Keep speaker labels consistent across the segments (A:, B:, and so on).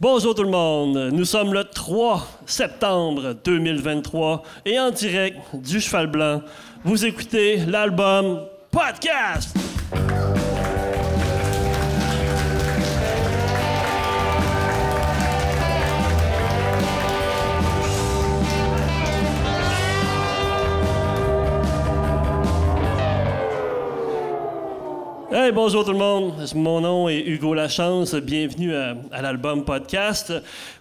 A: Bonjour tout le monde, nous sommes le 3 septembre 2023 et en direct du Cheval Blanc, vous écoutez l'album Podcast. Hey, bonjour tout le monde. Mon nom est Hugo Lachance. Bienvenue à, à l'album podcast.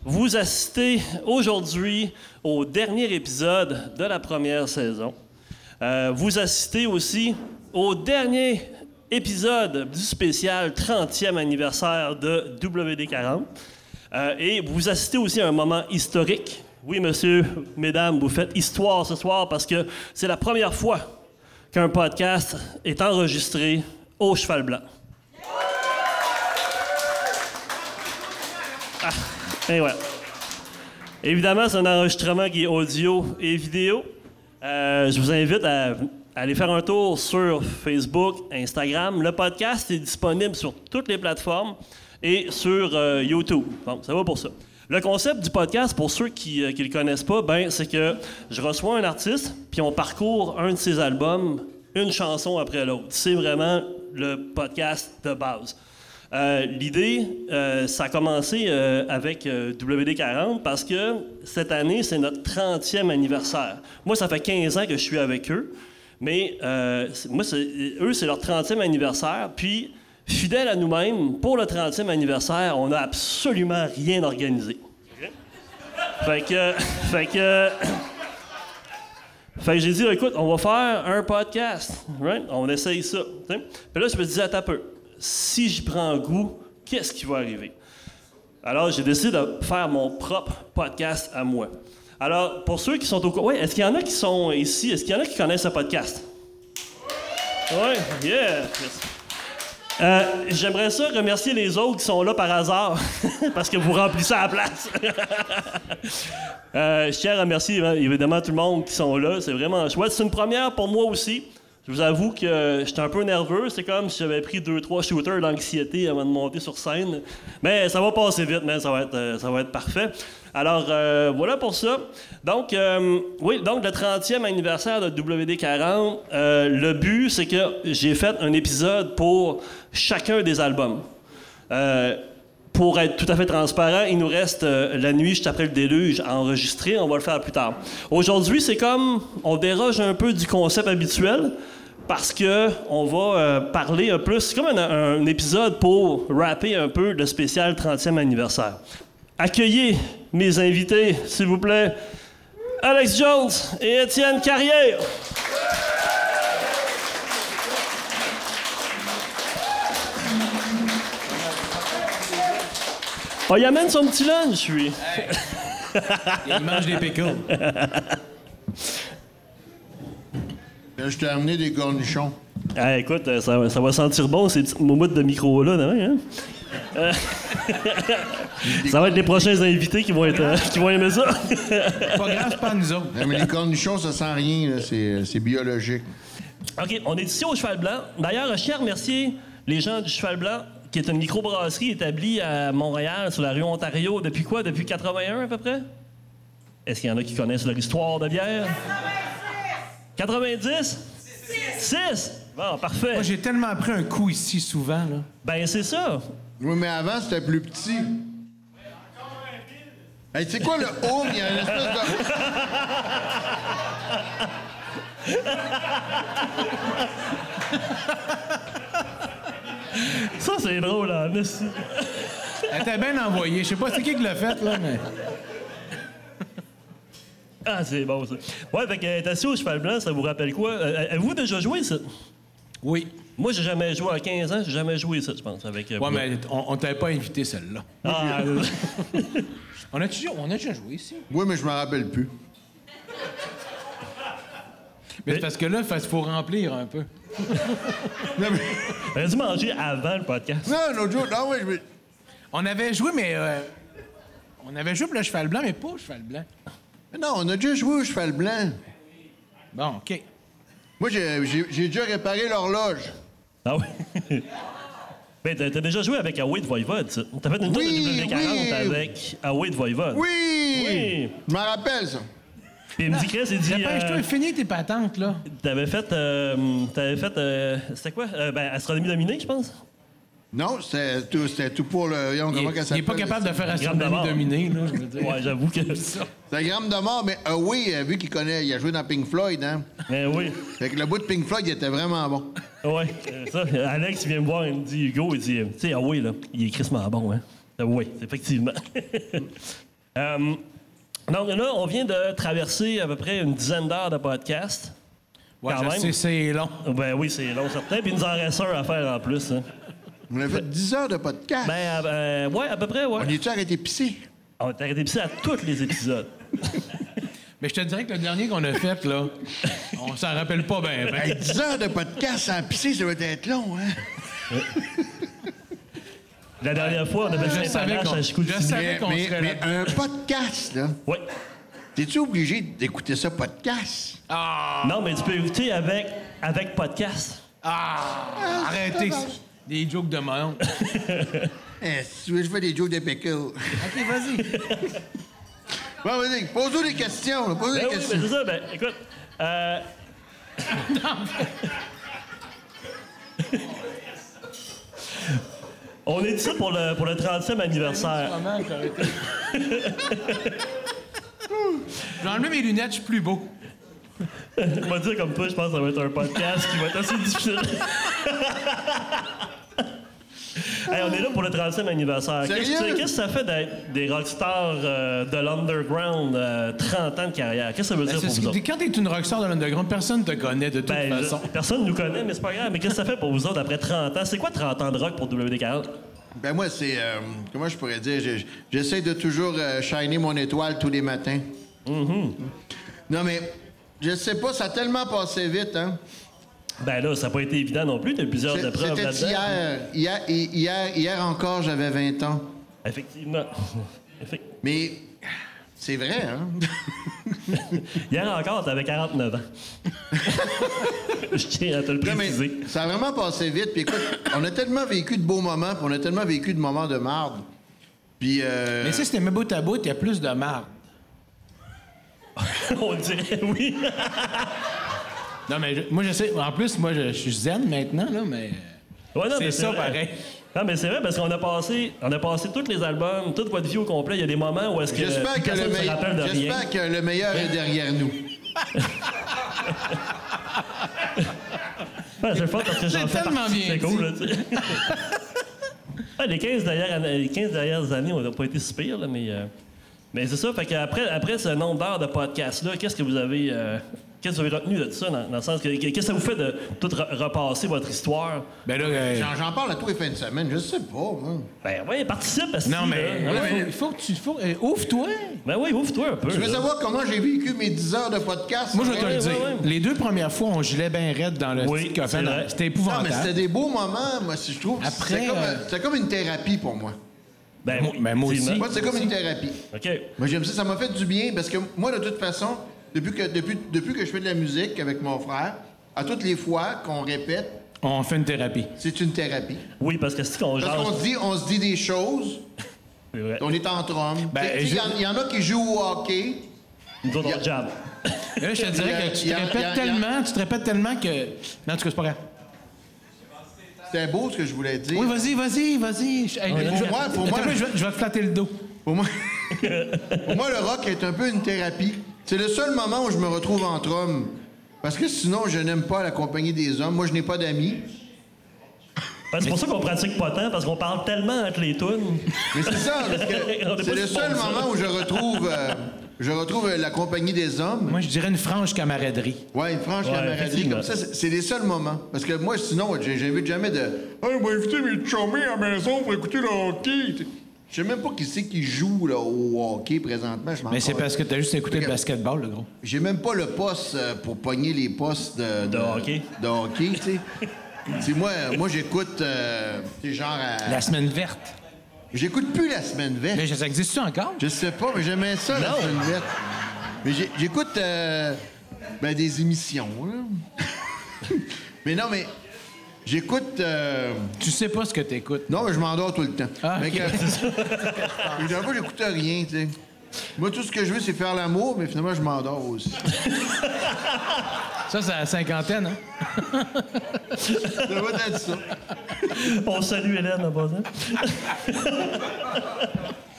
A: Vous assistez aujourd'hui au dernier épisode de la première saison. Euh, vous assistez aussi au dernier épisode du spécial 30e anniversaire de WD40. Euh, et vous assistez aussi à un moment historique. Oui, monsieur, mesdames, vous faites histoire ce soir parce que c'est la première fois qu'un podcast est enregistré au cheval blanc. Ah, ben ouais. Évidemment, c'est un enregistrement qui est audio et vidéo. Euh, je vous invite à, à aller faire un tour sur Facebook, Instagram. Le podcast est disponible sur toutes les plateformes et sur euh, YouTube. Bon, ça va pour ça. Le concept du podcast, pour ceux qui ne le connaissent pas, ben, c'est que je reçois un artiste, puis on parcourt un de ses albums, une chanson après l'autre. C'est vraiment le podcast de base. Euh, L'idée, euh, ça a commencé euh, avec euh, WD40 parce que cette année, c'est notre 30e anniversaire. Moi, ça fait 15 ans que je suis avec eux, mais euh, c'est- moi, c'est- eux, c'est leur 30e anniversaire. Puis, fidèle à nous-mêmes, pour le 30e anniversaire, on n'a absolument rien organisé. Fait que, fait que, fait que j'ai dit, écoute, on va faire un podcast, right? On essaye ça. t'sais. Puis là, je me disais, attends un peu, si j'y prends goût, qu'est-ce qui va arriver? Alors, j'ai décidé de faire mon propre podcast à moi. Alors, pour ceux qui sont au courant, ouais, est-ce qu'il y en a qui sont ici? Est-ce qu'il y en a qui connaissent ce podcast? Oui, yeah! Merci. Euh, J'aimerais ça remercier les autres qui sont là par hasard, parce que vous remplissez la place. Euh, je tiens à remercier euh, évidemment tout le monde qui sont là. C'est vraiment chouette. C'est une première pour moi aussi. Je vous avoue que euh, j'étais un peu nerveux. C'est comme si j'avais pris deux, trois shooters d'anxiété avant de monter sur scène. Mais ça va passer vite, mais ça va être, euh, ça va être parfait. Alors euh, voilà pour ça. Donc euh, oui, donc le 30e anniversaire de WD40. euh, le but, c'est que j'ai fait un épisode pour chacun des albums. Euh, pour être tout à fait transparent, il nous reste euh, la nuit juste après le déluge à enregistrer. On va le faire plus tard. Aujourd'hui, c'est comme on déroge un peu du concept habituel parce que on va euh, parler un peu. C'est comme un, un épisode pour rapper un peu le spécial 30e anniversaire. Accueillez mes invités, s'il vous plaît, Alex Jones et Étienne Carrière. On y Oh, amène son petit lunch, lui.
B: Il mange des pickles.
C: Là, je t'ai amené des cornichons.
A: Ah, écoute, euh, ça, ça va sentir bon ces petites moumoutes de micro-là, demain, hein? Euh, ça va être les prochains invités qui vont, être, euh, qui vont aimer ça.
B: Pas grave, c'est pas nous autres.
C: Non, mais les cornichons, ça sent rien, là. C'est, euh, c'est biologique.
A: OK, on est ici au Cheval Blanc. D'ailleurs, je tiens à remercier les gens du Cheval Blanc, qui est une microbrasserie établie à Montréal, sur la rue Ontario, depuis quoi? Depuis 81 à peu près? Est-ce qu'il y en a qui connaissent leur histoire de bière? 90? 6? Bon, parfait.
B: Moi, j'ai tellement pris un coup ici souvent. Là.
A: Ben, c'est ça.
C: Oui, mais avant, c'était plus petit. Hey, c'est quoi le home? Il y a une espèce de.
A: Ça, c'est drôle, hein? Merci.
B: Elle t'a bien envoyé. Je sais pas c'est qui qui l'a fait, là, mais.
A: Ah, c'est bon, ça. Ouais, fait que euh, être assis au cheval blanc, ça vous rappelle quoi? Euh, Avez-vous déjà joué ça?
B: Oui.
A: Moi, j'ai jamais joué à 15 ans, j'ai jamais joué ça, je pense, avec... euh,
B: Ouais, mais on, on t'avait pas invité celle-là.
A: Ah,
B: On a déjà, on a déjà joué ici.
C: Oui, mais je me rappelle plus.
B: Mais c'est parce que là, il faut remplir un peu.
C: Non, mais.
A: j'aurais dû manger avant le podcast.
C: Non, l'autre jour, non, oui, je me-
B: On avait joué, mais. euh, on avait joué pour le cheval blanc, mais pas au cheval blanc.
C: Mais Non, on a déjà joué au cheval blanc.
B: Bon, OK.
C: Moi, j'ai, j'ai- j'ai déjà réparé l'horloge.
A: Ah oui? Ben, t'as t'as déjà joué avec Away de Voivode, ça. T'as fait une tour
C: Oui,
A: de W40
C: oui.
A: avec Away de Voivode.
C: Oui!
A: Oui.
C: Je m'en rappelle, ça.
A: Puis il me dit, Chris, il dit.
B: Dépêche-toi,
A: euh,
B: finis tes patentes, là.
A: T'avais fait. euh, T'avais fait. euh, C'était quoi? Euh, ben, Astronomie dominée, je pense.
C: Non, c'était tout, c'était tout pour le... voyons,
B: Il
C: comment qu'elle
B: est- il est pas
C: s'appelle,
B: capable de faire
A: Grande
B: astronomie
A: d'abord.
B: dominée, là, je veux dire.
A: Ouais, j'avoue que.
C: C'est un gramme de mort, mais euh, oui, euh, vu qu'il connaît, il a joué dans Pink Floyd, hein.
A: Ben oui.
C: Fait que le bout de Pink Floyd, il était vraiment bon.
A: Ouais, euh, ça, euh, Alex il vient me voir, il me dit Hugo, il dit, euh, tu sais, ah oui, là, il est crissement bon, hein. Euh, oui, effectivement. Euh, donc là, on vient de traverser à peu près une dizaine d'heures de podcast.
B: Ouais,
A: Quand
B: je
A: même.
B: sais, c'est long.
A: Ben oui, c'est long, certain. Puis il nous en reste un à faire en plus. hein.
C: On a fait 10 heures de podcast.
A: Ben, à- euh, ouais, à peu près,
C: On
A: ouais.
C: est-tu arrêté pisser?
A: On est arrêté ici à tous les épisodes.
B: Mais je te dirais que le dernier qu'on a fait, là, on s'en rappelle pas bien.
C: Hey, 10 heures de podcast sans pisser, ça doit être long, hein?
A: La dernière fois, on avait
B: Je
A: fait
B: savais
A: Saint-Palache
B: qu'on-
A: à
B: je
A: Chicoutimi.
B: savais-
C: Mais,
B: qu'on
C: mais-
B: serait
C: mais
B: là.
C: un podcast, là,
A: Ouais.
C: t'es-tu obligé d'écouter ça podcast?
B: Ah!
A: Non, mais tu peux écouter avec, avec podcast.
B: Ah! Arrêtez! Des jokes de merde.
C: Eh, si tu veux, je fais des jokes de pickle. Bon,
B: OK, vas-y.
C: vas-y, pose-nous des questions, là, pose-nous
A: Ben
C: des
A: oui,
C: questions.
A: ben c'est ça, ben écoute. euh, On est ici pour le, pour le 30e anniversaire.
B: Comment t'as arrêté? J'ai enlevé mes lunettes, je suis plus beau.
A: On va dire comme toi, je pense que ça va être un podcast qui va être assez difficile. Hey, on est là pour le 30e anniversaire. Qu'est-ce que
C: Sérieux?
A: qu'est-ce que ça fait d'être des rockstars euh, de l'underground, euh, 30 ans de carrière? Qu'est-ce que ça veut dire
B: Ben, C'est
A: pour vous
B: ce qu'il
A: autres?
B: dit. Quand t'es une rockstar de l'underground, personne te connaît de toute
A: Ben, je-
B: façon.
A: personne ne nous connaît, mais c'est pas grave. Mais qu'est-ce que ça fait pour vous autres après 30 ans? C'est quoi 30 ans de rock pour WD40?
C: Ben moi, c'est... euh, comment je pourrais dire? j'ai- J'essaie de toujours euh, shiner mon étoile tous les matins.
A: Mm-hmm.
C: Non, mais je sais pas, ça a tellement passé vite, hein?
A: Ben là, ça n'a pas été évident non plus. T'as eu plusieurs
C: C'est-
A: épreuves
C: C'était
A: là-dedans.
C: hier. Hier, hi- hier. Hier encore, j'avais 20 ans.
A: Effectivement. Effect-
C: Mais c'est vrai, hein?
A: Hier encore, t'avais 49 ans. Je tiens à te le
C: Non, mais
A: préciser.
C: ça a vraiment passé vite. Puis écoute, on a tellement vécu de beaux moments, puis on a tellement vécu de moments de marde. Puis, euh,
B: Mais si c'était mes bout à bout, il y a plus de marde.
A: On dirait oui.
B: Non, mais je- moi, je sais. En plus, moi, je, je suis zen maintenant, là, mais.
A: Ouais, non,
B: C'est
A: mais
B: ça,
A: vrai.
B: pareil.
A: Non, mais c'est vrai parce qu'on a passé, on a passé tous les albums, toute votre vie au complet. Il y a des moments où est-ce que
C: j'espère que,
A: personne
C: le
A: ne se
C: meille-
A: rappelle de rien.
C: j'espère que le meilleur est derrière nous.
A: Ouais, c'est fort parce que j'en
B: C'est
A: fais
B: tellement
A: partie,
B: bien
A: C'est cool, là, tu sais. Ouais, les, 15 dernières, années- les 15 dernières années, on n'a pas été si pire, là, mais, euh, mais c'est ça. Fait qu'après, après ce nombre d'heures de podcasts-là, qu'est-ce que vous avez. euh, Qu'est-ce que vous avez retenu de ça, dans, dans le sens que qu'est-ce que ça vous fait de tout re- repasser votre histoire?
B: Ben là, euh,
C: J'en, j'en parle à tous les fins de semaine, je sais pas, moi.
A: Ben oui, participe à ce
B: non, mais.
A: là.
B: là, faut- faut que tu. Faut, euh, Ouvre-toi!
A: hein? Ben oui, ouvre-toi un peu.
C: Tu veux
A: là.
C: savoir comment j'ai vécu mes 10 heures de podcast?
B: Moi, je vais te le
A: Ouais,
B: dire.
A: ouais, ouais.
B: Les deux premières fois, on gelait bien raide dans le
A: Oui,
B: petit coffin.
A: c'est vrai.
B: C'était
C: Non, mais c'était
B: épouvantable.
C: des beaux moments, moi, si je trouve.
B: hein. Après,
C: c'était, comme,
B: euh,
C: c'était comme une thérapie pour moi.
A: Ben,
B: Moi-
A: oui,
B: ben, moi aussi.
A: effectivement.
C: Moi, c'est comme une thérapie.
A: OK.
C: Moi, j'aime ça. Ça m'a fait du bien parce que moi, de toute façon, depuis que, depuis, depuis que je fais de la musique avec mon frère, à toutes les fois qu'on répète,
B: On fait une thérapie.
C: c'est une thérapie.
A: Oui, parce que c'est qu'on
C: Parce
A: jase.
C: qu'on se dit, on se dit des choses,
A: C'est vrai.
C: on est en trombe.
B: Ben,
C: Il y, en-
B: je-
C: y en a qui jouent au hockey.
A: Nous autres, on jab.
B: Et là, je te dirais que tu te
C: Il y a- il y a-
B: répètes
C: il y a-
B: tellement, tu te répètes tellement que. Non, en tout cas, c'est pas grave.
C: C'était beau ce que je voulais dire.
B: Oui, vas-y, vas-y, vas-y. Je- hey,
C: Ouais,
B: je-
C: Ah pour
B: je-
C: moi, pour moi.
B: Attends, Je, vais- je vais te flatter le dos.
C: Pour moi, pour moi, le rock est un peu une thérapie. C'est le seul moment où je me retrouve entre hommes. Parce que sinon, je n'aime pas la compagnie des hommes. Moi, je n'ai pas d'amis.
A: Ben, c'est pour ça qu'on pratique pas tant, parce qu'on parle tellement entre les tunes.
C: Mais c'est ça, parce que
A: On est
C: c'est
A: pas
C: le
A: si bon
C: seul
A: que ça.
C: moment où je retrouve, euh, je retrouve euh, la compagnie des hommes.
B: Moi, je dirais une franche camaraderie.
C: Ouais, une franche
A: Ouais,
C: camaraderie
A: effectivement.
C: comme ça, c'est c'est les seuls moments. Parce que moi, sinon, j'ai- j'invite jamais de. Ah, on va inviter mes chummies à la maison pour écouter le hockey. Je sais même pas qui c'est qui joue là, au hockey présentement. Je m'en
B: Mais c'est
C: calme.
B: parce que t'as juste écouté le basketball, le gros.
C: J'ai même pas le poste euh, pour pogner les postes de,
A: De hockey.
C: De hockey, tu sais. tu sais. Moi, moi j'écoute. euh, tu sais, genre. à-
B: La semaine verte.
C: J'écoute plus la semaine verte.
B: Mais ça existe-tu encore?
C: Je sais pas, mais j'aimais ça, la
A: Non.
C: semaine verte. Mais j'ai- j'écoute euh, ben, des émissions. là. hein. mais non, mais J'écoute. euh,
B: Tu sais pas ce que t'écoutes.
C: Non, mais je m'endors tout le temps.
B: Ah,
C: mais
B: ok.
C: que- Puis d'un coup, j'écoute rien, tu sais. Moi, tout ce que je veux, c'est faire l'amour, mais finalement, je m'endors aussi.
B: Ça, c'est à la cinquantaine, hein?
C: Ça va être ça.
A: On salue Hélène en passant.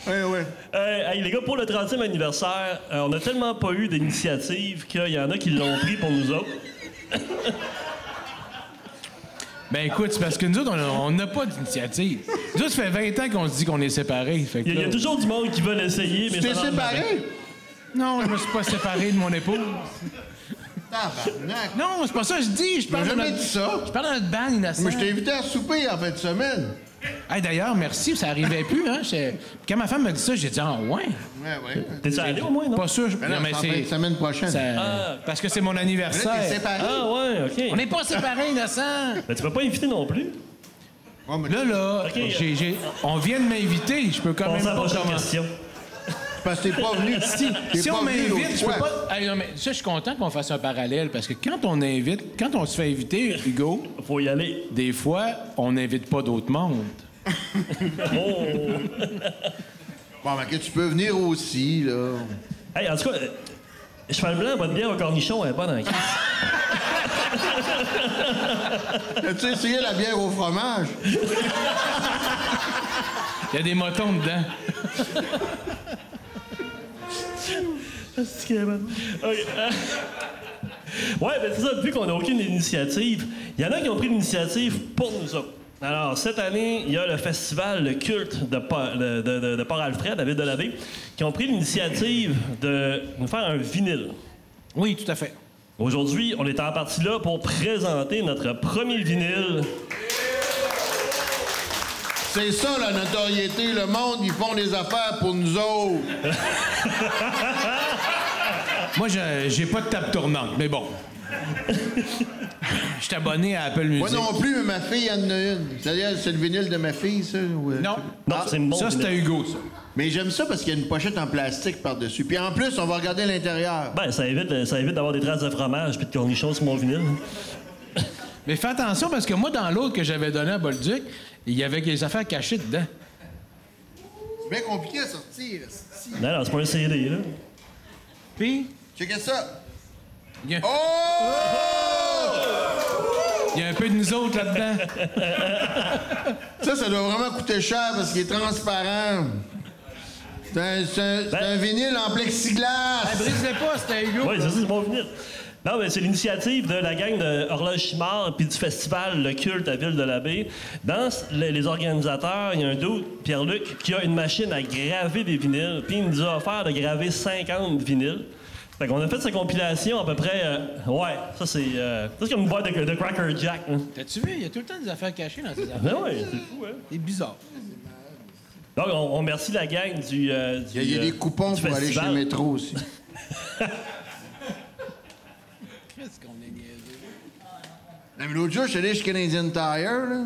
C: Ouais, ouais.
A: Euh, hey, les gars, pour le 30e anniversaire, euh, on a tellement pas eu d'initiative qu'il y en a qui l'ont pris pour nous autres.
B: Ben écoute, c'est parce que nous autres, on a- on n'a pas d'initiative. Nous autres, ça fait 20 ans qu'on se dit qu'on est séparés. Fait que
A: Il y, a- il y a
B: là-
A: toujours du monde qui veut l'essayer, mais ça
C: T'es
A: marche pas.
C: séparé?
B: Non, je me suis pas séparé de mon épouse.
C: Tabarnak.
B: Non, c'est pas ça que je dis. Je
C: T'as
B: parle de
C: jamais
B: notre...
C: dit ça?
B: Je parle de notre band innocent.
C: Moi, je t'ai invité à souper en fin de semaine.
B: Hey, D'ailleurs, merci, ça arrivait plus. Hein? J'étais- Quand ma femme m'a dit ça, j'ai dit « Ah ouais?
C: Ouais, ouais.
A: T'es allé au moins, non?
B: Pas sûr. je-
C: Mais non, c'est en fin de semaine prochaine.
B: ça- Parce que c'est mon
C: Mais Là, t'es
B: anniversaire.
C: séparé.
A: Ah ouais, OK.
B: On n'est pas séparés, innocent.
A: Ben, tu peux pas inviter non plus.
C: Ouais, mais
B: Là, là,
A: Ok.
B: j'ai- j'ai- on vient de m'inviter. Je peux quand même
A: Pensez à la
B: pas
A: prochaine
B: commencer.
A: question.
C: c'est parce que t'es pas venu.
B: Si,
C: T'es
B: si
C: pas
B: on
C: venu l'autre
B: m'invite, je peux
C: fois.
B: pas. Ah, non, mais ça, je suis content qu'on fasse un parallèle parce que quand on invite, quand on se fait inviter, Hugo,
A: Faut y aller.
B: des fois, on n'invite pas d'autres mondes.
A: Oh!
C: Bon, mais que tu peux venir aussi, là.
A: Hey, en tout cas, euh, cheval blanc, votre bière au cornichon, elle est bonne hein, en crise.
C: As-tu essayé la bière au fromage?
B: Il y a des motons dedans.
A: C'est qu'elle est bonne. Ok, euh, Ouais, ben c'est ça, vu qu'on n'a aucune initiative, il y en a qui ont pris l'initiative pour nous autres. Alors, cette année, il y a le festival Le Culte de, Pa- de- de- de- de Port-Alfred, à ville de la qui ont pris l'initiative de nous faire un vinyle.
B: Oui, tout à fait.
A: Aujourd'hui, on est en partie là pour présenter notre premier vinyle.
C: C'est ça, la notoriété. Le monde, ils font des affaires pour nous autres.
B: Moi, je- j'ai pas de table tournante, mais bon. Je suis abonné à Apple Music.
C: Moi non plus, mais ma fille en a une. C'est-à-dire, c'est le vinyle de ma fille, ça? ouais.
B: Non.
A: Non, c'est une bonne
B: Ah, Ça, c'était
A: vinyle.
B: Hugo, ça.
C: Mais j'aime ça parce qu'il y a une pochette en plastique par-dessus. Puis en plus, on va regarder l'intérieur.
A: Ben, ça évite, ça évite d'avoir des traces de fromage puis de cornichons sur mon vinyle.
B: Mais fais attention parce que moi, dans l'autre que j'avais donné à Bolduc, il y avait des affaires cachées dedans.
C: C'est bien compliqué à sortir. esti.
A: Non, non, c'est pas un CD, là.
B: Puis,
C: Checkez ça.
B: il y, a-
C: Oh!
B: il y a un peu de nous autres là-dedans.
C: Ça, ça doit vraiment coûter cher parce qu'il est transparent. C'est un, c'est un-
A: Ben-
C: c'est un vinyle en plexiglas.
B: Ah, brise-le pas, c'était Hugo.
A: Oui, ça, c'est mon vinyle. Non, mais c'est l'initiative de la gang de Horloge Chimard puis du festival Le Culte à Ville de la Baie. Dans c- les, les organisateurs, il y a un doute, Pierre-Luc, qui a une machine à graver des vinyles, puis il nous a offert de graver 50 vinyles. Fait qu'on a fait sa compilation à peu près. euh, ouais, ça c'est. euh, ça, c'est comme une boîte de, de Cracker Jack. hein.
B: T'as-tu vu? Il y a tout le temps des affaires cachées dans ces affaires.
A: Ben ouais, c'est fou, hein.
B: C'est bizarre.
A: Donc, on, on remercie la gang du. euh, du,
C: Il y a, il y a
A: euh,
C: des coupons
A: du
C: pour aller chez
A: festival.
C: Métro aussi.
B: Qu'est-ce qu'on est niaisé?
C: Non, mais L'autre jour, je suis allé chez Canadian Tire. là.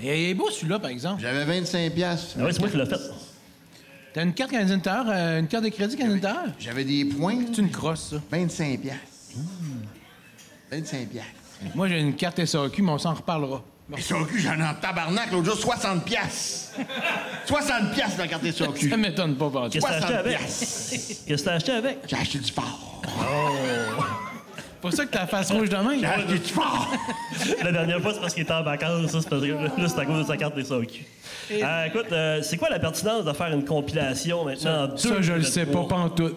B: Il est beau celui-là, par exemple.
C: J'avais 25 piastres.
A: Ah ouais, c'est moi qui l'ai fait.
B: T'as une carte Canadian Tire, euh, une carte de crédit Canadian Tire?
C: J'avais des points. là.
B: C'est une crosse, ça.
C: 25 piastres. 25 piastres.
B: Moi, j'ai une carte SAQ, mais on s'en reparlera.
C: Mais SAQ, j'en ai en tabarnak l'autre jour, 60 piastres. 60 piastres la carte SAQ.
B: Ça m'étonne pas, pas du
A: Qu'est-ce
B: tout.
A: que t'as acheté
C: 60
A: avec?
C: piastres.
A: Qu'est-ce que t'as acheté avec?
C: J'ai acheté du fort.
B: pour ça que ta face rouge demain.
C: J'ai acheté du fort.
A: La dernière fois, c'est parce qu'il était en vacances. Ça, c'est parce que là, c'est à cause de sa carte des SAQ. Euh, écoute, euh, c'est quoi la pertinence de faire une compilation maintenant? en deux
B: Ça, je le sais pas,
A: vidéos?
B: pas en tout.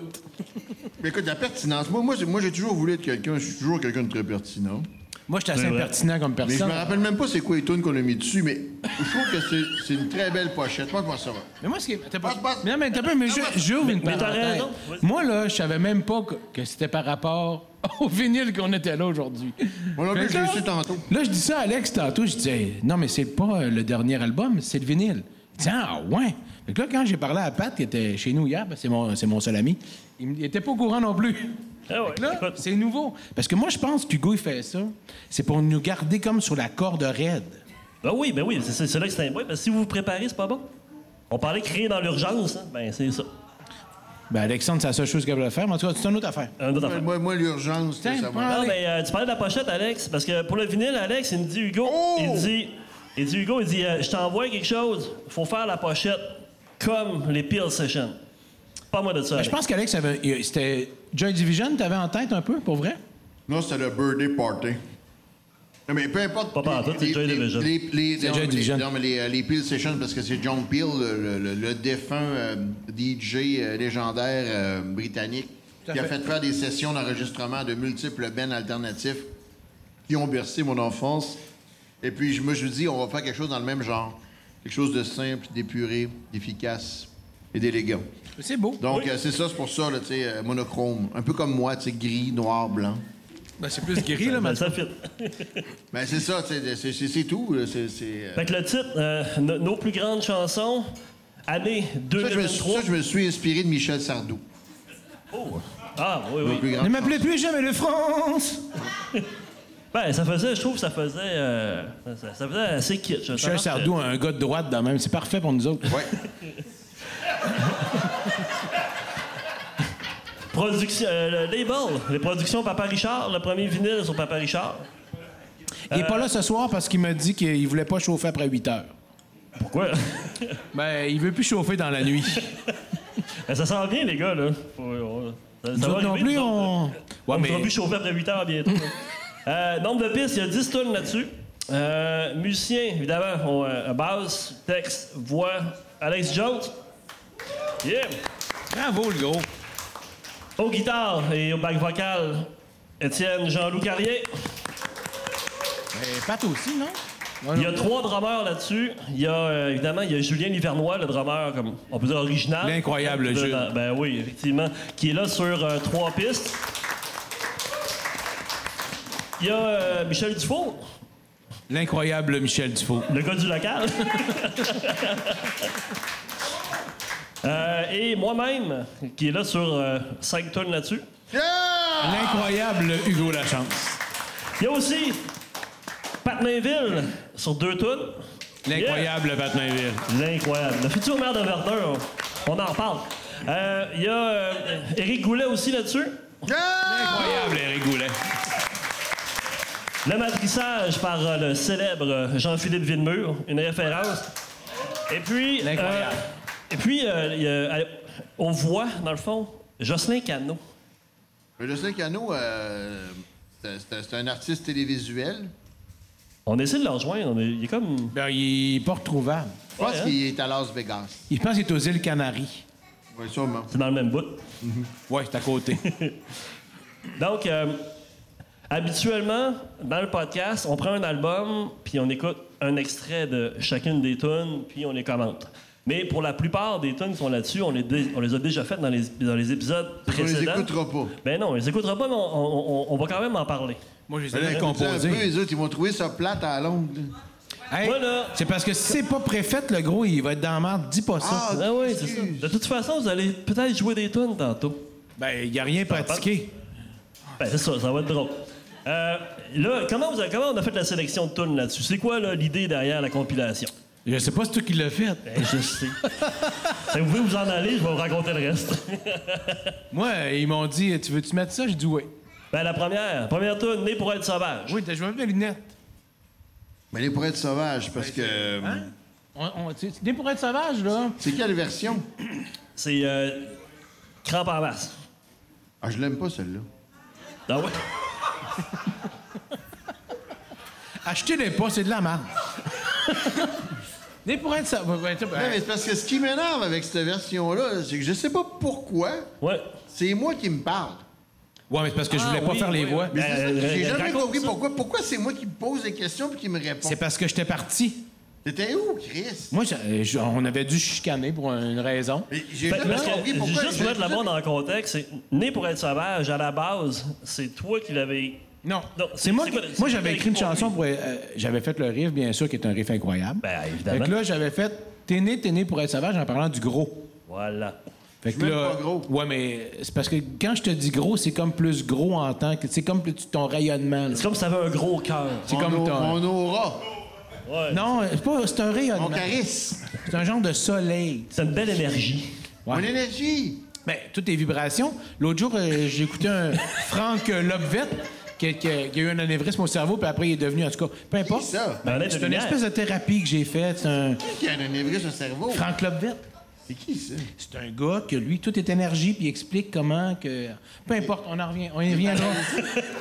C: Mais écoute, la pertinence. Moi, moi, j'ai- moi j'ai toujours voulu être quelqu'un. Je suis toujours quelqu'un de très pertinent.
B: Moi, je suis assez
A: C'est vrai.
B: impertinent comme
C: Mais je
B: personne.
C: me
B: Mais,
C: rappelle même pas c'est quoi les tunes qu'on a mis dessus, mais je trouve que c'est- c'est une très belle pochette. Moi, je pense que ça va.
B: moi, ce qui est. t'as pas-
C: Passe, passe.
B: Mais non, mais t'as pas, mais je- j'ouvre une
A: mais t'as
B: parenthèse.
A: raison. Vas-y.
B: Moi, là, je savais même pas que, que c'était par rapport au vinyle qu'on était là aujourd'hui.
C: Moi non
B: Fait
C: plus,
B: que
C: je l'ai
B: là-
C: su tantôt.
B: Là, je dis ça à Alex tantôt. Je dis, Hey, non, mais c'est pas euh, le dernier album, c'est le vinyle. Il dit, ah, ouais. Fait que là, quand j'ai parlé à Pat, qui était chez nous hier, parce que c'est mon, c'est mon seul ami, il, me- il était pas au courant non plus.
A: Ah ouais,
B: Fait que là,
A: écoute.
B: c'est nouveau. Parce que moi, je pense qu'Hugo, il fait ça. C'est pour nous garder comme sur la corde raide.
A: Ben oui, ben oui, c'est- c'est c'est là que c'est un point. Parce que si vous vous préparez, c'est pas bon. On parlait de créer dans l'urgence. hein. Ben, c'est ça.
B: Ben, Alexandre, c'est la seule chose qu'elle voulait faire, mais en tout cas, c'est une autre affaire.
A: Un autre affaire.
C: Moi, moi, l'urgence, c'est
B: Tiens,
C: ça.
B: prends-
C: moi.
A: Non,
B: Allez.
A: mais euh, tu parlais de la pochette, Alex, parce que pour le vinyle, Alex, il me dit Hugo,
C: Oh!
A: il dit, il dit Hugo, il dit, euh, je t'envoie quelque chose, faut faire la pochette comme les Peel Sessions. Pas moi de ça.
B: Ben,
A: Alex.
B: je pense qu'Alex, avait- il- c'était Joy Division, t'avais en tête un peu, pour vrai?
C: Non, c'était le birthday party. Non, mais peu importe.
A: Pas par- toi, c'est
C: les-
A: Joy
C: les-
A: Division.
C: les- les-
B: C'est
C: non,
B: Joy
C: mais les-
B: Division.
C: Non, mais les, euh, les Peel Sessions, parce que c'est John Peel, le, le- le défunt euh, DJ euh, légendaire euh, britannique,
B: Tout à
C: qui a
B: fait.
C: fait faire des sessions d'enregistrement de multiples bands alternatifs qui ont bercé mon enfance. Et puis, je me suis dit, on va faire quelque chose dans le même genre. Quelque chose de simple, d'épuré, d'efficace et d'élégant.
B: C'est beau.
C: Donc, euh, c'est ça, c'est pour ça, là, tu sais, euh, monochrome. Un peu comme moi, tu sais, gris, noir, blanc.
B: Ben, c'est plus guéri, là, mais...
A: Ben, ça fit.
C: Ben c'est ça, c'est- c'est c'est- c'est tout. là, c'est- c'est, euh,
A: Fait que le titre, euh, no- nos plus grandes chansons, année
C: Ça, je me, suis-
A: 2023.
C: ça, je me suis inspiré de Michel Sardou.
A: Ah, oui,
C: mon
A: oui.
C: plus grand
B: Ne m'appelez plus jamais le France!
A: Ben, ça faisait, je trouve, que ça faisait, euh, ça, ça faisait assez kitsch.
B: Michel Sardou, un gars de droite, dans le même. C'est parfait pour nous autres.
C: Ouais.
A: Production, euh, le label, les productions Papa Richard, le premier vinyle sur Papa Richard.
B: Il est pas là ce soir parce qu'il m'a dit qu'il voulait pas chauffer après 8 heures.
A: Pourquoi?
B: Ben, il veut plus chauffer dans la nuit.
A: Ben, ça sent bien, les gars, là. Faut- on- ça-
B: Nous
A: ça va
B: autres non
A: arriver,
B: plus,
A: nous autres, là.
B: on... Ouais,
A: on
B: mais...
A: va plus chauffer après 8 heures bientôt. Euh, nombre de pistes, il y a 10 tonnes là-dessus. Euh, musicien, évidemment, on, euh, basse, texte, voix, Alex Jones. Yeah!
B: Bravo, le gros.
A: Aux guitares et au bac vocal, Étienne Jean-Loup Carrier.
B: Mais Ben, Pat aussi, non?
A: Il y a trois drummers là-dessus. Il y a, euh, évidemment, il y a Julien Livernois, le drummer, comme on peut dire original.
B: L'incroyable
A: De-
B: Jules.
A: Ben, oui, effectivement. Qui est là sur euh, trois pistes. Il y a euh, Michel Dufour,
B: L'incroyable Michel Dufault.
A: le gars du local. Euh, et moi-même, qui est là sur euh, cinq tonnes là-dessus.
C: Yeah!
B: L'incroyable Hugo Lachance.
A: Il y a aussi Pat Mainville sur deux tonnes.
B: L'incroyable Pat Mainville.
A: L'incroyable. Le futur maire de Verdun, on, on en reparle. Euh, Il y a euh, Éric Goulet aussi là-dessus.
C: Yeah!
B: Incroyable Eric Goulet.
A: Le matrissage par euh, le célèbre euh, Jean-Philippe Villemur, une référence. Et puis. euh,
B: L'incroyable.
A: et puis, euh, il y a, euh, on voit, dans le fond, Jocelyn Cano.
C: Mais Justin Cano, euh, c'est- c'est c'est un artiste télévisuel.
A: On essaie de le rejoindre, mais il est comme.
B: Ben, il est pas retrouvable.
C: Je pense
A: Ouais, hein?
C: qu'il est à Las Vegas.
B: Il pense qu'il est aux îles Canaries.
C: Oui, sûrement.
A: C'est dans le même bout.
B: Ouais, c'est à côté.
A: Donc, euh, habituellement, dans le podcast, on prend un album, puis on écoute un extrait de chacune des tunes, puis on les commente. Mais pour la plupart des tunes qui sont là-dessus, on les, dé- on les a déjà faites dans les, dans les épisodes
C: On les
A: précédents.
C: écoutera pas.
A: Ben non, on les écoutera pas, mais on, on- on- on va quand même en parler.
B: Moi, je les
C: Mais là,
B: ai
C: écoute ça un peu,
B: composés.
C: les autres, ils vont trouver ça plate à la longue. là.
B: Hey,
A: Voilà.
B: C'est parce que si c'est pas préfet, le gros, il va être dans la merde. Dis pas ça.
C: Ah,
A: Ah oui, c'est ça.
C: excuse.
A: De toute façon, vous allez peut-être jouer des tunes tantôt.
B: Ben, il a rien pratiqué.
A: Ben c'est ça, ça va être drôle. Euh, là, comment, vous avez- comment on a fait la sélection de tunes là-dessus? C'est quoi là, l'idée derrière la compilation?
B: Je sais pas si c'est toi qui l'as fait.
A: Ben, je sais. Si vous pouvez vous en aller, je vais vous raconter le reste.
B: Moi, ils m'ont dit, tu veux-tu mettre ça? J'ai dit oui.
A: Ben, la première, première tune, Né pour être sauvage.
B: Oui, ben, t'as joué avec mes lunettes.
C: Mais les pourrait être sauvage, parce que. euh,
B: Hein? On, on, tu tu- t'es pour être sauvage, là.
C: C'est quelle version?
A: C'est euh, Crampe en masse.
C: Ah, je l'aime pas, celle-là.
A: Ah ouais?
B: Achetez-les pas, c'est de la merde. T'es pour être sauvage. ben,
C: Non, mais c'est parce que ce qui m'énerve avec cette version-là, c'est que je sais pas pourquoi,
A: Ouais.
C: c'est moi qui me parle.
B: Ouais, mais c'est parce que je voulais
A: Ah,
B: pas
A: oui,
B: faire les
A: oui.
B: voix.
A: Ben,
C: C'est ça,
A: euh,
C: J'ai
A: euh,
C: jamais
A: raconte
C: compris
A: ça.
C: pourquoi. Pourquoi c'est moi qui me pose des questions puis qui me répond?
B: C'est parce que j'étais parti.
C: T'étais où, Chris?
B: Moi, je- je- on avait dû chicaner pour une raison.
C: Mais J'ai
A: Fait-
C: jamais
A: parce que,
C: compris pourquoi.
A: juste
C: j'ai-
A: mettre la bande en contexte, c'est Né pour être sauvage, à la base, c'est toi qui l'avais.
B: Non.
A: Non, c'est-
B: c'est moi.
A: c'est
B: qui-
A: quoi- c'est
B: moi,
A: quoi
B: j'avais écrit une
A: qui-
B: chanson pour. euh, j'avais fait le riff, bien sûr, qui est un riff incroyable.
A: Ben,
B: fait
A: évidemment.
B: que là, j'avais fait T'es né, t'es né pour être sauvage en parlant du gros.
A: Voilà.
B: Fait que
C: suis même
B: là,
C: pas gros.
B: Ouais, mais c'est parce que quand je te dis gros, c'est comme plus gros en tant que. C'est comme plus ton rayonnement. là.
A: C'est comme si ça avait un gros cœur.
B: C'est
C: Mon
B: comme
C: au-
B: ton.
C: Mon aura,
A: Ouais.
B: Non, c'est pas. C'est un
C: mon
B: rayonnement.
C: charisme,
B: C'est un genre de soleil.
A: C'est une belle énergie.
B: Ouais.
C: mon énergie.
B: Ben, toutes les vibrations. L'autre jour, euh, j'ai écouté un Franck euh, Lobvet qui, qui a qui a eu un anévrisme au cerveau, puis après, il est devenu, en tout cas, peu importe.
C: Qui ça?
A: Ben, honnête,
B: C'est
A: de
B: une
A: lumière.
B: espèce de thérapie que j'ai faite. C'est un
C: Qui a un anévrisme au cerveau?
B: Franck Lobvet.
C: C'est qui, ça?
B: C'est un gars que lui, tout est énergie, puis il explique comment que. Peu importe, on en revient. On y reviendra.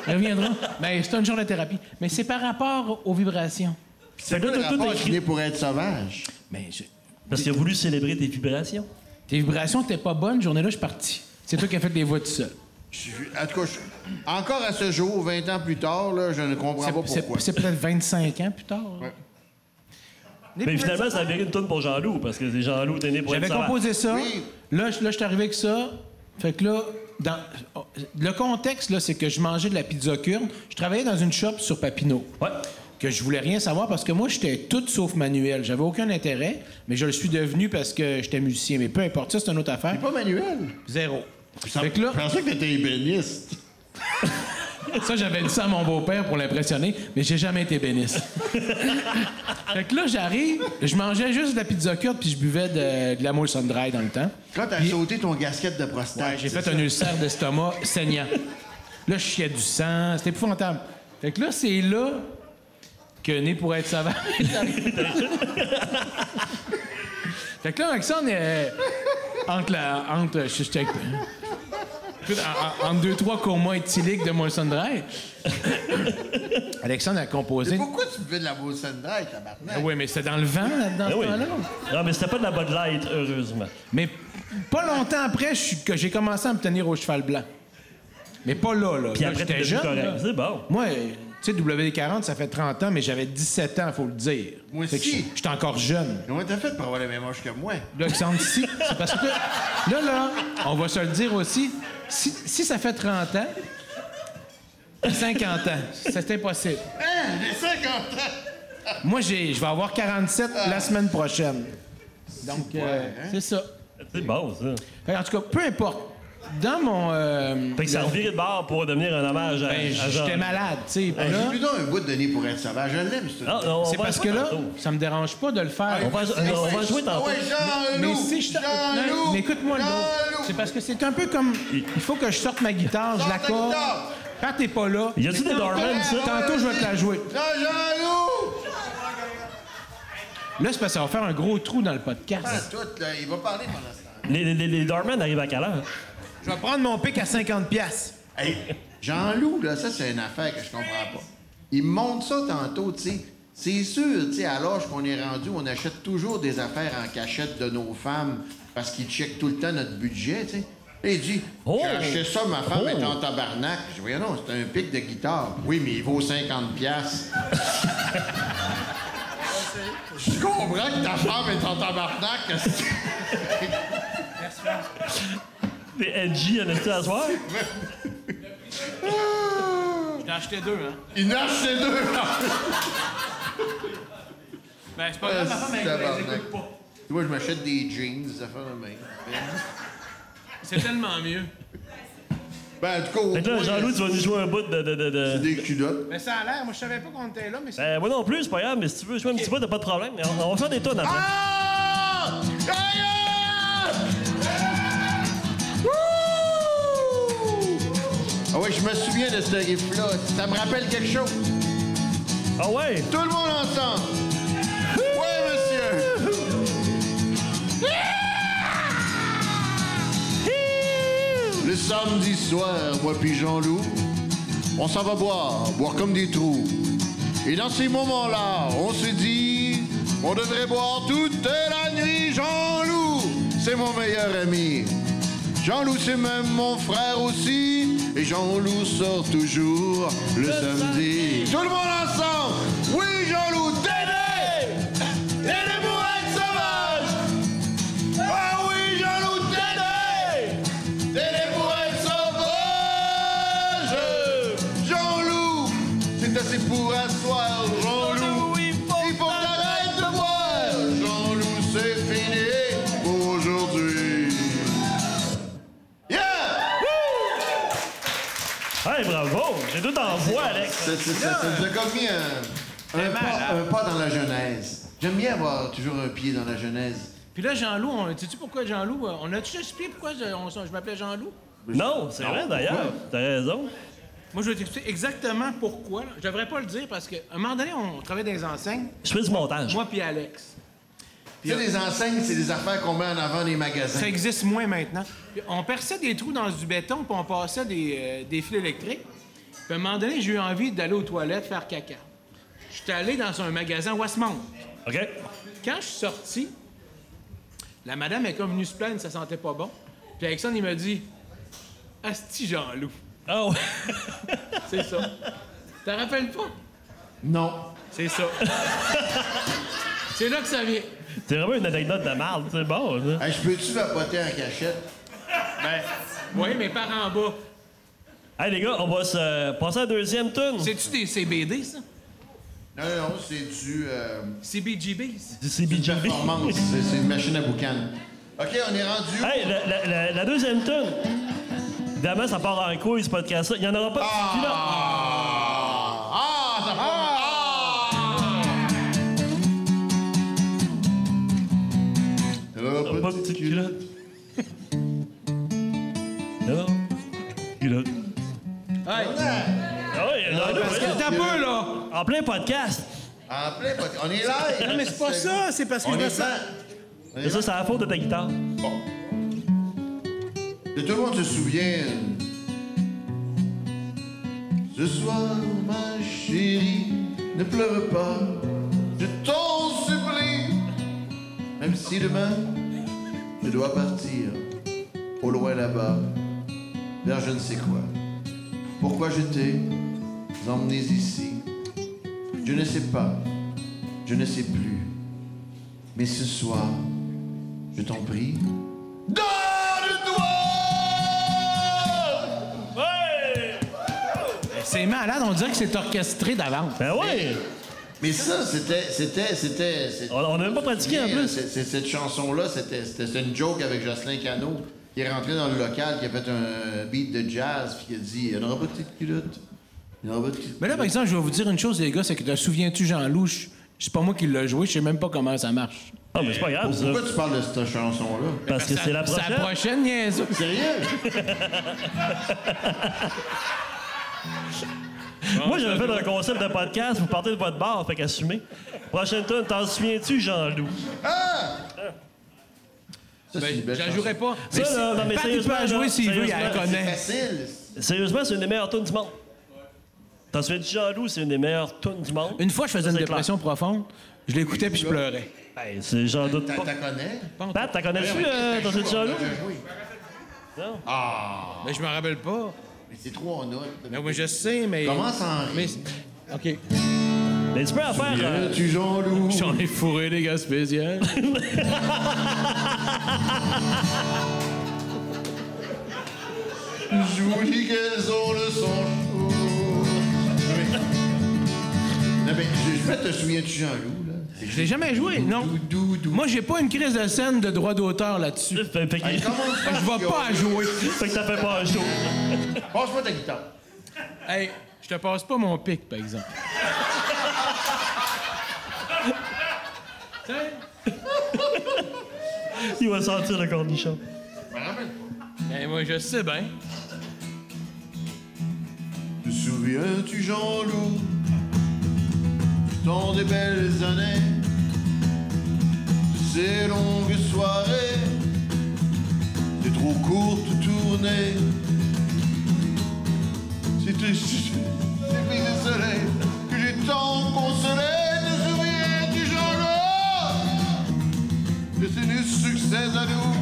B: on y reviendra. Ben, c'est un genre de thérapie. Mais c'est par rapport aux vibrations.
C: C'est
A: que
C: quoi le
A: tout- tout
C: rapport
A: écrit-
C: qui est né pour être sauvage?
B: Mais je-
A: Parce qu'il a voulu célébrer tes vibrations.
B: tes vibrations n'étaient pas bonnes, journée-là, je suis parti. C'est toi qui as fait les voix tout seul.
C: Je- en tout cas, je- encore à ce jour, 20 ans plus tard, là, je ne comprends
B: C'est-
C: pas
B: C'est
C: pourquoi.
B: c'est peut-être 25 ans plus tard.
C: Ouais.
B: Les
A: Mais
B: petits-
A: finalement, ça a viré une toune pour Jean-Loup, parce que c'est Jean-Loup t'es né pour
B: J'avais
A: être sauvage.
B: composé ça.
C: Oui.
B: Là, je là, je suis arrivé avec ça. Fait que là, dans, oh, le contexte, là, c'est que je mangeais de la pizza kurde. Je travaillais dans une shop sur Papineau.
A: Ouais.
B: Que je voulais rien savoir parce que moi, j'étais tout sauf manuel. J'avais aucun intérêt, mais je le suis devenu parce que j'étais musicien. Mais peu importe, ça, c'est une autre affaire.
C: C'est pas manuel.
B: Zéro.
C: Ça-
B: fait que là,
C: Je pensais que t'étais ébéniste.
B: Ça, j'avais dit ça à mon beau-père pour l'impressionner, mais j'ai jamais été béniste. fait que là, j'arrive, je mangeais juste de la pizza kurde puis je buvais de, de la moule sun-dry dans le temps.
C: Quand t'as sauté ton gasket de prostate.
B: J'ai
C: c'est
B: fait un
C: ça?
B: ulcère d'estomac saignant. Là, je chiais du sang, c'était épouvantable. Fait que là, c'est là que né pour être savant. est arrivé. fait que là, avec ça, on est entre la. Entre, je suis check. Écoute, en- en- entre deux, trois comas éthyliques de Molson Dry. Alexandre a composé.
C: Pourquoi tu fais de la Wilson Drive, tabarnak?
B: Ah Oui, mais c'était dans le vent, là, dans
A: Ah
B: ce
A: oui.
B: temps-là.
A: Non, mais c'était pas de la Bud Light, heureusement.
B: Mais pas longtemps après je suis- que j'ai commencé à me tenir au cheval blanc. Mais pas là, là.
A: Puis
B: Là,
A: après,
B: j'étais
A: t'es devenu
B: jeune,
A: correct.
B: là.
A: C'est bon.
B: Moi, euh, tu sais, WD-40, ça fait 30 ans, mais j'avais 17 ans, faut le dire.
C: Moi
B: Fait que
C: aussi.
B: je- J'étais encore jeune.
C: Comment t'as fait pour avoir les mêmes moche que moi?
B: Là, que ça en- si, c'est parce que là, là, on va se le dire aussi, si, si ça fait 30 ans, 50 ans, c'est impossible.
C: Hein? J'ai 50 ans!
B: Moi, j'ai- je vais avoir 47 la semaine prochaine. Donc, euh,
C: hein?
B: c'est ça.
A: C'est bon, ça.
B: Fait que, En tout cas, peu importe. Dans mon... euh,
A: Fait que ça a viré de bord pour devenir un hommage à,
B: Ben,
A: à Jean.
B: j'étais malade, tu sais. puis là,
C: J'ai plutôt un bout de nez pour être sauvage. Je l'aime, ce
A: Hein? Ah, Non, non, on
B: c'est
A: va
B: parce
A: jouer
B: que là,
A: tantôt.
B: ça me dérange pas de le faire.
A: On va, on va jouer
C: Ah
A: tantôt.
C: ouais, Jean-Loup!
B: mais si je
C: Jean-Loup!
B: non, mais écoute-moi le mot.
C: Jean-Loup!
B: C'est parce que c'est un peu comme il faut que je sorte ma guitare, je
C: Sors
B: la
C: ta
B: corde.
C: guitare!
B: Quand t'es pas là.
A: Y a-tu
B: mais
A: des
B: tantôt-
A: Darwin, ça?
B: Tantôt je vais te la jouer.
C: Jean- Jean-Loup!
B: Là, c'est parce que ça va faire un gros trou dans le
C: Ah,
B: podcast.
C: tout, là, il va parler pendant ce temps.
A: Les, les, les- les Doormen arrivent à quelle heure?
B: Je vais prendre mon pic à 50 pièces.
C: Hey, Jean-Loup, là, ça, c'est une affaire que je comprends pas. Il me montre ça tantôt, tu sais. C'est sûr, tu sais, à l'âge qu'on est rendu, on achète toujours des affaires en cachette de nos femmes parce qu'ils checkent tout le temps notre budget, tu sais. Là, il dit,
A: Oh!
C: j'ai acheté ça, ma femme
A: Oh!
C: est en tabarnak. Je dis, voyons, non, c'est un pic de guitare. Oui, mais il vaut 50 piastres. Je comprends que ta femme est en tabarnak. que c'est-
A: Des NG, en est-tu à soir?
B: J'en ai acheté deux, hein.
C: Il en a acheté deux.
B: Ben, c'est pas
C: Tabarnak. Tu vois, je m'achète des jeans, des affaires de même.
B: C'est tellement mieux.
C: Ben, en tout cas, au
A: Fait que là,
C: moins,
A: Jean-Loup, tu vas nous jouer un bout de. de, de, de-
C: des culottes.
B: Mais ça a l'air, moi je savais pas qu'on était là, mais c'est.
A: Ben, moi non plus, c'est pas grave, mais si tu veux jouer un petit bout, t'as pas de problème. Mais On, on va faire des tonnes après.
C: Ah! Ah, yeah! Wouh! Ah ouais, je me souviens de ce riff-là. Ça me rappelle quelque chose.
A: Ah ouais!
C: Tout le monde ensemble. Ouais, monsieur. Le samedi soir, moi puis Jean-Loup, on s'en va boire, boire comme des trous. Et dans ces moments-là, on se dit, on devrait boire toute la nuit. Jean-Loup, c'est mon meilleur ami. Jean-Loup, c'est même mon frère aussi. Et Jean-Loup sort toujours le samedi. Tout le monde ensemble! Oui, Jean-Loup, Dédé! Dédé pour être sauvage! Ah oui, Jean-Loup, Dédé! Dédé pour être sauvage! Jean-Loup, c'est assez pour asseoir. Jean-Loup, il faut que t'arrêtes de boire. Jean-Loup, c'est fini pour aujourd'hui. Yeah!
A: Hey, bravo! J'ai tout en voix, Alex!
C: Ça, ça, ça, ça nous a comme mis
A: hein?
C: un, un pas, un pas dans la Genèse. J'aime bien avoir toujours un pied dans la Genèse.
B: Puis là, Jean-Loup, on- sais-tu pourquoi Jean-Loup? euh, On a-tu expliqué pourquoi je, on- je m'appelais Jean-Loup?
A: Non, c'est vrai d'ailleurs. T'as raison.
B: Moi, je vais t'expliquer exactement pourquoi. là. Je devrais pas le dire parce qu'à un moment donné, on travaillait dans les enseignes,
A: Je fais du montage.
B: moi puis Alex.
C: Tu sais, les enseignes, c'est des affaires qu'on met en avant des magasins.
B: Ça existe moins maintenant. Puis on perçait des trous dans du béton, puis on passait des, euh, des fils électriques. Puis à un moment donné, j'ai eu envie d'aller aux toilettes faire caca. J'étais allé dans un magasin Westmount.
A: OK?
B: Quand je suis sorti, la madame est comme venue se plaindre, ça sentait pas bon. Puis Alexandre, il m'a dit Asti Jean-Loup.
A: Oh!
B: C'est ça. T'en rappelles pas?
C: Non.
B: C'est ça. C'est là que ça vient.
A: C'est vraiment une anecdote de marde, c'est bon. ça.
C: Hey, je peux-tu vapoter en cachette?
B: Oui, mais par en bas.
A: Hey les gars, on va se euh, passer à la deuxième tune.
B: C'est-tu des CBD, ça?
C: Non, non, non, c'est du. euh,
B: CBGBs?
A: Du CBGB.
C: du performance. c'est, c'est une machine à boucan. OK, on est rendu. où?
A: Hey, la, la- la- la deuxième tune. Évidemment, ça part en couille, ce podcast-là. Il n'y en aura pas de petit pilote.
C: Ah! Ah! Ça Ah!
A: Il n'y en aura Ah! pas de petite culotte. Non. Culotte.
B: Hey!
A: Ah oui, il y en a deux,
C: parce
A: ouais.
B: T'as peu, là!
A: En plein podcast.
C: En plein podcast. Ah, On est live!
B: Non, mais c'est pas ça, c'est parce que
C: On
B: je me
C: est
B: sens.
C: ça.
A: Et ça, c'est la faute de ta guitare.
C: Bon. De tout le monde se souvient. Ce soir, ma chérie, ne pleure pas, je t'en supplie. Même si demain, je dois partir, au loin là-bas, vers je ne sais quoi. Pourquoi je t'ai emmené ici Je ne sais pas, je ne sais plus. Mais ce soir, je t'en prie, Donne-toi!
A: Ouais!
B: C'est malade, on dirait que c'est orchestré d'avance.
A: Ben oui!
C: Mais ça, c'était. C'était. C'était. c'est-
A: On- on a même pas pratiqué, en plus.
C: C'est- c'est- Cette chanson-là, c'était c'était- c'était une joke avec Jocelyn Cano, qui est rentré dans le local, qui a fait un beat de jazz, puis qui a dit Il n'y aura pas de petite culotte. Il n'y aura pas de petite
B: Mais là, par exemple, je vais vous dire une chose, les gars, c'est que te souviens-tu, Jean-Loup? je- C'est pas moi qui l'ai joué, je sais même pas comment ça marche.
A: Ah, mais c'est pas
B: ben,
A: grave, ça.
C: Pourquoi tu parles de cette chanson-là?
A: Parce que c'est la
B: C'est la
A: prochaine.
B: prochaine niaiseuse.
C: Sérieux?
A: Moi, j'avais fait un concept de podcast, vous partez de votre bar, fait qu'assumez. Prochaine tune, t'en souviens-tu, Jean-Loup?
C: Ça, c'est une
B: Ben,
C: belle
B: j'en
C: chanson.
B: jouerais pas.
A: Ça,
B: Mais
A: là,
B: si-
A: non, mais
B: Pat, il peut
A: sérieusement,
B: la
A: là,
B: jouer s'il veut, il la
A: sérieusement,
C: C'est
B: connaît.
C: facile.
A: Sérieusement, c'est une des meilleures tunes du monde. T'en souviens-tu, Jean-Loup? C'est une des meilleures tunes du monde.
B: Une fois, je faisais
A: Ça,
B: une
A: c'est clair.
B: dépression profonde, je l'écoutais puis je pleurais.
A: Ben, c'est- j'en doute
C: T'as-
A: pas.
C: T'as connais? Ben
A: Pat, t'as connais-tu, euh, t'en souviens-tu,
C: On a
A: Jean-Loup?
C: déjà joué.
B: Mais Ah. Ben, je me rappelle pas.
C: Mais c'est trois en notes.
B: Mais oui, je sais, mais.
C: Commence en rire.
B: Mais. OK.
A: Mais tu peux en faire. euh,
C: Viens-tu, Jean-Loup?
B: J'en ai fourré les gars spéciaux.
C: J'oublie qu'elles ont le sang chaud. Non, mais, non, mais je, je te souviens de Jean-Loup, là. C'est
B: Je l'ai jamais joué, non.
C: Doudou, doudou.
B: Moi, j'ai pas une crise de scène de droit d'auteur là-dessus.
A: Fait, fait que-
C: Hey, commence
B: Je vais pas à
C: jouer.
B: jouer.
A: fait que t'as fait pas un show.
C: Passe-moi ta guitare.
B: Hey, je te passe pas mon pic, par exemple. Tiens.
A: Il va sentir le cornichon.
C: Je me rappelle pas.
B: Ben, moi, je sais bien.
C: Te souviens-tu, Jean-Loup, du temps des belles années, de ces longues soirées, des trop courtes tournées, c'était ces baisers de soleil que j'ai tant consolé. Te souviens-tu, Jean-Loup, de ces nus succès à nous?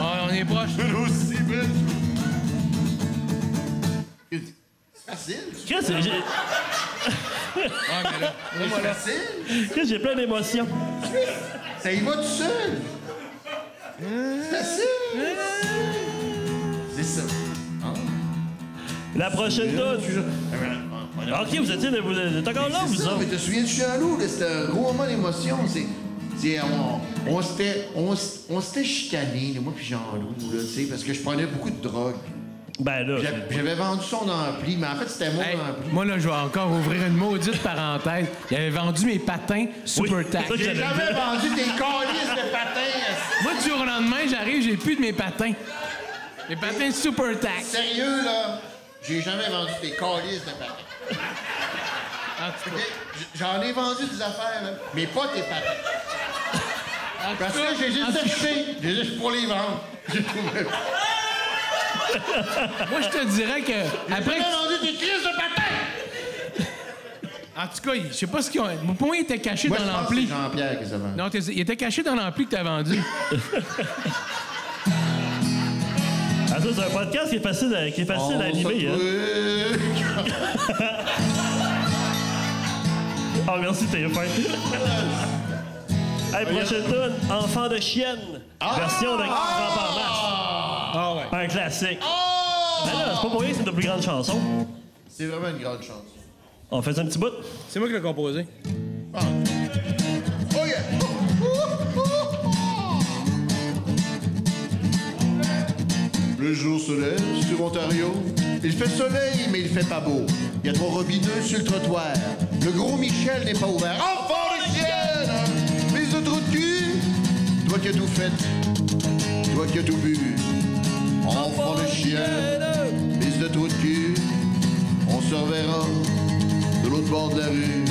B: Ah, on est proche.
C: aussi belle. Facile.
A: Chris, j'ai-
B: Ah, mais là.
C: C'est facile.
A: Chris, j'ai plein d'émotions.
C: Ça y va tout seul. C'est facile. C'est ça.
A: La prochaine tune. Ok, vous êtes, vous êtes encore là,
C: C'est
A: vous
C: ça, mais
A: autres?
C: te souviens de Chalou, là, c'était un gros moment d'émotion. C'est, c'est, on, on s'était, on, s- on s'était chicané, moi puis Jean-Loup, là, tu sais, parce que je prenais beaucoup de drogue.
A: Ben là,
C: J'a- J'avais vendu son ampli, mais en fait, c'était mon
B: Hey,
C: ampli.
B: moi, là, je vais encore ouvrir une maudite parenthèse. J'avais vendu mes patins Super
A: Oui, c'est
B: Tac.
A: ça que
C: J'ai
A: j'avais
C: jamais vendu des calices de patins.
B: Moi, du jour au lendemain, j'arrive, j'ai plus de mes patins. Mes patins Super Tac.
C: Sérieux, là, j'ai jamais vendu des calices de patins.
B: En tout
C: OK? J- J'en ai vendu des affaires, là, mais pas des patins.
B: cas- en tout
C: Parce que
B: cas,
C: là, j'ai
B: en tout
C: juste
B: cas,
C: acheté. J'ai juste pour les vendre. J'ai trouvé.
B: Moi, je te dirais que.
C: J'ai
B: Après,
C: jamais vendu des crises de patins.
B: en tout cas, je sais pas ce qu'ils ont. Pour moi, ils étaient cachés
C: Moi,
B: dans
C: je pense que
B: l'ampli.
C: c'est Jean-Pierre qui s'est vendu.
B: Non, t'es- il était caché dans l'ampli que t'as vendu.
A: ah, ça, c'est un podcast qui est facile à, qui est facile à animer. Hein. Ah, merci, t'es fin. hey, prochaine tune, Enfant de chienne,
C: Ah!
A: version de Grand Parnasse.
B: Ah ouais.
A: Un classique.
C: Ah!
A: Ben là, c'est pas pour rien que c'est notre plus grande chanson.
C: C'est vraiment une grande chance.
A: On fait un petit bout.
B: C'est moi qui l'ai composé.
C: Oh yeah! Le jour se lève sur Ontario. Il fait soleil, mais il fait pas beau. Il y a trois robineux sur le trottoir. Le gros Michel n'est pas ouvert. Enfant de chienne! Mes de trou de cul! Toi qui as tout fait, toi qui as tout bu. Enfant de chienne, mes de trou de cul. On se reverra de l'autre bord de la rue.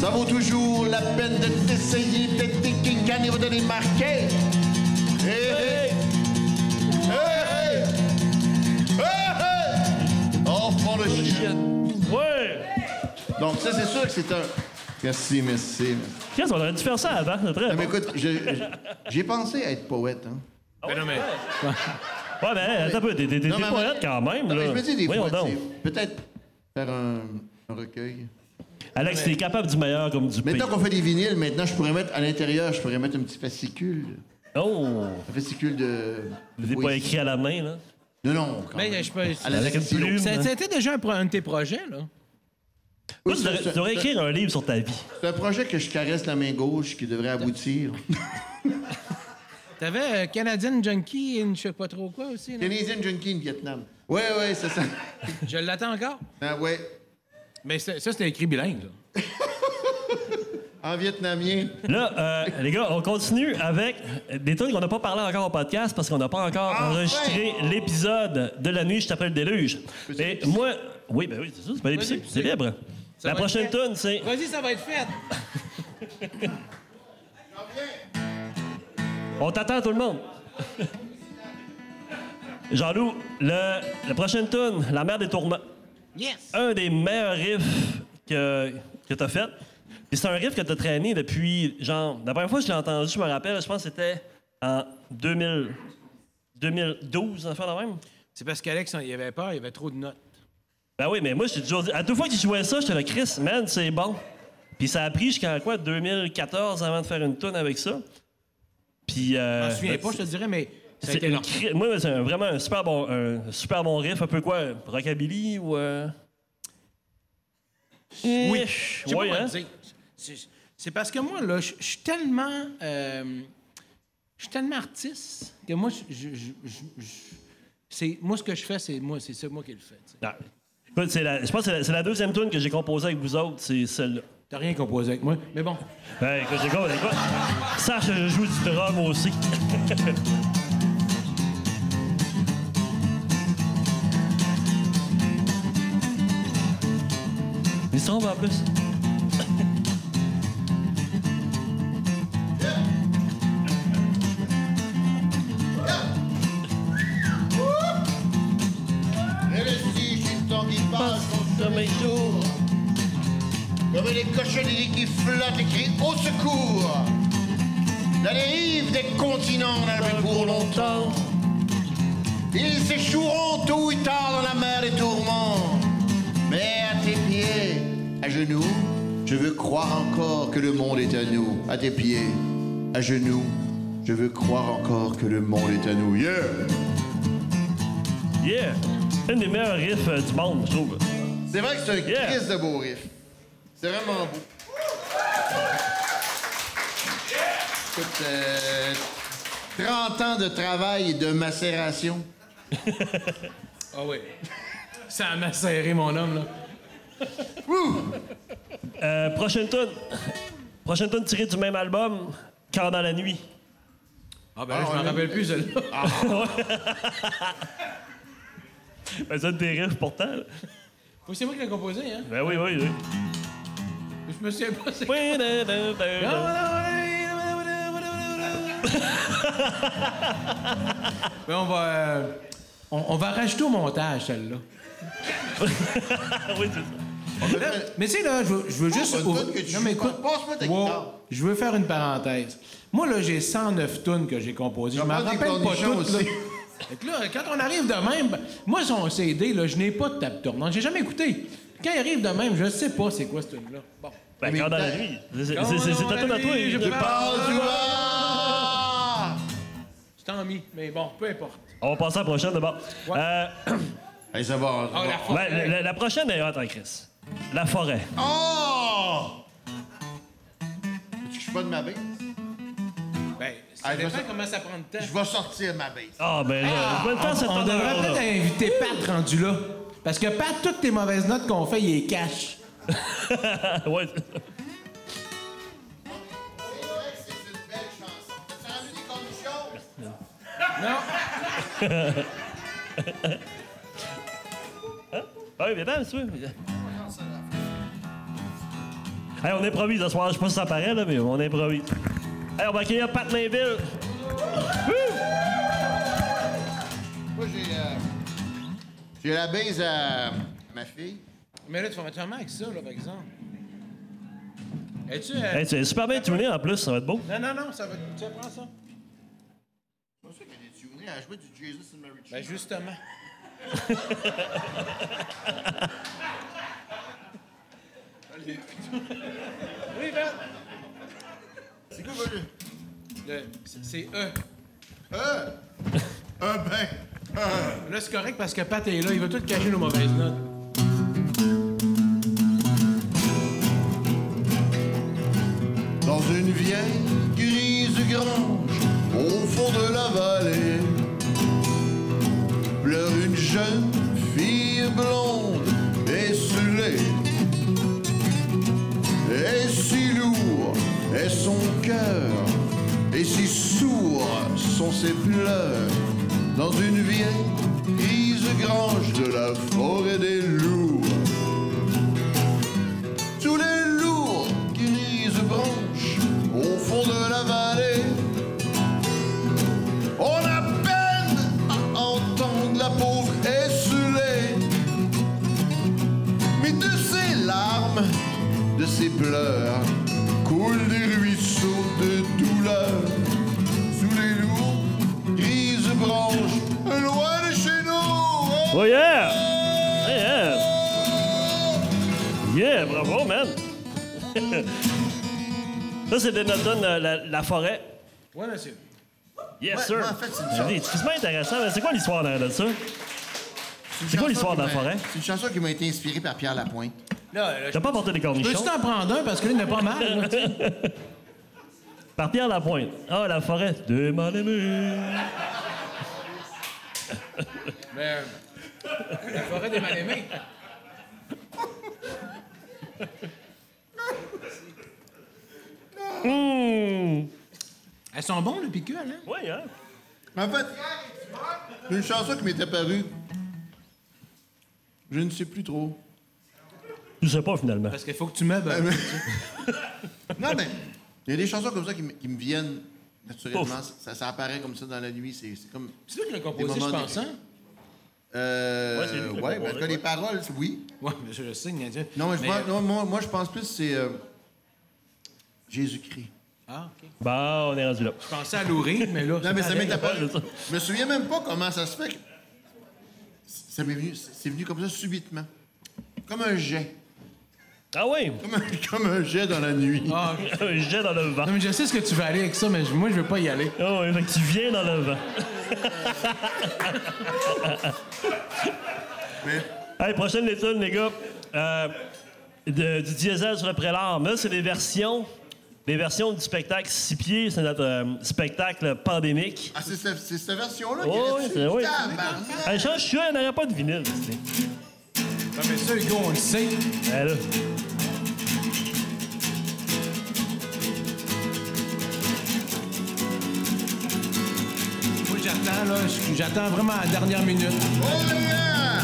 C: Ça vaut toujours la peine de t'essayer, d'être des King Can et vous donner marqué. Hey, hey! Hey, hey! Hey, hey! Enfant de chien.
A: Ouais!
C: Donc, ça, c'est sûr que c'est un. Merci, merci.
A: Qu'est-ce qu'on aurait dû faire ça avant? C'est très
C: Non, mais
A: bon.
C: écoute, je- je- j'ai pensé à être poète. Hein.
B: Ben non, mais.
A: Ouais, ben, attends un peu, t'es t'es- t'es
C: Non, mais-
A: poète quand même.
C: Non,
A: là.
C: mais je me dis des
A: Voyons
C: fois,
A: donc.
C: tu sais, peut-être faire un, un recueil.
A: Alex, t'es capable du meilleur comme du
C: Maintenant
A: pire.
C: qu'on fait des vinyles, maintenant, je pourrais mettre à l'intérieur, je pourrais mettre un petit fascicule.
A: Oh!
C: Un fascicule de. de
A: T'es pas
C: poésie.
A: écrit à la main, là.
C: Non, non. quand
B: Ben,
C: même.
B: je peux.
C: À la
A: Avec une
C: dactylo.
A: plume.
B: Ça, ça a été déjà un, pro- un de tes projets, là.
A: Toi,
C: Oui,
A: tu
C: c'est-
A: devrais- tu
C: c'est-
A: devrais écrire un livre sur ta vie.
C: C'est un projet que je caresse la main gauche qui devrait aboutir.
B: T'avais euh, Canadian Junkie et une je sais pas trop quoi aussi, là.
C: Canadian Junkie in Vietnam. Ouais, ouais, c'est ça.
B: Je l'attends encore.
C: Ah, ouais.
B: Mais c'est- ça, c'était écrit bilingue, là.
C: En vietnamien.
A: Là, euh, les gars, on continue avec des trucs qu'on n'a pas parlé encore au podcast parce qu'on n'a pas encore
C: Ah,
A: enregistré l'épisode de la nuit juste après le déluge. Mais moi, oui, ben oui, c'est ça, c'est pas l'épisode,
B: Vas-y,
A: c'est
B: pisser.
A: libre.
B: Ça
A: la
B: va être
A: prochaine
B: fait.
A: tune, c'est
B: Vas-y, ça va être fait.
A: On t'attend tout le monde. Jean-Loup, le, la prochaine tune, La mer des tourments.
B: Yes.
A: un des meilleurs riffs que, que t'as fait. Puis c'est un riff que t'as traîné depuis, genre, la première fois que je l'ai entendu, je me rappelle, je pense que c'était en 2000, 2012, en fait, quand même.
B: C'est parce qu'Alex, il avait peur, il avait trop de notes.
A: Ben oui, mais moi, j'ai toujours dit, à deux fois qu'il jouait ça, j'étais là, Chris, man, c'est bon. Puis ça a pris jusqu'à quoi, 2014 avant de faire une tune avec ça. Puis.
B: Je
A: Euh,
B: me souviens pas, je te dirais, mais ça a
A: c'est
B: été
A: une
B: long.
A: cri- Moi, c'est un- vraiment un super, bon, un super bon riff, un peu quoi, rockabilly ou. euh,
B: Oui.
A: ish,
B: Je sais pas
A: ouais,
B: comment
A: hein?
B: te dire. C'est- C'est parce que moi, là, je je suis tellement. euh, je suis tellement artiste que moi, je- je- je- je- je- c'est- moi, ce que je fais, c'est moi, c'est ça, moi qui le fais. tu sais.
A: Non. Écoute, c'est la- Ah. je pense que c'est la, c'est la deuxième tune que j'ai composée avec vous autres, c'est celle-là.
B: T'as rien composé avec moi, mais bon.
A: Ben, écoute, j'ai compris, écoute. Sache que je joue du drum aussi. Ils sont en plus.
C: Et le si, j'ai le temps qui passe dans mes jours. Comme les cochonneries qui flottent et crient au secours. La dérive des continents n'a plus pour longtemps. Ils s'échoueront tôt ou tard dans la mer des tourments. Mais à tes pieds, à genoux, je veux croire encore que le monde est à nous. À tes pieds, à genoux, je veux croire encore que le monde est à nous. Yeah!
A: Yeah! Une des meilleures riffs euh, du monde, je trouve.
C: C'est vrai que c'est un
A: Yeah.
C: Christ de beau riff. C'est vraiment beau. Écoute, euh, 30 ans de travail et de macération.
B: Ah oui. Ça m'a serré, mon homme, là.
A: Euh, prochaine tune. Prochaine tune tirée du même album, Quand dans la nuit.
B: Ah, ben là, je
C: Ah,
B: m'en
C: ouais.
B: rappelle plus, celle-là.
A: Ben, ça des rêves pourtant. là.
B: Oui, c'est moi qui l'ai composé, hein.
A: Ben oui, oui, oui.
B: Je me souviens pas, c'est...
A: Oui, da, da, da, da.
B: Mais on va... euh, on, on va rajouter au montage, celle-là.
A: Ah oui, c'est ça.
B: Mais tu sais, là, je veux, je veux juste...
C: pas une
B: ouvrir-
C: toune que tu
B: Non, mais
C: joues pas.
B: écoute,
C: Passe-moi ta
B: wow,
C: guitare.
B: Je veux faire une parenthèse. Moi, là, j'ai 109 tunes que j'ai composées. Je m'en
C: J'apprends des
B: rappelle pas
C: cornichons
B: toutes, là.
C: aussi.
B: Fait que là, quand on arrive de même... ben, Moi, son CD, là, je n'ai pas de table tournante. J'ai jamais écouté. Quand il arrive de même, je sais pas c'est quoi, cette tune-là. Bon.
A: Ben,
C: Mais
A: Quand dans la
C: t'as-
A: nuit. C'est- C'est
B: Quand
A: c'est- c'est
B: dans
A: ta
B: la
A: tune à toi.
B: nuit, je
A: Hugues.
B: pars.
C: Parle du vent!
B: Je t'en mis, mais bon, peu importe.
A: On va passer à la prochaine d'abord.
B: Ouais.
A: Euh,
C: Hey, ça va. ça
B: Ah,
C: va.
B: la
A: ben, la- la, la prochaine est hot, hein, Chris. La forêt.
C: Oh! Tu je suis pas de ma base?
B: Ben, ça
C: Ah, je
B: dépend
C: vais-
B: comment ça prend le temps.
C: Je vais sortir ma base.
A: Ah, ben, euh, bonne
B: On,
A: chance cette
B: on
A: heure
B: devrait
A: là.
B: peut-être inviter Pat rendu là. Parce que Pat, toutes tes mauvaises notes qu'on fait, il les cache.
A: ouais.
C: C'est vrai que c'est une belle chanson. T'as entendu des cornichons?
A: Ah oui, bien sûr. Hey, on improvise ce soir. Je sais pas si ça paraît, là, mais on improvise. Hey, on va accueillir Pat Mainville.
C: Moi, j'ai. euh, J'ai la base à ma fille.
B: Mais là, tu vas mettre un avec ça, là, par exemple. Es-tu. euh,
A: Hey, tu es super bien tuné en plus, ça va être beau.
B: Non, non, non, ça va. Tu prends ça?
C: C'est pour ça qu'elle est tunée à jouer du Jesus and Mary Chain.
B: Ben, justement. oui, Pat.
C: C'est quoi, Volu?
B: Le- c'est- C'est E.
C: Euh! Euh, ben!
B: Là, c'est correct parce que Pat est là, il va tout cacher nos mauvaises notes.
C: Dans une vieille grise grange, au fond de la vallée, pleure une jeune fille blonde et esselée. Et si lourd est son cœur, et si sourd sont ses pleurs, dans une vieille grise grange de la forêt des loups. Tous les lourds grises branches au fond de la vallée. On a peine à entendre la pauvre esselée. Mais de ses larmes, de ses pleurs, coulent des ruisseaux de douleur. Sous les lourds grises branches, loin de chez nous.
A: Oh yeah! Hey, yeah! Yeah, bravo, man! ça, c'était notre donne, euh, la, la forêt.
B: Oui, monsieur.
A: Yes,
C: Ouais,
A: sir!
C: moi, en fait, c'est une
A: C'est excuse-moi, intéressant, mais c'est quoi l'histoire derrière ça? C'est quoi l'histoire de la forêt?
C: C'est une chanson qui m'a été inspirée par Pierre Lapointe.
B: Là, euh, là,
A: T'as pas porté des
B: Peux-tu
A: cornichons?
B: t'en prendre un parce que là, il y en a pas mal. là, tu sais.
A: Par Pierre Lapointe. Ah, la forêt. De mal aimé.
B: Mais, euh, Ben, la forêt des mal-aimés.
A: Hum!
B: Elles sont bonnes, le piqûre, hein?
A: Ouais, hein?
C: En fait, c'est une chanson qui m'est apparue. Je ne sais plus trop.
A: Je sais pas, finalement.
B: Parce qu'il faut que tu meubles.
C: Ben, mais- Non, mais il y a des chansons comme ça qui, me- qui me viennent naturellement.
A: Pouf.
C: Ça, ça apparaît comme ça dans la nuit. C'est c'est comme.
B: C'est toi qui l'as
C: Des
B: composé, je
C: moments
B: pense, hein?
C: Euh,
A: Ouais, c'est lui qui l'a
C: ouais,
A: composé,
C: parce que
A: ouais.
C: les paroles, c'est- oui.
B: Oui, mais je le sais, Nadia.
C: Non, mais je
B: Mais,
C: pense-
B: euh,
C: non, moi, moi, je pense plus c'est euh, Jésus-Christ.
B: Ah, OK.
A: Bah, on est rendu là.
B: Je pensais à l'ourine, mais là.
C: Non, mais ça m'est apparu.
A: ouais, c'est ça.
C: Je me souviens même pas comment ça se fait. que- Ça m'est venu, c'est venu comme ça subitement. Comme un jet.
A: Ah oui!
C: Comme un, comme un jet dans la nuit.
B: Ah, je-
A: Un jet dans le vent.
B: non, mais je sais ce que tu veux aller avec ça, mais je- moi, je veux pas y aller.
A: Ah oui, fait que tu viens dans le vent. Hey, prochaine étude, les gars. Euh, de- du diesel sur le prélat. Mais là, c'est des versions des versions du spectacle Six pieds, c'est notre euh, spectacle pandémique.
C: Ah, c'est ce- c'est cette
B: Ah,
C: version-là
A: Oui,
C: qui est
A: c'est oui.
C: Tabarnak!
A: Hey, change, je suis on n'aurait pas de vinyle. c'est-
B: Non, mais ça, Hugo, on le sait.
A: Ben là.
B: Moi, j'attends, là. J'attends vraiment la dernière minute.
C: Oh, yeah!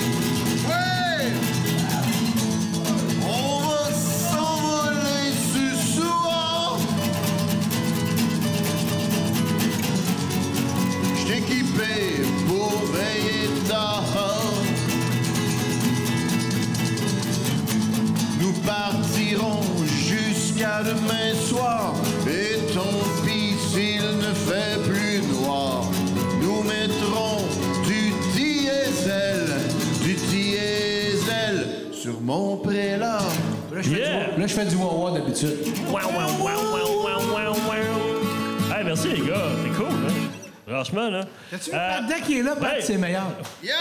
C: Ouais! On va s'envoler sur souvent. Je t'équipais pour veiller dehors. Nous partirons jusqu'à demain soir. Et tant pis s'il ne fait plus noir. Nous mettrons du diesel, du diesel sur mon prélat.
B: Là, je fais
A: Yeah!
B: du- là, je fais du wawa d'habitude.
A: Wow, wow, wow, wow, wow, wow, wow. Hey, merci les gars, c'est cool, hein? Franchement, là.
B: T'as-tu vu
A: Euh,
B: Pat Deck qui est là? Pat,
A: hey.
B: c'est meilleur.
C: Yeah!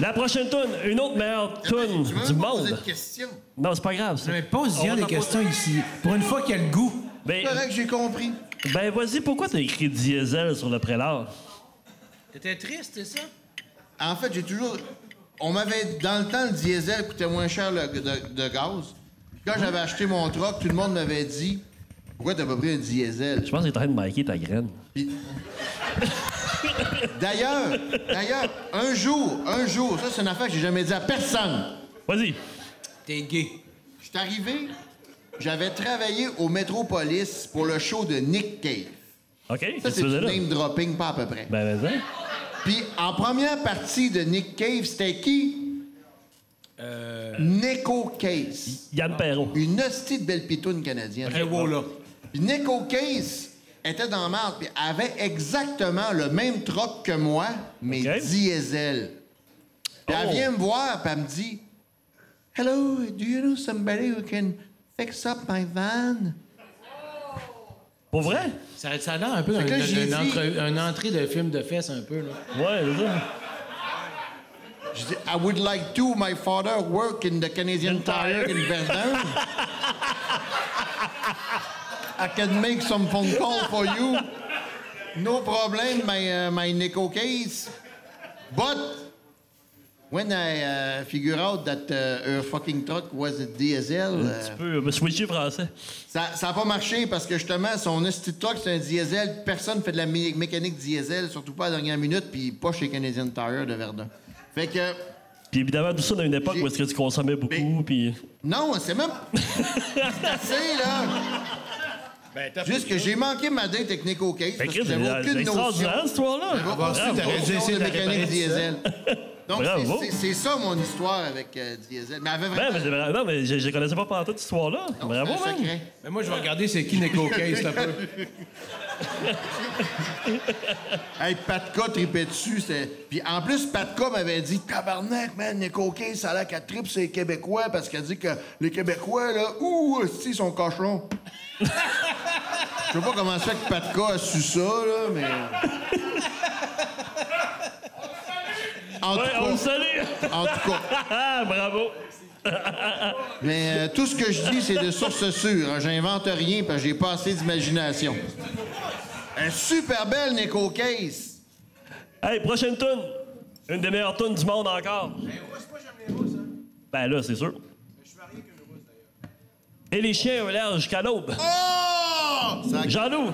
A: La prochaine tune, une autre meilleure tune
C: Tu m'as
A: du
C: même pas posé de
A: monde.
C: question.
A: Non, c'est pas grave. ça.
B: Mais pose
A: On
B: bien
A: va
B: des
A: t'en
B: questions ici. Pour une fois qu'il y a le goût.
A: Ben,
C: C'est correct, j'ai compris.
A: ben vas-y, pourquoi t'as écrit diesel sur le prélat?
B: T'étais triste, c'est ça?
C: En fait, j'ai toujours. On m'avait. Dans le temps, le diesel coûtait moins cher le- de, de gaz. Quand j'avais acheté mon truck, tout le monde m'avait dit Pourquoi t'as pas pris un diesel
A: Je pense que t'es en train de maquer ta graine.
C: Puis- D'ailleurs, d'ailleurs, un jour, un jour, ça c'est une affaire que j'ai jamais dit à personne.
A: Vas-y.
B: T'es gay.
C: Je suis arrivé, j'avais travaillé au Metropolis pour le show de Nick Cave.
A: OK? Qu'est-ce
C: Ça,
A: que
C: c'est
A: tu
C: du
A: faisais là?
C: name dropping, pas à peu près.
A: Ben, vas-y.
C: Puis en première partie de Nick Cave, c'était qui? Neko Case.
A: Yann Perrault.
C: Une hostie de belle pitoune canadienne.
B: Hey, wow, là.
C: Puis Nico Case était dans marde, puis avait exactement le même troc que moi, mais
A: OK.
C: diesel. Puis elle
A: Oh.
C: vient me voir, puis elle me dit Hello, do you know somebody who can fix up my van?
A: Pour vrai?
B: Ça, ça a l'air un peu
C: Fait
B: d'un
C: que là, j'ai
B: d'un
C: dit-
B: entre- un entrée de film de fesses, un peu, là.
A: Ouais, c'est ça.
C: Je dis I would like to. My father work in the Canadian Tire in Verdun. I can make some phone call for you. No problem, my, uh, my Nico case. But when I uh, figure out that uh, her fucking truck was a diesel,
A: Un
C: uh,
A: petit peu euh, me switcher français.
C: ça n'a pas marché parce que justement, son esti de truck, c'est un diesel. Personne fait de la mé- mécanique diesel, surtout pas à la dernière minute, puis pas chez Canadian Tire de Verdun. Fait que.
A: Puis évidemment, tout ça dans une époque où est-ce que tu consommais beaucoup, puis...
C: Non, Ben, c'est même. c'est assez, là. Juste que j'ai manqué ma date avec Nico Case.
A: Ben,
C: parce que
A: Chris,
C: j'avais
A: c'est
C: aucune notion.
A: extraordinaire, cette histoire-là.
C: Bravo.
A: Bravo.
B: t'aurais dû
C: Notion
B: essayer
C: de
B: de la
C: mécanique
B: réparer
C: diesel. Donc, c'est-
A: Bravo.
C: c'est c'est ça mon histoire avec euh, Diesel. Mais elle avait
A: Ben,
C: vraiment
A: mais, c'est vrai- non, mais je, je connaissais pas pendant toute cette histoire-là. Bravo,
C: un
A: man.
C: secret.
B: Mais moi, je vais regarder c'est qui Nico Case, un peu.
C: Hey, Patka tripait dessus. c'était- Puis en plus, Patka m'avait dit Tabarnak, man, Nico Case, ça a l'air qu'elle tripe sur les Québécois parce qu'elle dit que les Québécois, là, ouh, si, ils sont cochons. Je sais pas comment ça fait que Patka a su ça, là, mais. En tout
A: Ouais,
C: cas,
A: on le salue.
C: en tout cas.
A: Ah, bravo.
C: Mais euh, tout ce que je dis, c'est de source sûre. hein. J'invente rien parce que j'ai pas assez d'imagination. Un super belle Nico Case.
A: Hey, prochaine tune. Une des meilleures tunes du monde encore. Ben là, c'est sûr. Et les chiens ont l'air jusqu'à l'aube.
C: Oh! Ça-
A: Jean-Loup,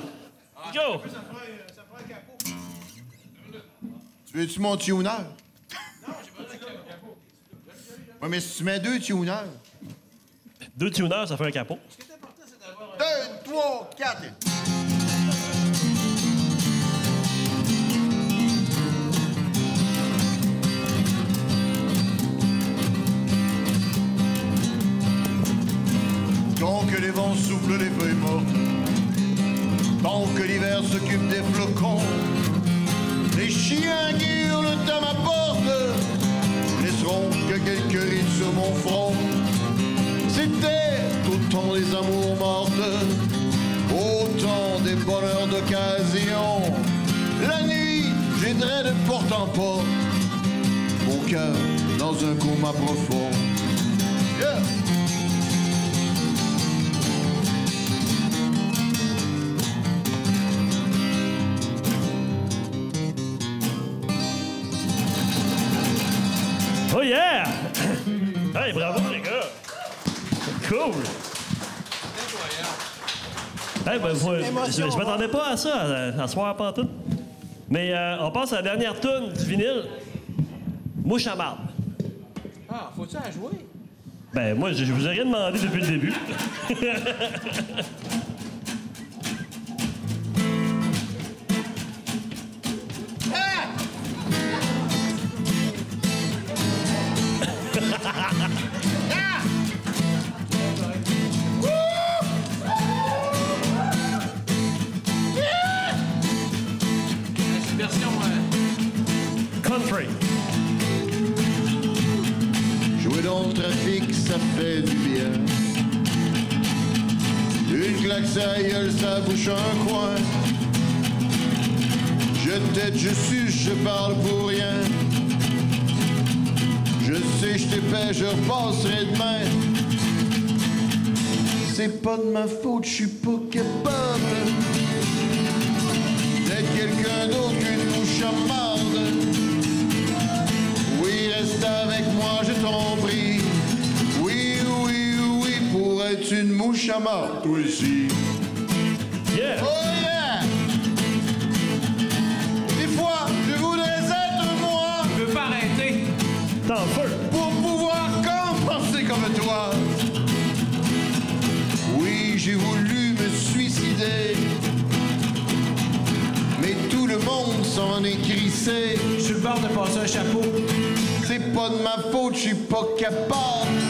A: go!
C: Tu veux-tu mon tuner? Non, j'ai pas dit Ouais, mais si tu mets deux tuners.
A: Deux tuners, ça fait un capot.
C: Deux, trois, quatre. Tant que les vents soufflent les feuilles mortes, tant que l'hiver s'occupe des flocons, les chiens qui hurlent à ma porte laisseront que quelques rides sur mon front. C'était autant les amours mortes, autant des bonheurs d'occasion. La nuit, j'ai de porte en porte, mon cœur dans un coma profond. Yeah!
A: Oh yeah! hey, bravo les gars! Cool! Hey, ben, moi, je
D: émotion,
A: je m'attendais pas à ça, à, à soir, pas en tout. Mais euh, on passe à la dernière tune du vinyle. Mouche à marbre.
D: Ah, faut-tu la jouer?
A: Ben, moi, je, je vous ai rien demandé depuis le début.
D: C'est une version. euh,
A: Country.
C: Jouer dans le trafic, ça fait du bien. Une claque, ça gueule, ça bouche un coin. Je tête, je suce, je parle pour rien. Je sais, je t'épais, je repasserai demain. C'est pas de ma faute, je suis pas capable d'être quelqu'un d'autre qu'une mouche à marde. Oui, reste avec moi, je t'en prie. Oui, oui, oui, pour être une mouche à mort, toi aussi.
A: Yeah!
C: Oh yeah! Des fois, je voudrais être moi
D: Je peux pas arrêter.
A: T'en feu!
C: pour pouvoir compenser comme toi. Oui, j'ai voulu me suicider. Mais tout le monde s'en écrissait.
D: Je suis le bord de passer un chapeau.
C: C'est pas de ma faute, je suis pas capable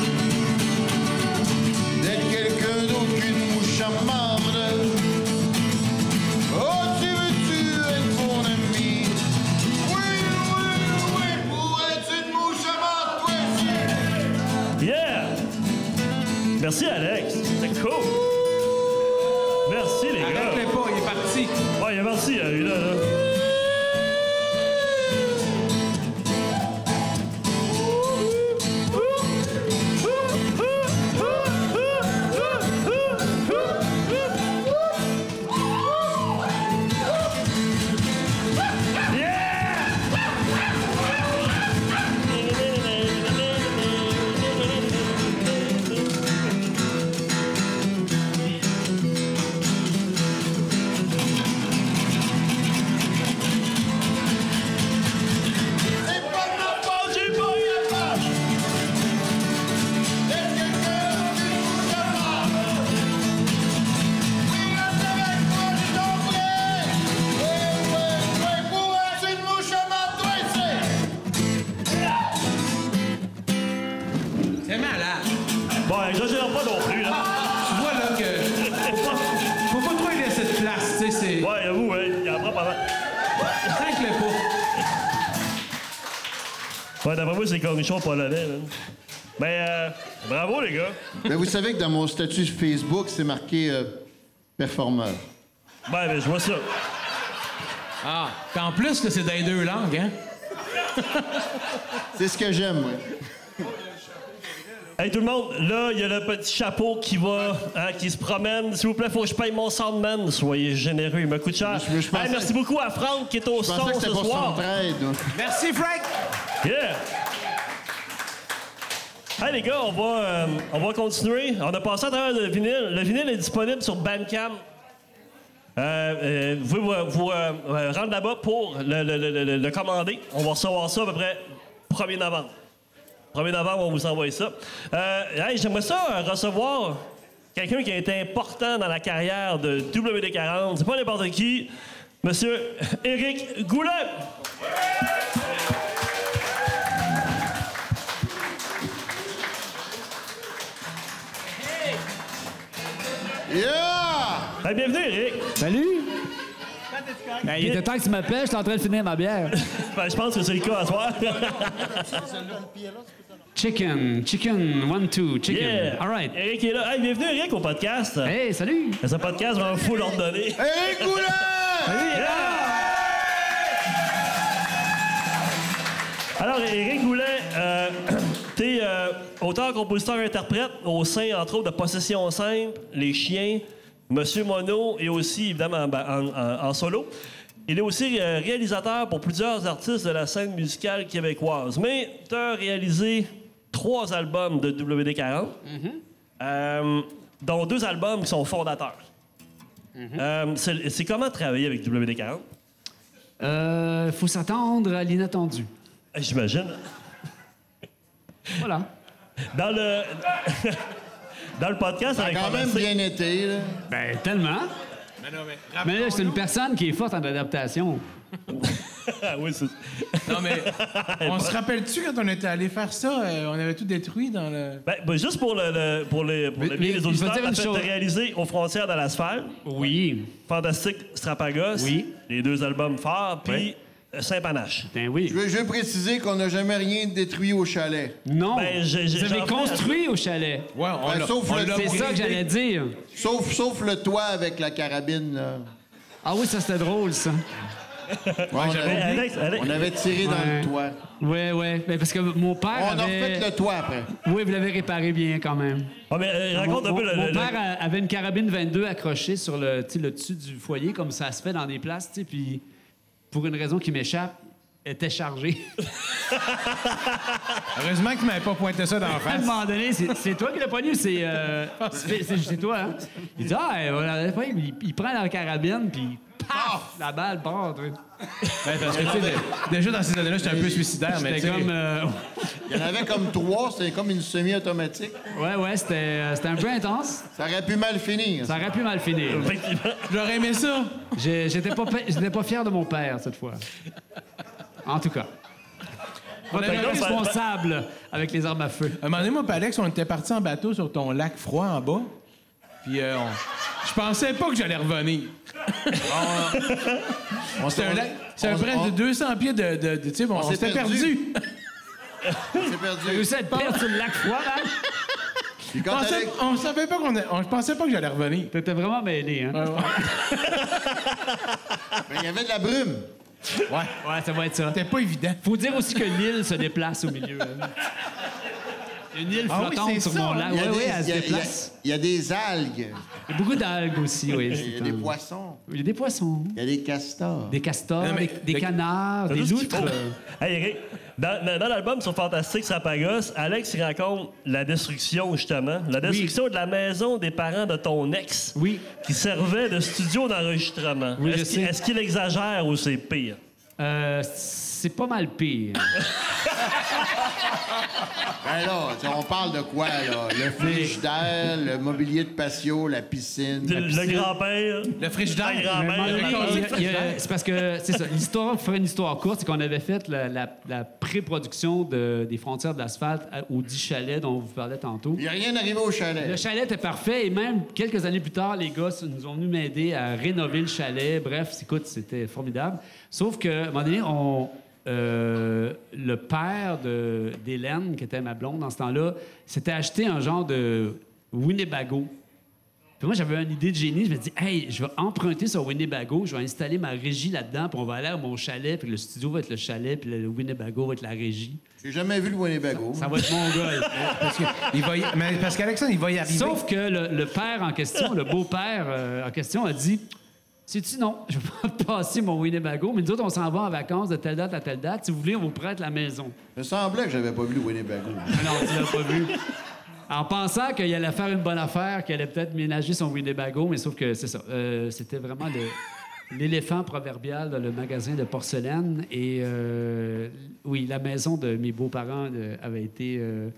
C: d'être quelqu'un d'autre qu'une mouche à marde. Oh, tu veux-tu être mon ami? Oui, oui, oui, pour être une mouche à marde, toi aussi.
A: Yeah! Merci, Alex. C'était cool. Merci, les gars.
D: Arrête-le pas, il est parti.
A: Ouais, il est parti, euh, lui, là, là.
C: C'est pas de ma faute, je suis pas capable d'être quelqu'un d'autre qu'une mouche à marde. Oui, reste avec moi, je t'en prie. Oui, oui, oui, pour être une mouche à marde, toi aussi.
D: C'est malade.
A: Bon, exagérons pas non plus, là.
D: Tu vois là que. Faut pas trop aider cette place, tu sais, c'est.
A: Ouais, j'avoue, ouais, il en prend pas mal.
D: Arrête-le pas.
A: Ouais, d'après moi, c'est cornichon polonais, là. Ben, euh, bravo, les gars.
C: Ben, vous savez que dans mon statut Facebook, c'est marqué euh, performeur.
A: Ben, ben, je vois ça.
D: Ah, puis en plus que c'est dans les deux langues, hein.
C: C'est ce que j'aime, moi.
A: Hey, tout le monde, là, il y a le petit chapeau qui va, hein, qui se promène. S'il vous plaît, faut que je paye mon soundman. Soyez généreux, il me coûte cher.
C: Je- je- je
A: Hey,
C: pensais-
A: merci beaucoup à Franck qui est au
C: Je
A: son
C: pensais que
A: ce
C: c'était pour
A: soir.
C: s'entraide.
D: Merci, Frank.
A: Yeah! Hey les gars, on va, euh, on va continuer. On a passé à travers le vinyle. Le vinyle est disponible sur Bandcamp. Euh, euh, vous pouvez vous, vous, euh, euh, rendre là-bas pour le, le- le- le- le commander. On va recevoir ça à peu près 1er novembre. 1er novembre, on vous envoie ça. Euh, hey, J'aimerais ça euh, recevoir quelqu'un qui a été important dans la carrière de WD40. C'est pas n'importe qui. Monsieur Éric Goulet.
C: Yeah!
A: Hey, Ben, bienvenue, Éric.
E: Salut! Ben, il était temps que tu m'appelles, je suis en train de finir ma bière.
A: Ben, je pense que c'est le cas à soir.
E: Chicken, chicken, one, two, chicken.
A: Yeah!
E: All right.
A: Eric est là. Hey, bienvenue, Eric, au podcast.
E: Hey, salut!
A: C'est un podcast vraiment full ordonné.
C: Eric Goulin!
A: Alors, Éric Goulet, euh, t'es euh, auteur, compositeur, interprète au sein, entre autres, de Possession Simple, Les Chiens, Monsieur Mono et aussi, évidemment, ben, en, en- en solo. Il est aussi euh, réalisateur pour plusieurs artistes de la scène musicale québécoise. Mais t'as réalisé trois albums de WD-40, euh, dont deux albums qui sont fondateurs. Euh, c'est- C'est comment travailler avec WD-40?
E: Euh, faut s'attendre à l'inattendu.
A: Ah, J'imagine.
E: Voilà.
A: Dans le. Dans le podcast,
C: Ça
E: Ah,
C: a
A: avec
C: quand même
A: Fantastique-
C: bien été, là.
E: Ben, tellement. Mais là, c'est une personne qui est forte en adaptation.
A: Ah oui, c'est-
B: Non, mais on se rappelle-tu quand on était allé faire ça? euh, on avait tout détruit dans le.
A: Ben, ben, juste pour le, le- pour les pour
E: Mais-
A: le bien
E: mais
A: des
E: je vais
A: auditeurs,
E: dire
A: t'as
E: une
A: fait
E: chose.
A: t'as réalisé aux frontières de la sphère,
E: Oui.
A: Fantastique Strapagos,
E: Oui.
A: les deux albums phares, puis euh, Saint-Panache.
E: Ben oui.
C: Je veux, je veux préciser qu'on n'a jamais rien détruit au chalet.
E: Non.
A: Ben, j'ai- j'ai-
E: Vous avez
A: j'en fais-
E: construit au chalet.
B: Ouais, on
C: Ben,
B: l'a-
C: sauf
B: on
C: le-
B: l'a
E: C'est
B: brisé.
E: ça que j'allais dire.
C: Sauf, sauf le toit avec la carabine, là.
E: Ah oui, ça, c'était drôle, ça.
C: on,
A: Ben,
C: avait,
A: Alex, Alex-
C: on avait tiré dans
E: Ouais.
C: le toit.
E: Ouais, ouais. Ben, parce que mon père
C: On a
E: avait...
C: refait le toit après.
E: Oui, vous l'avez réparé bien, quand même.
A: Ah, mais, euh,
E: Mon,
A: raconte un
E: mon-
A: peu le.
E: mon
A: le-
E: père a- avait une carabine 22 accrochée sur le, tu sais, le dessus du foyer, comme ça se fait dans des places, tu sais, puis pour une raison qui m'échappe, elle était chargée.
B: Heureusement que tu m'avais pas pointé ça dans la
E: À un
B: face.
E: moment donné, c'est c'est toi qui l'as pogné, c'est euh, c'est c'est- c'est toi. Hein? Il dit ah, elle va la- ouais, il, il prend la carabine puis
B: Ah!
E: paf, la balle part. tu sais.
B: Ouais, Ben, parce que, tu sais, dé- déjà dans ces années-là, j'étais un peu suicidaire, Ah, mais tu
E: C'était
B: sais,
E: comme euh,
C: Il y en avait comme trois, c'était comme une semi-automatique.
E: ouais ouais, c'était euh, c'était un peu intense.
C: Ça aurait pu mal finir.
E: Ça aurait pu mal finir.
A: Effectivement.
B: j'aurais aimé ça.
E: J'ai- J'étais pas pa- j'étais pas fier de mon père cette fois. En tout cas. On
B: avait-
E: responsable avec les armes à feu.
B: À un moment donné, moi, et Alex, on était partis en bateau sur ton lac froid en bas. Puis, euh, on- je pensais pas que j'allais revenir.
C: On
B: C'est
C: s'est-
B: un lac. C'est un
C: on-
B: près
C: on-
B: de 200 pieds de. de, de- tu sais, bon, on
C: s'est
B: s'était
C: perdu.
B: perdu.
C: on s'est perdu.
E: Vous savez pas sur le lac froid, hein?
C: Puis
B: On
C: quand
B: savait-
C: Alex,
B: on savait pas qu'on. a- on- Je pensais pas que j'allais revenir.
E: T'étais vraiment mêlé, hein?
C: ben, il y avait de la brume.
E: Ouais, ça va être ça.
B: C'était pas évident.
E: Faut dire aussi que l'île se déplace au milieu. hein. Une île
B: Ah oui,
E: flottante
B: c'est
E: sur
B: ça,
E: mon
B: hein?
E: lac.
C: Il y
E: Oui,
C: a
E: oui,
C: des-
E: elle
C: il y a- il
E: se
C: y a-
E: déplace.
C: Il y a des algues.
E: Il y a beaucoup d'algues aussi, oui.
C: Il y
E: c'est
C: a des
E: un-
C: poissons.
E: Il y a des poissons,
C: Il y a des castors.
E: des castors,
B: Non, mais-
E: des, des canards,
A: T'as
E: des
A: juste ce qu'il
E: loutres.
A: faut. Hey, Eric, dans, dans- dans l'album sur Fantastique Sapagos, Alex il raconte la destruction, justement. La destruction de la maison des parents de ton ex.
E: Oui.
A: Qui servait de studio d'enregistrement.
E: Oui, je
A: Est-ce qu'il-
E: sais.
A: est-ce qu'il exagère ou c'est pire?
E: Euh, c'est pas mal pire.
C: Ben là, tu sais, on parle de quoi, là? Le frigidaire, le mobilier de patio, la piscine.
A: Le, le grand-père.
B: Le frigidaire.
A: La grand-mère.
E: Mais
B: Le
E: oui,
B: corps
E: il
B: du
E: y a- il y a-
B: frigidaire.
E: C'est parce que, c'est ça, l'histoire, pour faire une histoire courte, c'est qu'on avait fait la, la- la pré-production de- des frontières de l'asphalte à- aux 10 chalets dont on vous parlait tantôt.
C: Il n'y a rien arrivé au chalet.
E: Le chalet était parfait et même quelques années plus tard, les gars nous ont venus m'aider à rénover le chalet. Bref, c'est- écoute, c'était formidable. Sauf que, à un moment donné, on, euh, le père de- d'Hélène, qui était ma blonde dans ce temps-là, s'était acheté un genre de Winnebago. Puis moi, j'avais une idée de génie. Je me dis, hey, je vais emprunter sur Winnebago, je vais installer ma régie là-dedans, puis on va aller à mon chalet, puis le studio va être le chalet, puis le Winnebago va être la régie.
C: J'ai jamais vu le Winnebago.
E: Ça va être mon gars.
B: Parce que il va y- mais parce qu'Alexandre, il va y arriver.
E: Sauf que le, le père en question, le beau-père euh, en question, a dit Sais-tu, non, je vais pas passer mon Winnebago, mais nous autres, on s'en va en vacances de telle date à telle date. Si vous voulez, on vous prête la maison.
C: Il me semblait que j'avais pas vu le Winnebago.
E: Mais non, tu l'as pas vu. En pensant qu'il allait faire une bonne affaire, qu'il allait peut-être ménager son Winnebago, mais sauf que c'est ça. Euh, C'était vraiment le- l'éléphant proverbial dans le magasin de porcelaine. Et euh, oui, la maison de mes beaux-parents euh, avait été euh,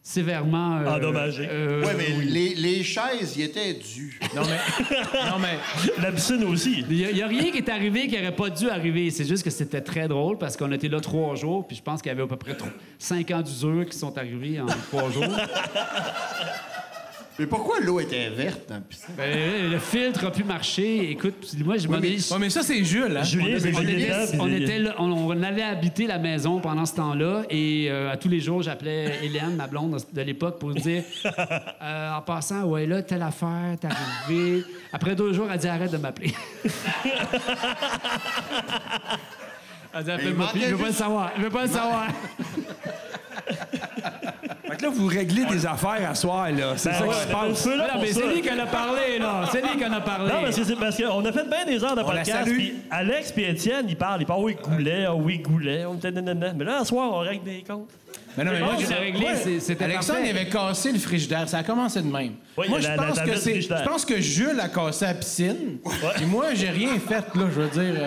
E: sévèrement. euh,
A: Endommagée.
E: euh,
C: ouais, mais
E: oui.
C: les, les chaises y étaient dues.
B: Non, mais. Non, mais.
A: La piscine aussi.
E: Il n'y a, rien qui est arrivé qui n'aurait pas dû arriver. C'est juste que c'était très drôle parce qu'on était là trois jours, puis je pense qu'il y avait à peu près tro- cinq ans d'usure qui sont arrivés en trois jours.
C: Mais pourquoi l'eau était verte dans le piscine?
E: Ben, le filtre a pu marcher. Écoute, puis moi, je m'en ai-
B: Ouais, mais ça, c'est Jules, hein?
A: Julien, c'est
E: On,
A: Julien
E: était-
A: Dab,
E: on
A: il-
E: était là- on- on allait habiter la maison pendant ce temps-là et euh, à tous les jours, j'appelais Hélène, ma blonde de l'époque, pour dire euh, en passant, ouais, là, telle affaire, t'es arrivé. Après deux jours, elle dit arrête de m'appeler. elle dit appelle-moi,
C: manquait
E: plus, je veux pas le
C: juste-
E: savoir, je veux pas le savoir.
F: Fait que là, vous réglez des affaires à soir, là. C'est
A: Ben
F: ça
A: ouais,
F: qui se
A: on avait le
F: passe.
A: feu là
E: Non,
A: pour
E: mais
A: ça.
E: c'est lui qu'on a parlé, là. C'est lui qu'on a parlé.
A: Non, parce que c'est parce qu'on a fait bien des heures de
F: la
A: podcast.
F: salue.
A: Puis Alex puis Étienne, ils parlent. Ils parlent, oui, Goulet, ah oui, Goulet. On était nanana. Mais là, à soir, on règle des comptes.
B: Mais non, mais moi,
E: Bon, c'est réglé, c'est- c'était
B: Alexandre,
E: parfait.
B: il avait cassé le frigidaire. Ça a commencé de même.
A: Oui,
B: moi,
A: la-
B: je
A: la
B: pense,
A: tablette
B: que c'est-
A: frigidaire.
B: je pense que Jules a cassé la piscine. Et moi, j'ai rien fait, là. Je veux dire.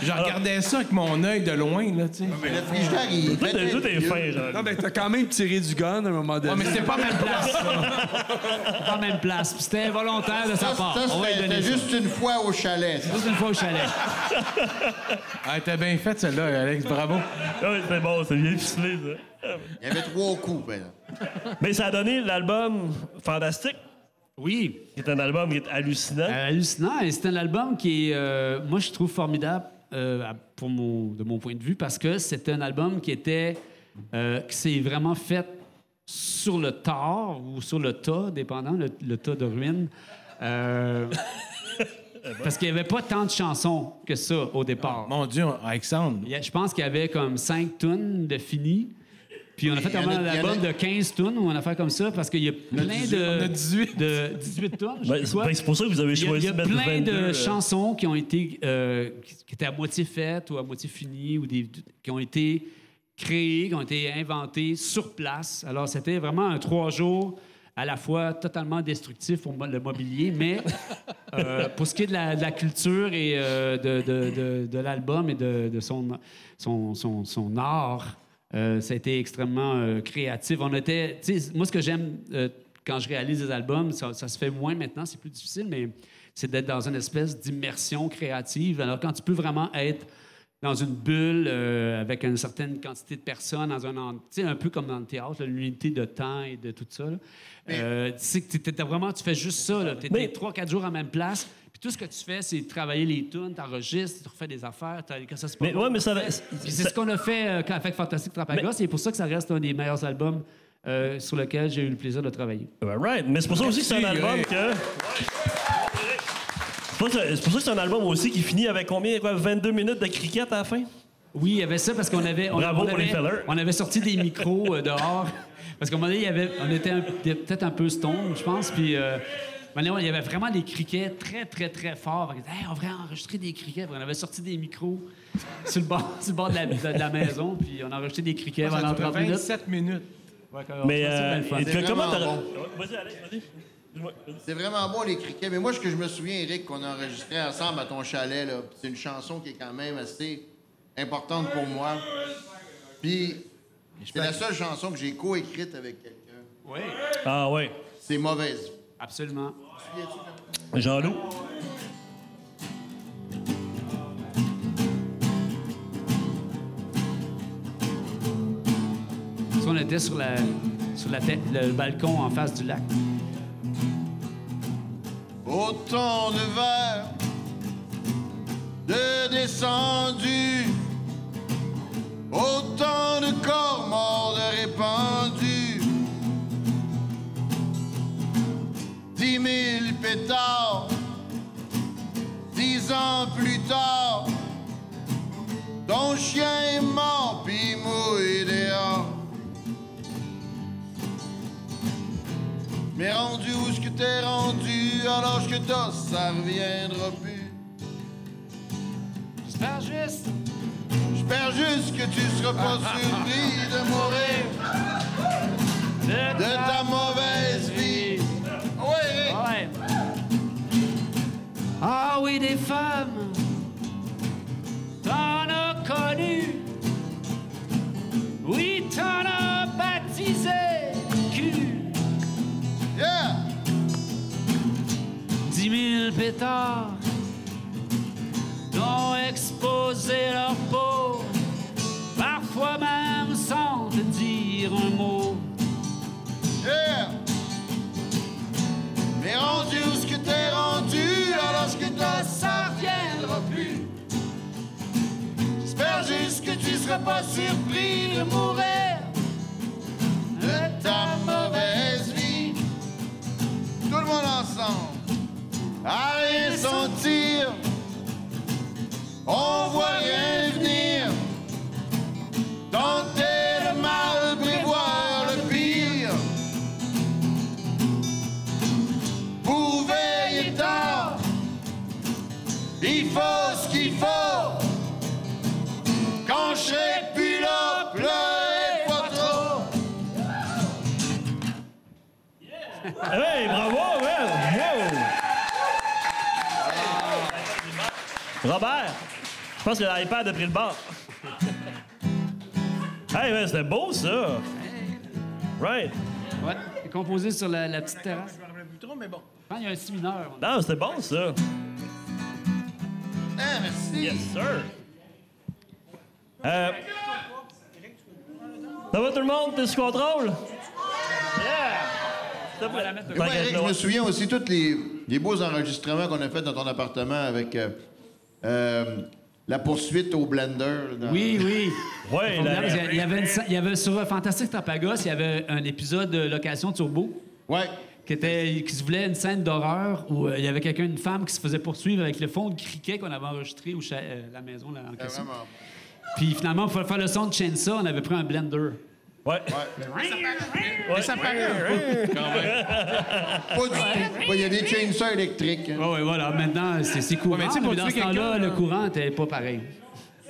B: euh, je regardais ça avec mon œil de loin, là, tu sais.
C: Mais le frigidaire, il
A: Tout est-
C: était
A: tout est
C: vieux.
A: fin, genre.
F: Non, mais t'as quand même tiré du gun à un moment
B: Ouais,
F: donné.
B: mais c'était pas ma place.
E: pas en même place. Puis C'était volontaire de sa
C: Ça,
E: part.
C: ça,
E: on va lui
C: c'était
E: donner
C: c'était
E: ça.
C: juste une fois au chalet. ça.
E: Juste une fois au chalet.
B: Ah, t'as bien fait, celle-là, Alex. Bravo.
A: Ah oui, c'est bon, c'est bien ficelé, ça.
C: Il y avait trois coups, ben par exemple.
A: Mais ça a donné l'album Fantastique,
E: Oui.
A: qui est un album qui est hallucinant.
E: Euh, hallucinant. Et c'est un album qui est, euh, moi, je trouve formidable euh, à- pour mon, de mon point de vue parce que c'est un album qui était, euh, qui s'est vraiment fait sur le tard ou sur le tas, dépendant, le, le tas de ruines. Euh, parce qu'il n'y avait pas tant de chansons que ça au
C: Ah,
E: départ.
B: Mon Dieu, Alexandre.
E: Il y a- Je pense qu'il y avait comme 5 tonnes de fini. Puis on a
C: Oui,
E: fait
C: il y en a-
E: un
C: il y en a-
E: album de 15 tonnes ou on a fait comme ça parce qu'il y a plein de.
B: on a 18.
E: De 18 tonnes. je sais
A: Ben,
E: plus
A: c'est
E: quoi.
A: ben, c'est pour ça que vous avez
E: Il y a, il
A: choisi
E: y a
A: de mettre
E: plein
A: 22,
E: de
A: euh,
E: chansons qui ont été euh, qui qui étaient à moitié faites ou à moitié finies ou des, qui ont été créées, qui ont été inventées sur place. Alors c'était vraiment un trois jours à la fois totalement destructif pour mo- le mobilier, mais euh, pour ce qui est de la, de la culture et euh, de, de- de- de l'album et de, de son, son, son- son art, euh, ça a été extrêmement euh, créatif. On était, tu sais, moi ce que j'aime euh, quand je réalise des albums, ça, ça se fait moins maintenant, c'est plus difficile, mais c'est d'être dans une espèce d'immersion créative. Alors quand tu peux vraiment être dans une bulle euh, avec une certaine quantité de personnes, dans un, en- tu sais, un peu comme dans le théâtre, là, l'unité de temps et de tout ça. là. Euh, tu sais que t'es- t'es- t'as vraiment, tu fais juste ça. Tu
A: Mais-
E: es trois, quatre jours en même place. Puis tout ce que tu fais, c'est travailler les tunes, t'enregistres, tu refais des affaires, t'as- que ça se
A: Mais
E: passe.
A: ouais, mais ça. ça-
E: Puis c'est ce qu'on a fait euh, quand- avec Fantastique Trapagos, et c'est pour ça que ça reste un des meilleurs albums euh, sur lequel j'ai eu le plaisir de travailler.
A: Ben, right. Mais c'est pour ça aussi que c'est un
B: Merci,
A: album
B: ouais.
A: que. C'est pour ça- c'est pour ça que c'est un album aussi qui finit avec combien, quoi, 22 minutes de cricket à la fin?
E: Oui, il y avait ça parce qu'on avait, on,
A: Bravo
E: on
A: pour les
E: avait,
A: fellers.
E: on avait sorti des micros euh, dehors. Parce qu'à un moment donné, il y avait, on était un- peut-être un peu stone, je pense. Puis, euh, à un moment donné, il y avait vraiment des criquets très, très, très forts. On disait, Hey, on va enregistrer des criquets. Puis on avait sorti des micros sur le bord, sur le bord de, la, de la maison. Puis, on a enregistré des criquets
B: Ah, Ça
E: pendant
B: a duré
E: 30 minutes.
B: 27 minutes.
E: Ouais, quand-
A: Mais.
E: ça, c'est
A: euh,
E: bien le fun.
A: et que-
C: C'est
A: comment
C: vraiment
A: t'as-
C: bon.
A: Ouais, Vas-y, Alex, vas-y. Excuse-moi, vas-y.
C: C'est vraiment bon, les criquets. Mais moi, ce que je me souviens, Eric, qu'on a enregistré ensemble à ton chalet, là, c'est une chanson qui est quand même assez importante pour moi. Puis, c'est la seule chanson que j'ai coécrite avec quelqu'un.
E: Oui,
A: Ah, ouais.
C: C'est mauvaise.
E: absolument.
A: Jean-Loup.
E: Parce qu'on était sur, la, sur la tête, le balcon en face du lac.
C: Autant de verres de descendus, autant de corps morts de répandus, dix mille pétards, dix ans plus tard, ton chien est mort, puis mouillé dehors. Mais rendu où ce que t'es rendu, alors ce que t'as, ça reviendra plus.
E: J'espère juste
C: J'espère juste que tu seras pas surpris de mourir
E: de
C: de ta mauvaise vie. Ouais,
E: Ouais. Ah oui, des femmes, t'en as connu. Oui, t'en as baptisé le cul.
C: yeah!
E: Dix mille pétards dont exposé leur peau, parfois même sans te dire un mot.
C: Yeah! serais pas surpris de mourir de ta mauvaise vie. Tout le monde ensemble, à rien sentir, on voit rien venir. Tenter le mal, prévoir le pire. Pour veiller tard, il faut ce qu'il faut. Quand je serai plus là, pleurez pas trop.
A: Hey, bravo, man! Wow! Robert, je pense que l'iPad a pris le bord. Hey, man, c'était beau, ça! Right?
E: Ouais, c'est composé sur la, la petite terrasse.
B: Je me rappelle plus trop, mais bon.
E: Ah, il y a un si mineur.
A: Non, c'était bon, ça!
C: Ah, merci.
A: Yes, sir! Euh, ça va, tout le monde? T'es sous contrôle? Yeah! S'il te plaît.
C: Moi, Eric,
A: T'inquiète,
C: je me
A: là.
C: souviens aussi tous les, les beaux enregistrements qu'on a fait dans ton appartement avec euh, euh, la poursuite au blender. dans-
E: Oui, oui.
A: Ouais,
E: Formidable,
A: la-
E: parce qu'il y a- il, y avait une sa- il y avait sur euh, Fantastique Tarpagos, il y avait un épisode de Location Turbo
C: Ouais.
E: qui, était, qui se voulait une scène d'horreur où euh, il y avait quelqu'un, une femme qui se faisait poursuivre avec le fond de criquet qu'on avait enregistré au cha- euh, la maison là, en
C: C'est
E: question.
C: vraiment.
E: Puis finalement, pour faire le son de Chainsaw, on avait pris un blender.
A: Ouais. euh,
B: Ça paraît.
C: Pas du tout. Ouais, Il y a des chainsaws électriques. hein.
E: Ouais, ouais, voilà. Maintenant, c'est c'est courant.
B: Ah Ouais, mais
E: mais
B: tu sais, pour
E: dans ce
B: tuer
E: temps-là,
B: quelqu'un,
E: le
B: là-
E: courant n'était pas pareil.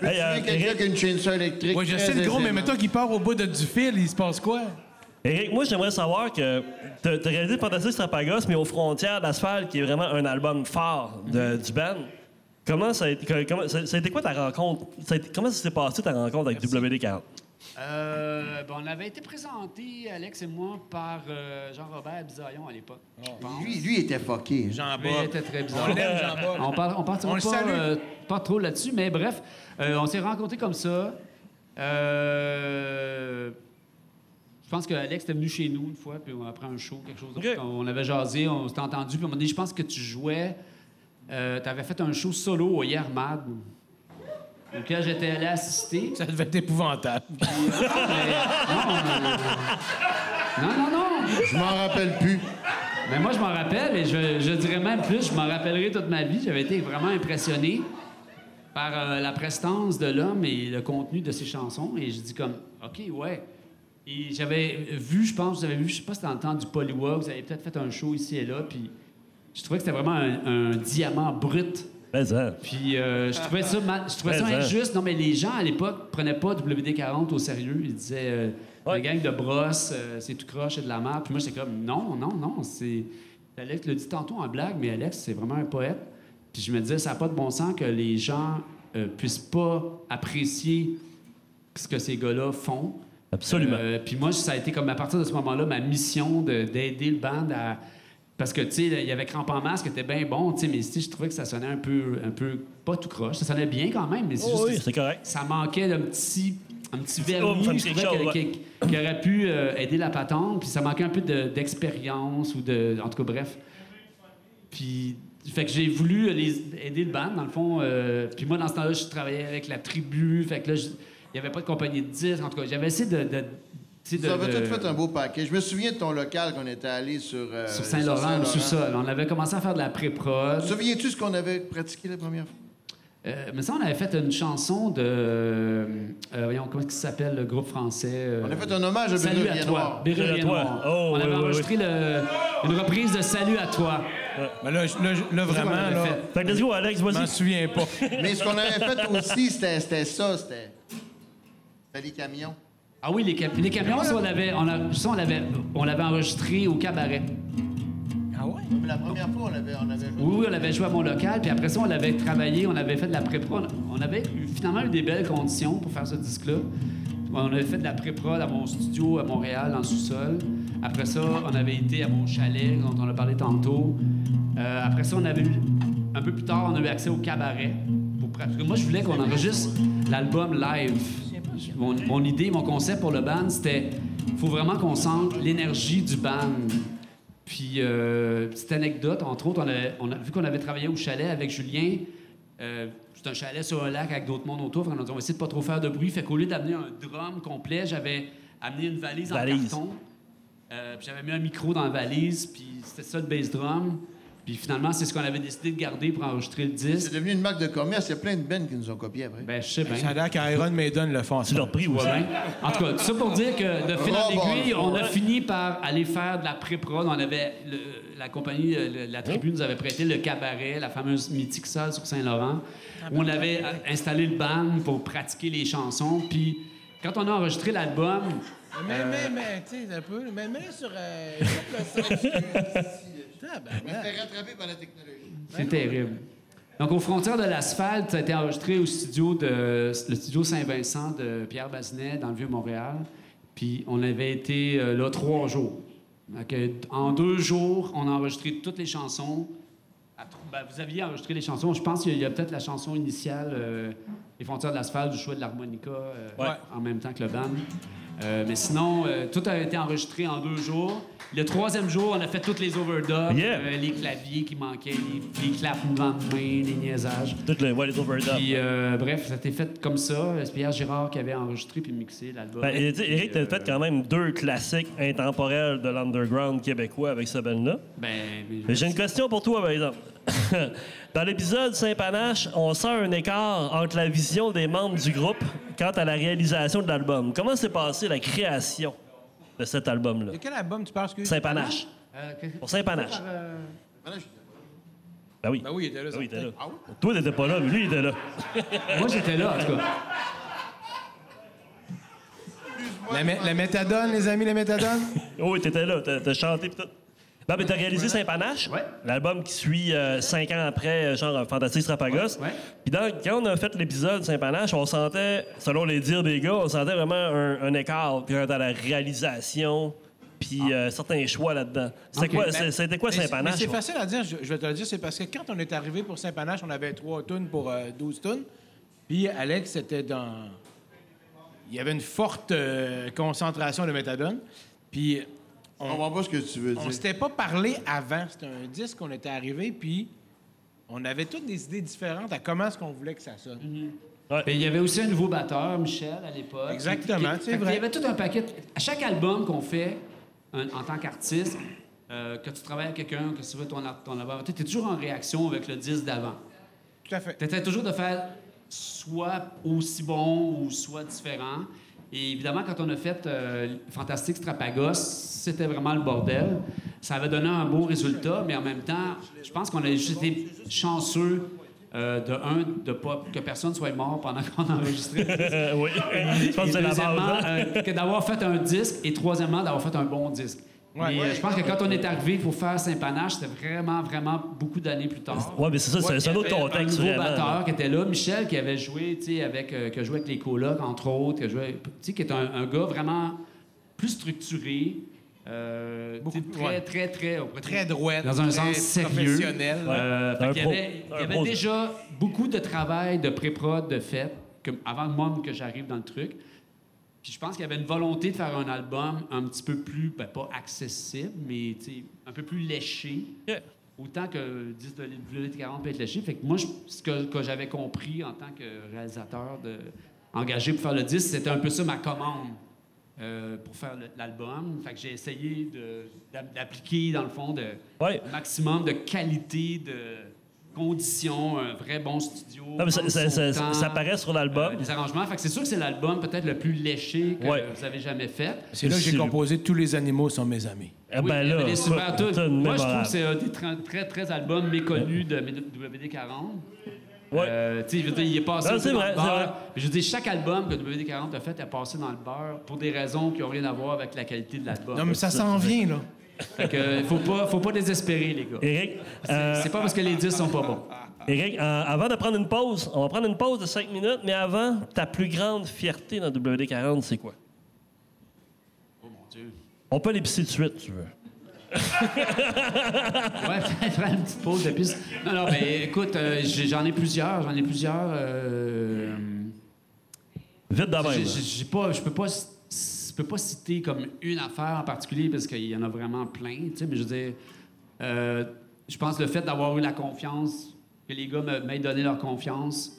A: Hey, euh,
C: Il y a quelqu'un
A: Eric,
C: qui a une chainsaw électrique.
B: Ouais, je
C: très
B: sais le gros, mais
C: aisément.
B: mettons qu'il part au bout de- du fil, il se passe quoi?
A: Eric, moi, j'aimerais savoir que t'as t'as réalisé Fantastique Strapagos, mais aux frontières d'Asphalte, qui est vraiment un album phare
E: Mhm.
A: de- du band. Comment ça a été, que- comment, ça, ça a été quoi ta rencontre? Ça a été- comment ça s'est passé ta rencontre avec WD40?
E: Euh, ben, on avait été présenté, Alex et moi, par euh, Jean-Robert Bisaillon à l'époque. je pense.
C: Lui, lui était fucké.
E: Lui, il était très bizarre.
B: Ah, bah, On l'aime, Jean-Bob.
E: On parle, on partira
B: On le
E: pas,
B: salue.
E: euh, pas trop là-dessus, mais bref, euh, on s'est rencontrés comme ça. Euh, je pense que Alex était venu chez nous une fois, puis on a pris un show, quelque chose.
A: Ok.
E: On avait jasé, on s'était entendu, puis à un moment donné, je pense que tu jouais. tu avais fait un show solo au hier Mad. Auquel j'étais allé assister.
B: Ça devait être épouvantable.
E: Non, non, non!
C: Je m'en rappelle plus.
E: Mais Ben, moi, je m'en rappelle, et je, je dirais même plus, je m'en rappellerai toute ma vie. J'avais été vraiment impressionné par euh, la prestance de l'homme et le contenu de ses chansons. Et je dis comme, OK, ouais. Et j'avais vu, je pense, vous avez vu, je sais pas si c'était dans le temps du Polywalk, vous avez peut-être fait un show ici et là, puis je trouvais que c'était vraiment un, un diamant brut.
A: Ben, ça.
E: Puis euh, je trouvais ça, mal- je trouvais ça
A: Mais, hein.
E: injuste. Non, mais les gens à l'époque prenaient pas WD-40 au sérieux. Ils disaient euh,
A: Ouais.
E: la gang de brosses, euh, c'est tout croche et de la merde. Puis moi, j'étais comme non, non, non. c'est... Alex le dit tantôt en blague, mais Alex, c'est vraiment un poète. Puis je me disais, ça n'a pas de bon sens que les gens euh, puissent pas apprécier ce que ces gars-là font.
A: Absolument.
E: Euh, puis moi, ça a été comme à partir de ce moment-là, ma mission de- d'aider le band à. Parce que, tu sais, il y avait Cramp en masque, qui était bien bon, tu sais, mais tu sais, je trouvais que ça sonnait un peu, un peu pas tout croche. Ça sonnait bien quand même, mais c'est
A: Oh
E: juste.
A: oui,
E: que
A: c'est correct.
E: Ça manquait d'un petit. Un petit
A: oomph, un
E: vernis, je
A: petit
E: trouvais,
A: quelque
E: qui, qui- qui aurait pu euh, aider la patente, puis ça manquait un peu de- d'expérience ou de. En tout cas, bref. Puis, fait que j'ai voulu euh, les- aider le band, dans le fond. euh, puis moi, dans ce temps-là, je travaillais avec la tribu. Fait que là, je- il n'y avait pas de compagnie de disques. En tout cas, j'avais essayé de. de- tu sais, de-
C: Ça avait
E: de-
C: tout fait euh, un beau paquet. Je me souviens de ton local qu'on était allé sur. euh,
E: Sur Saint-Laurent,
C: Saint-Laurent.
E: sur ça. On avait commencé à faire de la pré-prod.
C: Souviens-tu ce qu'on avait pratiqué la première fois?
E: Euh, mais ça, on avait fait une chanson de. euh, euh, voyons, comment ça s'appelle, le groupe français. euh,
C: On a fait un hommage à
E: Salut à
C: Bérubien
E: toi.
C: Noir.
E: Bérubien
A: Salut à toi.
E: Noir.
A: Oh,
E: on
A: oui,
E: avait
A: oui, oui.
E: enregistré le- une reprise de Salut à toi.
B: Mais là, je- là, je- là, vraiment,
E: qu'on avait
B: là,
E: fait.
A: Fait que let's go, Alex,
B: je m'en
A: vas-y.
B: souviens pas.
C: Mais ce qu'on avait fait aussi, c'était c'était ça. C'était c'était les camions.
E: Ah oui, les, cap- les camions, ça, on l'avait on l'a- ça, on l'avait- on l'avait enregistré au cabaret.
B: Ah ouais?
C: Mais la première fois, on avait. On avait
E: Oui, oui, on avait joué à mon local, puis après ça, on l'avait travaillé, on avait fait de la pré-prod. On avait eu- finalement eu des belles conditions pour faire ce disque-là. On avait fait de la pré-prod à mon studio à Montréal, dans le sous-sol. Après ça, on avait été à mon chalet, dont on a parlé tantôt. Euh, après ça, on avait eu, un peu plus tard, on a eu accès au cabaret. Pour, pra- parce que moi, je voulais qu'on enregistre l'album live. Mon, mon idée, mon concept pour le band, c'était faut vraiment qu'on sente l'énergie du band. Puis, euh, petite anecdote, entre autres, on avait- on a, vu qu'on avait travaillé au chalet avec Julien, euh, c'est un chalet sur un lac avec d'autres mondes autour. Fait qu'on a dit, on va essayer de pas trop faire de bruit. Fait qu'au lieu d'amener un drum complet, j'avais amené une valise,
A: Valise.
E: en carton. Euh, puis j'avais mis un micro dans la valise, puis c'était ça le bass drum. Puis finalement, c'est ce qu'on avait décidé de garder pour enregistrer le
C: C'est
E: disque.
C: devenu une marque de commerce. Il y a plein de bands qui nous ont copiés après.
E: Ben, je sais bien.
B: Ça a l'air qu'Iron Maiden le font.
A: Tu l'as repris, ouais.
E: Ouais. En tout cas, tout ça pour dire que de fil en aiguille, on a fini par aller faire de la pré-prod. On avait le- la compagnie, euh, le- la tribu nous avait prêté le cabaret, la fameuse mythique salle sur Saint-Laurent, où on avait euh, installé le band pour pratiquer les chansons. Puis quand on a enregistré l'album,
B: Mais, mais, mais, tu sais, un peu. Mais, mais sur. Euh, sur le sens. Tabarnak.
C: C'est rattrapé par la technologie.
E: c'est terrible. Donc, aux frontières de l'asphalte, ça a été enregistré au studio de le studio Saint-Vincent de Pierre Bazinet dans le Vieux-Montréal. Puis on avait été euh, là trois jours. Donc, euh, en deux jours, on a enregistré toutes les chansons. À trou- ben, vous aviez enregistré les chansons. Je pense qu'il y a- il y a, peut-être la chanson initiale, euh, Les frontières de l'asphalte, du choix de l'harmonica, euh,
A: Ouais.
E: en même temps que le band. Euh, mais sinon, euh, tout a été enregistré en deux jours. Le troisième jour, on a fait toutes les overdubs,
A: Yeah.
E: euh, les claviers qui manquaient, les, les claps de main, les niaisages.
A: Tout le, ouais, les overdubs.
E: Puis euh, bref, ça a été fait comme ça. C'est Pierre Girard qui avait enregistré puis mixé l'album.
A: Ben, et- tu sais, Eric,
E: Puis,
A: t'as
E: euh,
A: fait quand même deux classiques intemporels de l'underground québécois avec ce band-là.
E: Ben,
A: Mais J'ai une question pour toi, par exemple. Dans l'épisode Saint-Panache, on sent un écart entre la vision des membres du groupe quant à la réalisation de l'album. Comment s'est passée la création de cet album-là?
B: De quel album tu penses que.
A: Saint-Panache.
E: euh, qu'est-ce-
A: Pour Saint-Panache.
C: Voilà, je-
A: Ben oui.
B: Ben oui, il était là.
A: Ben oui, il était là.
C: Ah oui?
A: Toi, t'étais pas là, mais lui, il était là.
E: Moi, j'étais là, en tout cas.
B: La, mé- la méthadone, les amis, la méthadone.
A: Oh Oui, t'étais là, t'as t'as chanté pis tout. Ben, ben, t'as réalisé Saint-Panache,
E: Ouais.
A: l'album qui suit euh, cinq ans après, euh, genre Fantastique Strapagos.
E: Ouais, ouais.
A: Puis dans- quand on a fait l'épisode Saint-Panache, on sentait, selon les dires des gars, on sentait vraiment un, un écart quant à la réalisation, puis euh, certains choix là-dedans. C'était
E: Ah. Ok,
A: quoi,
E: ben,
A: c'est- c'était quoi
B: Mais c'est- mais
A: Saint-Panache?
B: C'est facile à dire, je, je vais te le dire, c'est parce que quand on est arrivé pour Saint-Panache, on avait trois tonnes pour euh, 12 tonnes. Puis Alex était dans. Il y avait une forte euh, concentration de méthadone. Puis
C: On ne comprend pas ce que tu veux
B: on
C: dire.
B: s'était pas parlé avant. C'était un disque qu'on était arrivé, puis on avait toutes des idées différentes à comment est-ce qu'on voulait que ça sonne.
E: Ben, il y avait aussi un nouveau batteur, Michel, à l'époque.
B: Exactement,
E: Qui- qui-
B: c'est
E: fait que
B: vrai.
E: Il y avait tout un paquet. À chaque album qu'on fait un- en tant qu'artiste, euh, que tu travailles avec quelqu'un, que tu veux ton, art- ton tu es toujours en réaction avec le disque d'avant.
B: Tout à fait.
E: Tu toujours de faire soit aussi bon ou soit différent. Et évidemment, quand on a fait euh, Fantastique Strapagos, c'était vraiment le bordel. Ça avait donné un beau résultat, mais en même temps, je pense qu'on a juste été chanceux euh, de un, de pas que personne soit mort pendant qu'on enregistrait. le disque.
A: Euh, oui, je pense que
E: Et
A: c'est la base.
E: deuxièmement,
A: hein?
E: euh, que d'avoir fait un disque et troisièmement, d'avoir fait un bon disque.
B: Ouais,
E: Mais, euh,
B: ouais.
E: je pense que quand on est arrivé pour faire Saint-Panache, c'était vraiment, vraiment beaucoup d'années plus tard.
A: Ouais, mais c'est ça, c'est- c'est un autre
E: Un
A: contexte,
E: nouveau
A: vraiment.
E: batteur qui était là, Michel, qui avait joué, tu sais, avec, euh, qui a joué avec les colocs, entre autres, qui, a joué, tu sais, qui est un, un gars vraiment plus structuré, euh, tu sais,
B: Beaucoup,
E: très,
B: ouais.
E: très, très, on pourrait
B: Très
E: dire,
B: droit,
E: dans un
B: très
E: sens sérieux.
B: professionnel.
E: Euh,
A: Ouais.
E: fait
A: Un
E: qu'il y
A: pro.
E: avait, il y
A: Un
E: avait
A: pro.
E: déjà beaucoup de travail de pré-prod de fait que- avant moi que j'arrive dans le truc. Puis je pense qu'il y avait une volonté de faire un album un petit peu plus, ben, pas accessible, mais tu sais, un peu plus léché.
A: Yeah.
E: Autant que 10 de l'île 40 peut être léché. Fait que moi, je- ce que, que j'avais compris en tant que réalisateur de, engagé pour faire le 10, c'était un peu ça ma commande euh, pour faire le- l'album. Fait que j'ai essayé de- d'a- d'appliquer, dans le fond, de,
A: Ouais.
E: un maximum de qualité, de conditions, un vrai bon studio.
A: Ah, mais ça,
E: prendre
A: ça-
E: son
A: ça-
E: temps,
A: ça paraît sur l'album.
E: euh, des arrangements. Fait que c'est sûr que c'est l'album peut-être le plus léché que
A: Ouais.
E: vous avez jamais fait.
B: C'est là que j'ai
A: C'est-
B: composé Tous les animaux sont mes amis.
A: Eh
E: Oui,
A: ben
E: il y avait
A: là,
E: des super tunes.
A: putain de
E: Moi, je trouve
A: mémorable.
E: que c'est un des tr- très, très albums méconnus de WD-40.
A: Ouais.
E: Euh, tu sais, je veux dire, il est passé
A: Non,
E: un peu
A: c'est
E: dans
A: vrai,
E: le
A: c'est
E: beurre.
A: vrai.
E: Je veux dire, chaque album que WD-40 a fait est passé dans le beurre pour des raisons qui n'ont rien à voir avec la qualité de l'album.
B: Non, mais ça s'en vient, là.
E: Fait que, euh, faut pas, faut pas désespérer, les gars.
A: Eric,
E: C'est-
A: euh,
E: C'est pas parce que les disques sont pas bons.
A: Éric, euh, avant de prendre une pause, on va prendre une pause de 5 minutes, mais avant, ta plus grande fierté dans WD-40, c'est quoi?
E: Oh mon Dieu.
A: On peut aller pisser tout de suite, si tu veux.
E: Ouais, faire une petite pause de piste. Non, non, mais écoute, euh, j'ai- j'en ai plusieurs, j'en ai plusieurs. euh,
A: Vite d'avant.
E: j'ai- j'ai- j'ai pas, je peux pas, c- je peux pas citer comme une affaire en particulier parce qu'il y en a vraiment plein, tu sais, mais je veux dire, euh, je pense le fait d'avoir eu la confiance que les gars me- m'aient donné leur confiance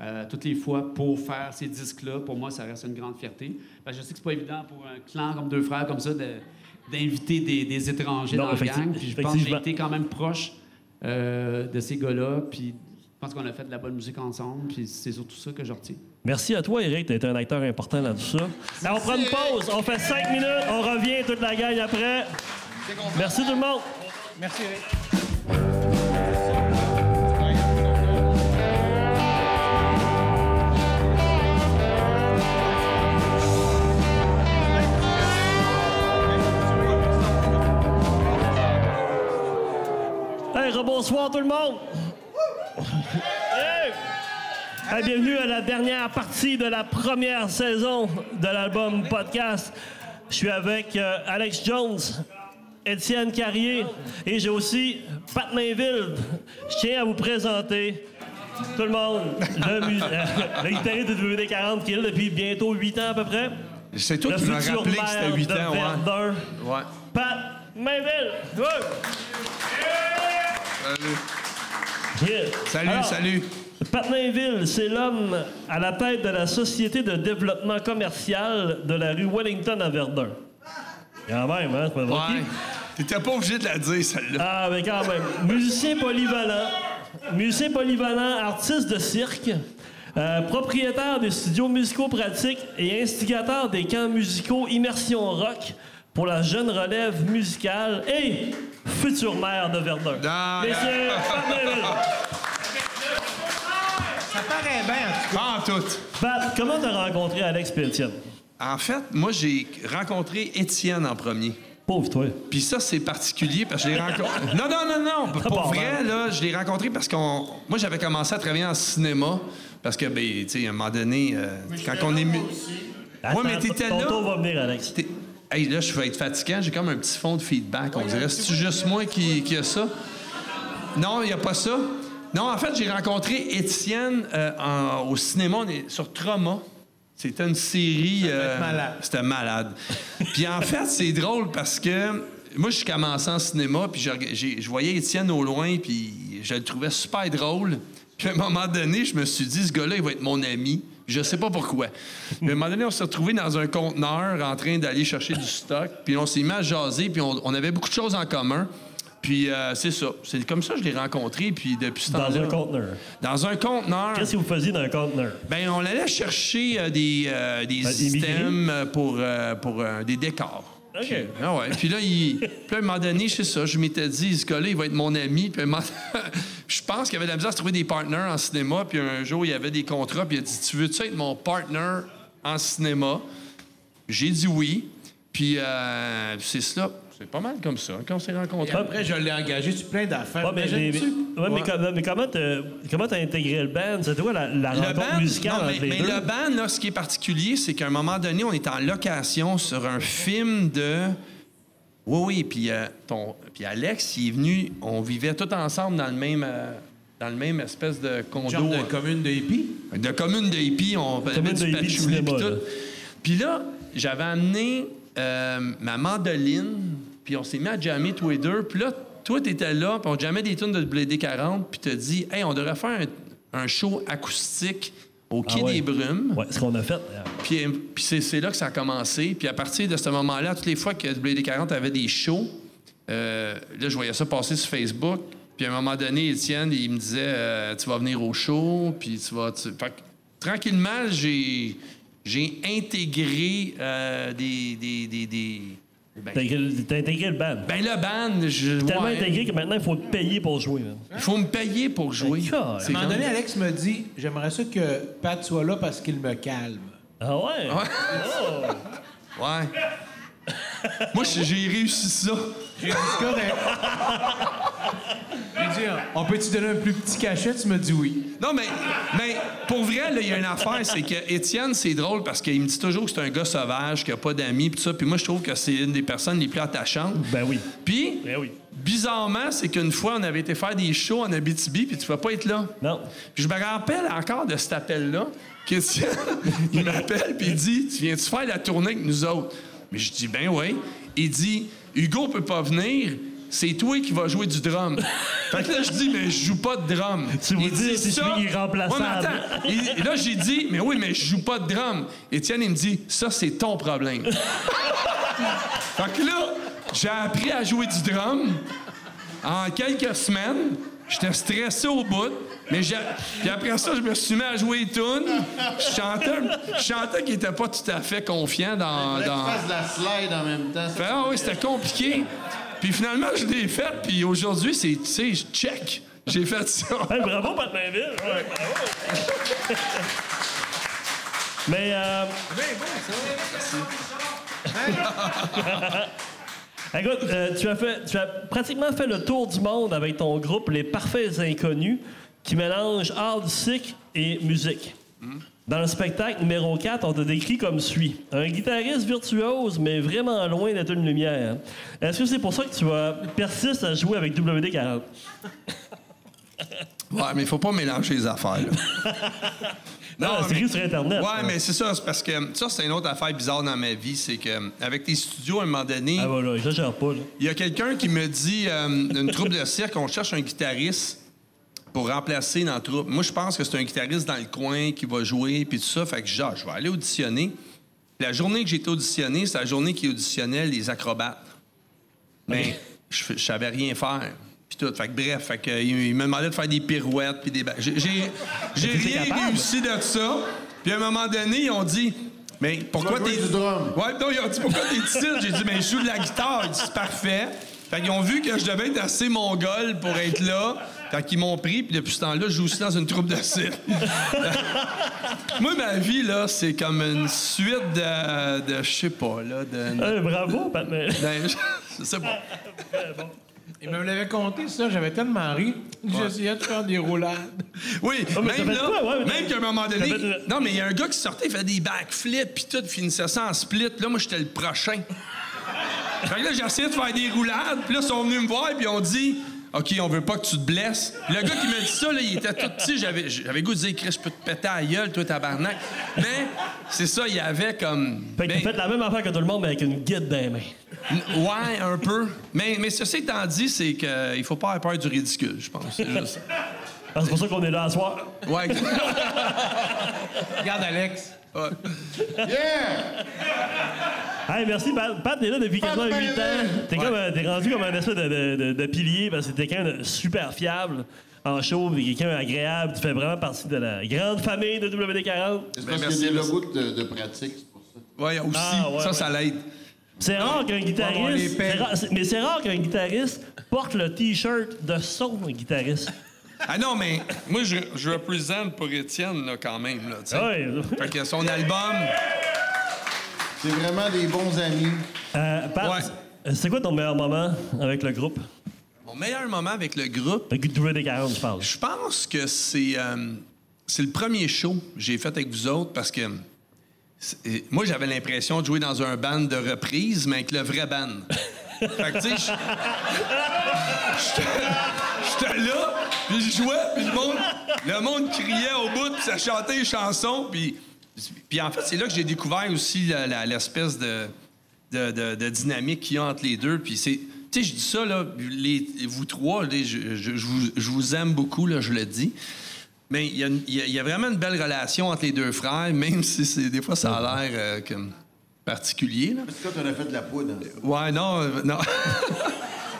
E: euh, toutes les fois pour faire ces disques-là. Pour moi, ça reste une grande fierté. Parce que je sais que c'est pas évident pour un clan comme deux frères comme ça de- d'inviter des, des étrangers
A: Non,
E: dans la gang.
A: effectivement-
E: Puis je pense que j'ai
A: effectivement.
E: été quand même proche euh, de ces gars-là. Puis je pense qu'on a fait de la bonne musique ensemble. Puis c'est surtout ça que je retiens.
A: Merci à toi, Eric. T'as été un acteur important dans tout ça. Alors, on prend une pause. On fait cinq minutes. On revient toute la gang après. Merci tout le monde.
B: Merci, Eric.
A: Hey, rebonsoir tout le monde! Hey! Hey, bienvenue à la dernière partie de la première saison de l'album Podcast. Je suis avec euh, Alex Jones, Étienne Carrier et j'ai aussi Pat Mainville. Je tiens à vous présenter tout le monde, le, mu- euh, le guitariste de WD-40 qui est là depuis bientôt 8 ans à peu près.
F: C'est toi
A: le
F: qui m'as
A: futur
F: rappelé que
A: maire
F: c'était 8
A: de
F: ans, ouais.
A: Verdun,
F: Ouais.
A: Pat Mainville! Ouais.
F: Salut.
A: Yeah.
F: Salut,
A: Alors,
F: salut.
A: Patnainville, c'est l'homme à la tête de la Société de développement commercial de la rue Wellington à Verdun. Quand même, hein? c'est pas vrai.
F: Ouais. T'étais pas obligé de la dire, celle-là.
A: Ah, mais quand même. Musicien polyvalent, musicien polyvalent, artiste de cirque, euh, propriétaire des studios musicaux pratiques et instigateur des camps musicaux Immersion Rock pour la jeune relève musicale et future maire de Verdun.
F: Ah,
A: Messieurs, Patnainville.
B: Ça paraît bien, en
A: Ah.
B: tout
F: Pas en tout.
A: Pat, comment t'as rencontré Alex et Étienne?
F: En fait, moi, j'ai rencontré Étienne en premier.
A: Pauvre toi.
F: Puis ça, c'est particulier parce que je l'ai rencontré. Non, non, non, non. Pour
A: bon,
F: vrai, là, je l'ai rencontré parce qu'on. Moi, j'avais commencé à travailler en cinéma. Parce que, ben, tu sais, à un moment donné, euh, quand on est. mu- Ouais, mais t'étais
A: Ton
F: là.
A: tour va venir, Alex.
F: T'es- Hey, là, je vais être fatigant. J'ai comme un petit fond de feedback. On dirait, c'est juste moi qui, qui a ça? Non, il n'y a pas ça. Non, en fait, j'ai rencontré Étienne euh, en- au cinéma on est sur Trauma. C'était une série. euh,
B: malade.
F: C'était malade. puis en fait, c'est drôle parce que moi, je suis commencé en cinéma, puis je, reg- j'ai- je voyais Étienne au loin, puis je le trouvais super drôle. Puis à un moment donné, je me suis dit, ce gars-là, il va être mon ami. Je sais pas pourquoi. Mais à un moment donné, on s'est retrouvés dans un conteneur en train d'aller chercher du stock. Puis on s'est mis à jaser, puis on, on avait beaucoup de choses en commun. Puis euh, c'est ça. C'est comme ça que je l'ai rencontré. Puis depuis ce
A: Dans
F: temps-là-
A: un conteneur.
F: Dans un conteneur.
A: Qu'est-ce que vous faisiez dans un conteneur?
F: Ben, on allait chercher euh, des, euh, des
A: Ben, des
F: systèmes euh, pour, euh, pour euh, des décors.
A: OK.
F: Puis- Ah ouais. Puis là, il, puis là, à un moment donné, c'est ça. Je m'étais dit, ce gars-là, il va être mon ami. Puis à un moment- je pense qu'il avait de la misère à se trouver des partenaires en cinéma. Puis un jour, il y avait des contrats. Puis il a dit, tu veux-tu être mon partner en cinéma? J'ai dit oui. Puis euh, c'est cela. C'est pas mal comme ça quand on s'est rencontrés.
B: cas. Après, je l'ai engagé sur plein d'affaires.
A: Ouais, mais, mais-
B: Imagine-tu?
A: mais- ouais, mais com- mais comment t'as comment t'as intégré le band? C'était quoi la, la
F: Le
A: rencontre
F: band,
A: musicale
F: non, mais,
A: entre les
F: mais
A: deux?
F: le band, là, ce qui est particulier, c'est qu'à un moment donné, on est en location sur un film de. Oui, oui, puis euh, ton, puis Alex, il est venu. On vivait tous ensemble dans le même, euh, dans le même espèce de condo,
B: Genre de
F: euh,
B: commune de hippies.
F: de commune de hippie. On avait
A: Commune de
F: du
A: hippie de
F: patchouli puis
A: cinéma, là.
F: tout. Puis là, j'avais amené euh, ma mandoline, puis on s'est mis à jammer tous les deux. Puis là, toi, t'étais là, puis on jammait des tunes de WD-40, puis t'as dit, hey, on devrait faire un, un show acoustique au Quai
A: ouais.
F: des Brumes.
A: Ouais, ce qu'on a fait.
F: Puis, euh, puis c'est, c'est là que ça a commencé. Puis à partir de ce moment-là, toutes les fois que WD-40 avait des shows, euh, là, je voyais ça passer sur Facebook. Puis à un moment donné, Étienne, il me disait euh, Tu vas venir au show, puis tu vas. tu- Fait que, tranquillement, j'ai, j'ai intégré euh, des. des, des, des- ben,
A: T'as intégré- t'as intégré le band.
F: ben, le band, je.
A: Tellement
F: ouais,
A: intégré que maintenant, il faut payer pour jouer. man.
F: Il faut me payer pour jouer.
A: Ben,
B: À un
F: quand-
B: moment donné, Alex me dit J'aimerais ça que Pat soit là parce qu'il me calme.
A: Ah ouais? Oh.
F: Ouais. Moi, j'ai j'ai réussi ça.
B: J'ai dit C'est correct. J'ai dit On peut-tu donner un plus petit cachet Tu me dis oui.
F: Non, mais, mais pour vrai, là, il y a une affaire, c'est que Étienne, c'est drôle parce qu'il me dit toujours que c'est un gars sauvage, qu'il n'a pas d'amis, puis tout ça. Puis moi, je trouve que c'est une des personnes les plus attachantes.
A: Ben oui.
F: Puis,
A: Ben oui.
F: bizarrement, c'est qu'une fois, on avait été faire des shows en Abitibi, puis tu vas pas être là.
A: Non.
F: Puis je me rappelle encore de cet appel-là. Christian, il m'appelle puis il dit Tu viens-tu faire la tournée avec nous autres Mais je dis Ben oui. Il dit Hugo peut pas venir, c'est toi qui vas jouer du drum. fait que là, je dis, mais je joue pas de drum.
A: Tu
F: Il
A: veux dire,
F: dit
A: c'est
F: ça.
A: celui qui est remplaçable.
F: Ouais, mais attends. Il- là, j'ai dit, mais oui, mais je joue pas de drum. Étienne, il me dit, ça, c'est ton problème. fait que là, j'ai appris à jouer du drum. En quelques semaines, j'étais stressé au bout. Mais j'ai- Puis après ça, je me suis mis à jouer les tunes. Je chantais, je chantais qu'il était pas tout à fait confiant dans-
C: Fallait que tu
F: dans,
C: fasses de la slide en même temps.
F: fait, ah oui, c'était compliqué. Puis finalement, je l'ai fait, puis aujourd'hui, c'est, tu sais, je check. J'ai fait ça.
A: Hey, bravo, Pat Mainville. Ouais, bravo. Mais euh, écoute, euh, tu, as fait, tu as pratiquement fait le tour du monde avec ton groupe Les Parfaits Inconnus qui mélange art du cycle et musique. Dans le spectacle numéro 4, on te décrit comme suit. Un guitariste virtuose, mais vraiment loin d'être une lumière. Est-ce que c'est pour ça que tu vas persistes à jouer avec WD-40?
F: Ouais, mais il faut pas mélanger les affaires. là.
A: Non, c'est
F: mais-
A: écrit sur Internet.
F: Ouais,
A: ça.
F: mais c'est ça, c'est parce que ça, c'est une autre affaire bizarre dans ma vie, c'est que avec tes studios, à un moment donné,
A: Ah, voilà, j'exagère pas, là.
F: il y a quelqu'un qui me dit euh, une troupe de cirque, on cherche un guitariste pour remplacer dans la troupe. Moi, je pense que c'est un guitariste dans le coin qui va jouer, puis tout ça. Fait que genre, je vais aller auditionner. La journée que j'ai été auditionné, c'est la journée qui auditionnait les acrobates. Mais je, f- je savais rien faire. Puis tout. Fait que bref, fait que, il, il me demandait de faire des pirouettes, puis des... ba- J'ai, j'ai, j'ai rien
A: capable.
F: réussi de ça. Puis à un moment donné, ils ont dit... Mais pourquoi
C: vas
F: t'es...
C: jouer du drum.
F: Ouais, non, ils ont dit pourquoi t'es ici? J'ai dit, mais je joue de la guitare. Ils dit, c'est parfait. Fait qu'ils ont vu que je devais être assez mongol pour être là. Fait qu'ils m'ont pris, puis depuis ce temps-là, je joue aussi dans une troupe de cirque. Moi, ma vie, là, c'est comme une suite de... de je sais pas, là, de...
A: Hey, Ah, bravo, Pat Mainville.
F: Ben, je- je sais pas.
B: Il me l'avait compté, ça. J'avais tellement ri. J'essayais de faire des roulades.
F: Oui,
A: Ah, mais
F: même
A: t'as fait
F: là,
A: quoi? Ouais, mais euh,
F: même
A: t'as-
F: qu'à un moment donné,
A: t'as fait le-
F: non, mais il y a un gars qui sortait, il faisait des backflips, puis tout, finissait ça en split. Là, moi, j'étais le prochain. fait que là, j'ai essayé de faire des roulades, puis là, ils sont venus me voir, puis ils ont dit, OK, on veut pas que tu te blesses. Le gars qui me dit ça, là, il était tout petit, j'avais, j'avais le goût de dire, Chris, je peux te péter à la gueule, toi, tabarnak. Mais, c'est ça, il y avait comme.
A: Fait que
F: Ben,
A: t'as fait la même affaire que tout le monde, mais avec une guide dans les mains.
F: N- Ouais, un peu. Mais, mais ceci étant dit, c'est qu'il faut pas avoir peur du ridicule, je pense. C'est juste.
A: Ah, C'est pour ça qu'on est là à soir.
F: Ouais.
B: Regarde, Alex.
C: Yeah!
A: Hey, merci, Pat. Pat, t'es là depuis
C: Pat
A: quasiment 8 ans.
C: Mainville.
A: T'es comme, euh, t'es rendu comme un espèce de, de- de- de pilier parce que t'es quelqu'un de super fiable en show, puis quelqu'un agréable. Tu fais vraiment partie de la grande famille de WD-40.
C: C'est
F: Ben,
C: parce
F: merci,
C: qu'il y a des
F: merci.
C: logos de, de pratique, c'est pour ça.
F: Ouais, aussi.
A: Ah, ouais,
F: ça,
A: ouais.
F: ça l'aide.
A: C'est rare qu'un
B: on les
A: guitariste.
B: paye.
A: c'est rare- c'est- mais c'est rare qu'un guitariste porte le T-shirt de son guitariste.
F: Ah non, mais moi, je, je représente pour Étienne, là, quand même, là, tu sais.
A: Ouais.
F: Fait que son album...
C: C'est vraiment des bons amis.
A: Euh, Pat, c'est quoi ton meilleur moment avec le groupe?
F: Mon meilleur moment avec le groupe,
A: Avec WD-40, je parle.
F: je pense que c'est... euh, c'est le premier show que j'ai fait avec vous autres, parce que... c'est- Moi, j'avais l'impression de jouer dans un band de reprise, mais avec le vrai band. fait que, tu sais, je- J'étais là, puis je jouais, puis le monde, le monde criait au bout, puis ça chantait les chansons, puis... Puis en fait, c'est là que j'ai découvert aussi la- la- l'espèce de, de, de- de dynamique qu'il y a entre les deux, puis c'est... Tu sais, je dis ça, là, les- vous trois, les- je, je- je vous, je vous aime beaucoup, là, je le dis. Mais il y a, une- il y a- il y a vraiment une belle relation entre les deux frères, même si c'est- des fois ça a l'air euh, comme particulier. Là.
C: Parce que toi, t'en as fait de la poudre.
F: Ouais, non, euh, non.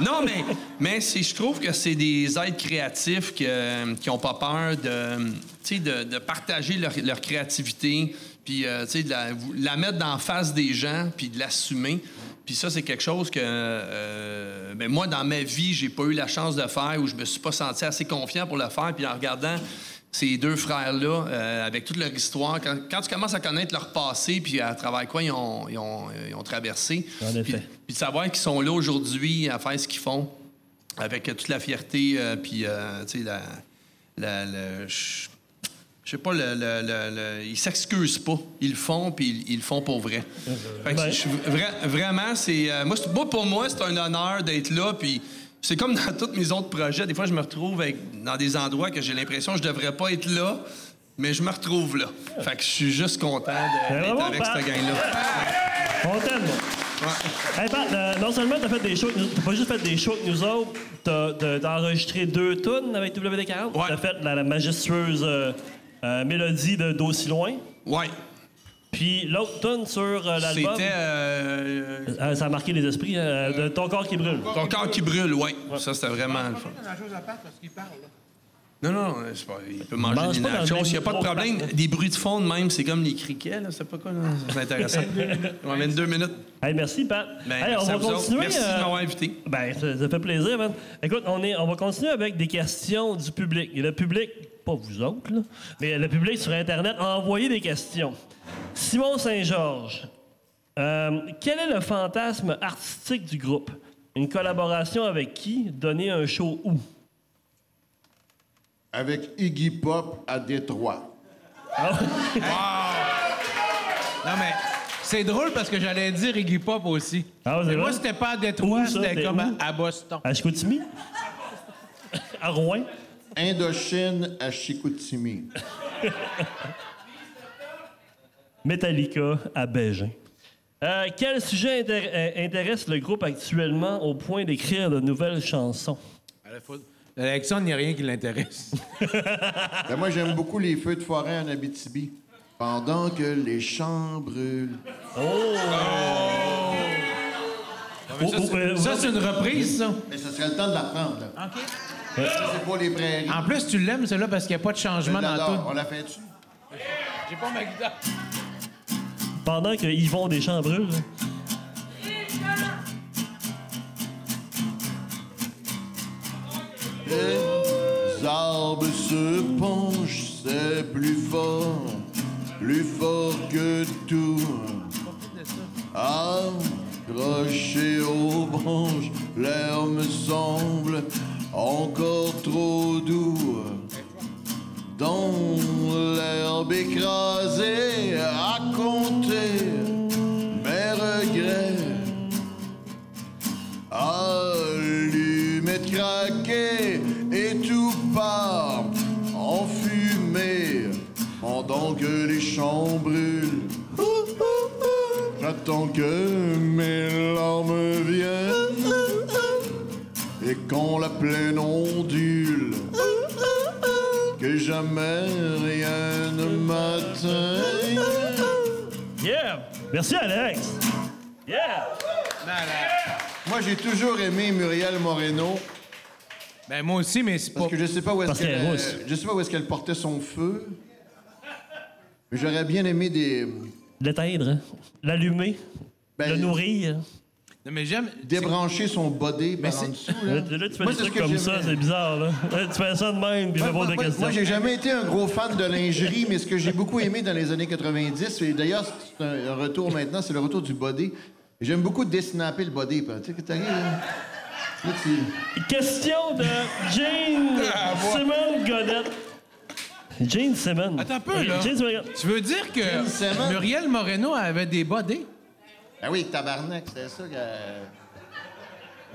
F: non, mais, mais c'est- je trouve que c'est des êtres créatifs que- euh, qui n'ont pas peur de, euh, tu sais, de, de partager leur, leur créativité, puis euh, tu sais, de la, vous- la mettre en face des gens, puis de l'assumer. Puis ça, c'est quelque chose que euh, ben, moi, dans ma vie, j'ai pas eu la chance de faire ou je me suis pas senti assez confiant pour le faire. Puis en regardant ces deux frères-là, euh, avec toute leur histoire, quand, quand tu commences à connaître leur passé, puis à travers quoi ils ont, ils ont- ils ont traversé,
A: En
F: puis-
A: effet.
F: puis de savoir qu'ils sont là aujourd'hui à faire ce qu'ils font avec euh, toute la fierté, euh, puis, euh, tu sais, la. la- le- je je sais pas, le, le- le- le- ils s'excusent pas. Ils le font, puis ils, ils le font pour vrai. Fait que
A: Ben.
F: je suis vra- vraiment, c'est. euh, moi, c'est- moi, pour moi, c'est un honneur d'être là, puis. C'est comme dans tous mes autres projets. Des fois, je me retrouve avec- dans des endroits que j'ai l'impression que je devrais pas être là, mais je me retrouve là. Fait que je suis juste content de-
A: Ben,
F: d'être
A: bravo,
F: avec
A: Pat.
F: cette gang-là.
A: On t'aime. Hey, Pat, euh, non seulement t'as fait des shows, avec nous- t'as pas juste fait des shows avec nous autres, t'as de- t'as enregistré deux tunes avec WD40,
F: Ouais.
A: t'as fait la, la majestueuse euh, euh, mélodie de D'aussi loin,
F: Ouais.
A: puis l'autre tune sur euh, l'album,
F: C'était. euh, euh,
A: euh, ça a marqué les esprits, euh, de Ton corps qui brûle.
F: ton corps qui brûle, ouais. Ça, c'était vraiment le fun.
B: Pas grand chose à part parce qu'il parle. là.
F: Non, non, c'est pas, il peut manger
A: Mange
F: des
A: pas dans le
F: nachos,
A: même
F: il n'y a pas de
A: micro,
F: problème.
A: Pat.
F: Des bruits de fond de même, c'est comme les criquets, là, c'est pas quoi, là, c'est intéressant. On met deux minutes.
A: Hey, merci, Pat.
F: Ben,
A: Hey,
F: merci
A: on
F: à
A: va
F: vous autres.
A: continuer.
F: Merci
A: euh,
F: de m'avoir invité.
A: Ben, ça, ça fait plaisir, man. Écoute, on, est, on va continuer avec des questions du public. Et le public, pas vous autres, là, mais le public sur Internet a envoyé des questions. Simon Saint-Georges, euh, quel est le fantasme artistique du groupe? Une collaboration avec qui? Donner un show où?
C: Avec Iggy Pop à Détroit.
B: Non, mais c'est drôle parce que j'allais dire Iggy Pop aussi.
A: Ah, c'est
B: mais
A: vrai?
B: moi, c'était pas à
A: Où,
B: Détroit,
A: ça?
B: c'était
A: T'es
B: comme à,
A: où?
B: à Boston.
A: À Chicoutimi? à Rouen?
C: Indochine à Chicoutimi.
A: Metallica à Bégin. Euh, quel sujet intér- euh, intéresse le groupe actuellement au point d'écrire de nouvelles chansons?
B: L'Alexandre, il n'y a rien qui l'intéresse.
C: Ben, moi, j'aime beaucoup les feux de forêt en Abitibi. Pendant que les champs brûlent.
A: Oh, oh, euh,
B: ça, c'est une reprise, ça.
C: Mais ce serait le temps de l'apprendre. là.
B: OK.
C: Ça, C'est pour les prairies.
B: En plus, tu l'aimes, celle-là, parce qu'il n'y a pas de
C: Je
B: changement dans
C: l'adore.
B: tout.
C: On la fait dessus.
B: J'ai pas ma guitare.
A: Pendant que Yvon Deschamps brûle.
C: Les arbres se penchent, c'est plus fort, plus fort que tout. Accroché aux branches, l'air me semble encore trop doux. Dans l'herbe écrasée, à compter mes regrets. Allumette craquée et tout part en fumée pendant que les champs brûlent. J'attends que mes larmes viennent et quand la plaine ondule, que jamais rien ne m'atteint.
A: Yeah! Merci, Alex! Yeah!
C: Moi, j'ai toujours aimé Muriel Moreno.
B: Ben, moi aussi, mais c'est pas.
C: Parce que je sais pas où est-ce
A: Parce
C: qu'elle
A: qu'elle est rousse.
C: euh, je sais pas où est-ce qu'elle portait son feu. Mais j'aurais bien aimé des
A: L'éteindre, hein. l'allumer,
C: ben,
A: le nourrir.
B: Non, mais j'aime.
C: débrancher son body par en
B: c'est-
C: dessous
A: Là,
C: là.
A: tu là, tu fais
C: Moi,
A: des
C: c'est
A: trucs
C: ce que
A: comme ça,
C: j'aimais.
A: c'est bizarre, là. Là, Tu fais ça de même, puis je
C: Moi,
A: pose des
C: moi,
A: questions.
C: moi, j'ai jamais été un gros fan de lingerie, mais ce que j'ai beaucoup aimé dans les années 90, et d'ailleurs, c'est un un retour maintenant, c'est le retour du body. J'aime beaucoup dessnapper le body. Tu sais, que t'arrives, là, là, tu-
A: Question de Jane
C: Ah,
A: Simon Godette. Jane Simon.
B: Attends un peu, là.
A: Jane Simon Godette.
B: Tu veux dire que
C: Simmons.
B: Muriel Moreno avait des bodés?
C: Ah oui, tabarnak, c'est ça que.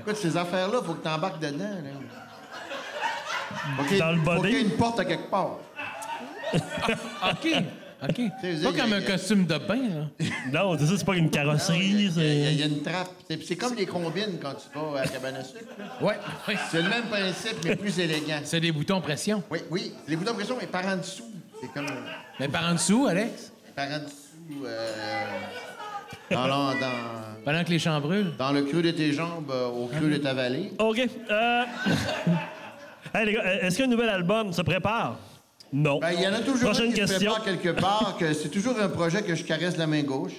C: Écoute, ces affaires-là, faut que t'embarques dedans. Là. Faut qu'il-
A: Dans le
C: Faut
A: body?
C: qu'il y ait une porte à quelque part.
B: OK. OK.
C: sais,
B: Pas
C: il y a-
B: comme un
C: il y a-
B: costume de bain, là.
A: Non, c'est ça, c'est pas une carrosserie.
C: Il y, a-
A: c'est-
C: il y a une trappe. C'est c'est comme les combines quand tu vas à la cabane à sucre. là.
B: Ouais. ouais.
C: C'est le même principe, mais plus élégant.
B: C'est des boutons pression.
C: Oui, oui. Les boutons de pression, mais par en dessous. C'est comme euh,
B: Mais par en dessous, Alex,
C: par en dessous. euh, dans, l'en- dans,
B: pendant que les champs brûlent.
C: dans le creux de tes jambes, euh, au creux de ta vallée.
A: OK. Euh... hey, les gars, euh, est-ce qu'un nouvel album se prépare? Non.
C: Ben, Il y en a toujours un
A: Prochaine
C: qui se
A: question.
C: prépare quelque part, que c'est toujours un projet que je caresse la main gauche.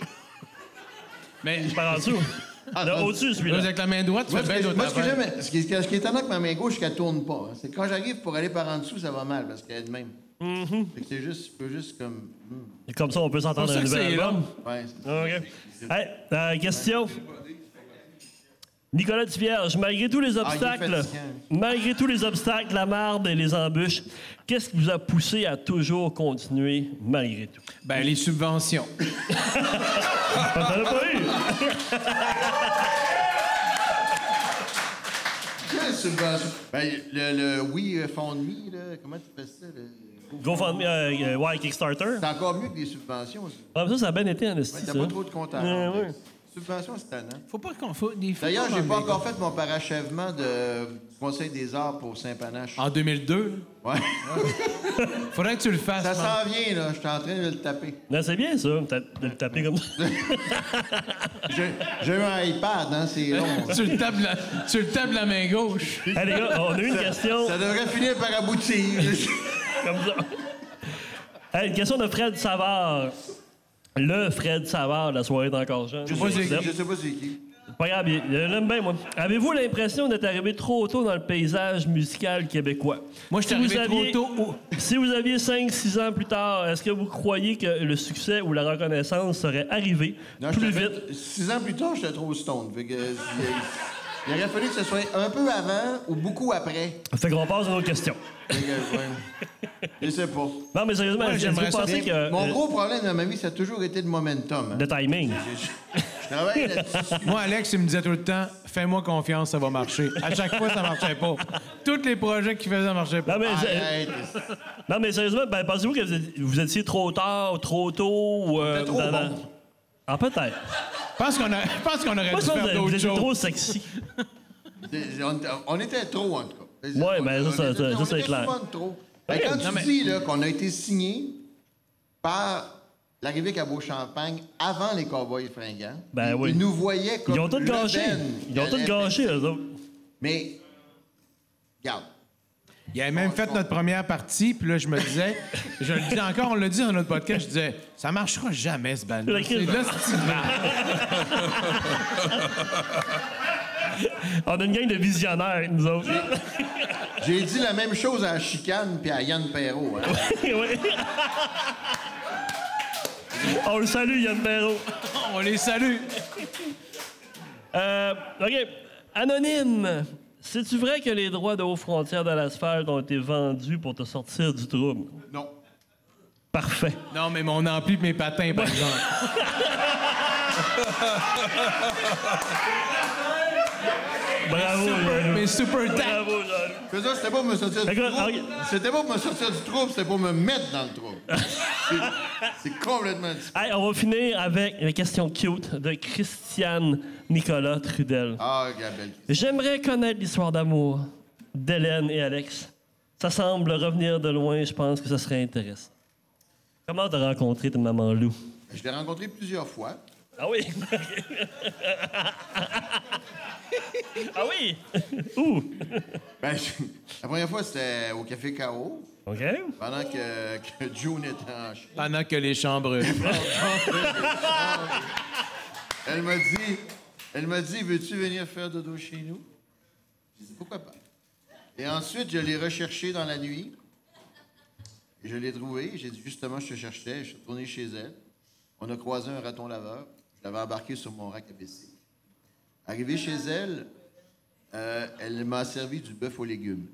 B: Mais
A: Par en dessous.
C: Ah,
A: Non,
C: non.
A: Au-dessus,
B: Là,
A: celui-là.
B: avec la main droite, tu
C: Moi,
B: fais
C: ce
B: bien
A: ben,
C: que, moi,
B: d'autres
C: ce que
B: affaires.
C: j'aime, ce qui, ce qui- ce qui est étonnant que ma main gauche, qu'elle tourne pas. hein. C'est que quand j'arrive pour aller par en dessous, ça va mal parce qu'elle est de même.
A: Mm-hmm.
C: Fait que c'est juste, je peux juste comme. hmm,
A: Et Comme ça, on peut s'entendre
B: C'est pour ça
A: un
B: que
A: nouvel
B: c'est
A: album. Ah,
C: ouais, c'est-
A: OK. Hey, euh, question. Nicolas Tivierge, malgré tous les
C: Ah, il est
A: obstacles,
C: fatigant.
A: malgré tous les obstacles, la marde et les embûches, qu'est-ce qui vous a poussé à toujours continuer malgré tout?
B: Ben, les subventions.
A: Ah, t'en as pas eu? Ah.
C: Quelle subvention? Ben, le, le oui euh, fond de mie, là, comment tu fais ça? le-
A: GoFundMe, euh, euh, ouais, Kickstarter.
C: C'est encore mieux que des subventions. ça.
A: Ah, ça, ça a bien été en esti,
C: Ouais, T'as
A: ça.
C: pas trop de comptes à
A: Ouais,
C: rendre.
A: ouais.
C: Subvention, c'est tannant.
B: Faut pas qu'on fasse des films
C: D'ailleurs, j'ai
B: en
C: pas
B: Lego.
C: encore fait mon parachèvement de Conseil des arts pour Saint-Panache.
A: Ah.
B: En 2002,
C: Ouais.
B: là. faudrait que tu le fasses.
C: Ça
B: man.
C: s'en vient, là. Je suis en train de le taper.
A: Non, c'est bien, ça, de le taper comme ça.
C: J'ai j'ai eu un iPad, hein, c'est long.
B: tu, le tapes la, tu le tapes la main gauche.
A: Hey, les gars, on a eu une question
C: Ça devrait finir par aboutir.
A: comme ça. Hey, une question de Fred Savard. Le Fred Savard, la soirée est encore jeune.
C: Je sais pas c'est qui, je sais pas c'est qui.
A: Pas grave, il- je l'aime bien, moi. Avez-vous l'impression d'être arrivé trop tôt dans le paysage musical québécois?
B: Moi, je suis
A: Si vous
B: arrivé trop
A: aviez-
B: tôt au-
A: Si vous aviez 5-6 ans plus tard, est-ce que vous croyez que le succès ou la reconnaissance serait arrivé
C: Non,
A: plus
C: je t'avais-
A: vite?
C: Six ans plus tard, j'étais trop stone. Fait que, euh, il- il aurait fallu que ce soit un peu avant ou beaucoup après.
A: Fait qu'on passe à une autre question.
C: Fait que, ouais. Je sais pas.
A: Non, mais sérieusement,
B: Ouais,
A: est-ce que
B: j'aimerais
A: vous
B: ça.
A: pensez que...
C: Mon
A: euh,
C: gros problème dans ma vie, ça a toujours été le momentum. hein.
A: de timing.
C: Je travaille là-dessus.
B: Moi, Alex, il me disait tout le temps Fais-moi confiance, ça va marcher. À chaque fois, ça marchait pas. Tous les projets qu'il faisait, ça marchait
A: Non,
B: pas.
A: mais,
C: Arrête.
A: non, mais sérieusement, ben, pensez-vous que vous, êtes- vous étiez trop tard, trop tôt? Ou, euh,
C: était trop
A: dans la-
C: bon.
A: Ah, peut-être.
B: Je pense qu'on a- je pense qu'on aurait
A: Moi,
B: dû
A: je pense que
B: faire
A: vous
B: d'autres
A: étiez
B: choses.
A: trop sexy.
C: On, on était trop, en tout cas.
A: Ouais,
C: On-
A: ben, ça,
C: on
A: ça,
C: était-
A: ça,
C: on
A: c'est
C: était
A: clair.
C: souvent trop. Ben, quand tu dis là, qu'on a été signé par l'arrivée à Beau-Champagne avant les Cowboys fringants,
A: Ben
C: ils,
A: oui.
C: ils nous voyaient comme
A: Ils ont tout
C: le Ben
A: gâché.
C: band
A: Ils ont
C: qui
A: tout
C: allait-
A: gâché, eux autres.
C: Mais, regarde,
B: Il avait même fait notre première partie, puis là, je me disais, je le dis encore, on l'a dit dans notre podcast, je disais, ça marchera jamais, ce band
A: Le Christ- On a une gang de visionnaires, nous autres.
C: j'ai dit la même chose à Chicane puis à Yann Perrault. hein.
A: Ouais. On le salue, Yann Perrault.
B: On les salue.
A: Euh, OK. Anonyme. C'est-tu vrai que les droits de haute frontière de l'asphalte ont été vendus pour te sortir du trouble?
C: Non.
A: Parfait.
B: Non, mais mon ampli pis mes patins, par exemple.
A: Bravo, Yann.
B: mes super tacs.
A: Bravo, Yann.
C: C'est ça, c'était pas pour me sortir du
A: Écoute,
C: trouble.
A: regarde.
C: C'était pas pour me sortir du trouble, c'était pour me mettre dans le trouble. C'est- C'est complètement différent.
A: Hey, on va finir avec la question cute de Christiane Nicolas Trudel.
C: Ah, Gabriel.
A: J'aimerais connaître l'histoire d'amour d'Hélène et Alex. Ça semble revenir de loin, je pense que ça serait intéressant. Comment t'as rencontré ta maman Lou?
C: Je l'ai rencontré plusieurs fois.
A: Ah oui! ah oui! Ouh!
C: Ben, je- La première fois, c'était au Café K.O.
A: OK.
C: pendant que, que June était en ch-
B: Pendant que les chambres.
C: Elle m'a dit, elle m'a dit, veux-tu venir faire dodo chez nous? J'ai dit, pourquoi pas? Et ensuite, je l'ai recherchée dans la nuit. Et je l'ai trouvée. J'ai dit, justement, je te cherchais. Je suis retourné chez elle. On a croisé un raton laveur. Je l'avais embarqué sur mon rack à bicycle. Arrivé chez elle, euh, elle m'a servi du bœuf aux légumes.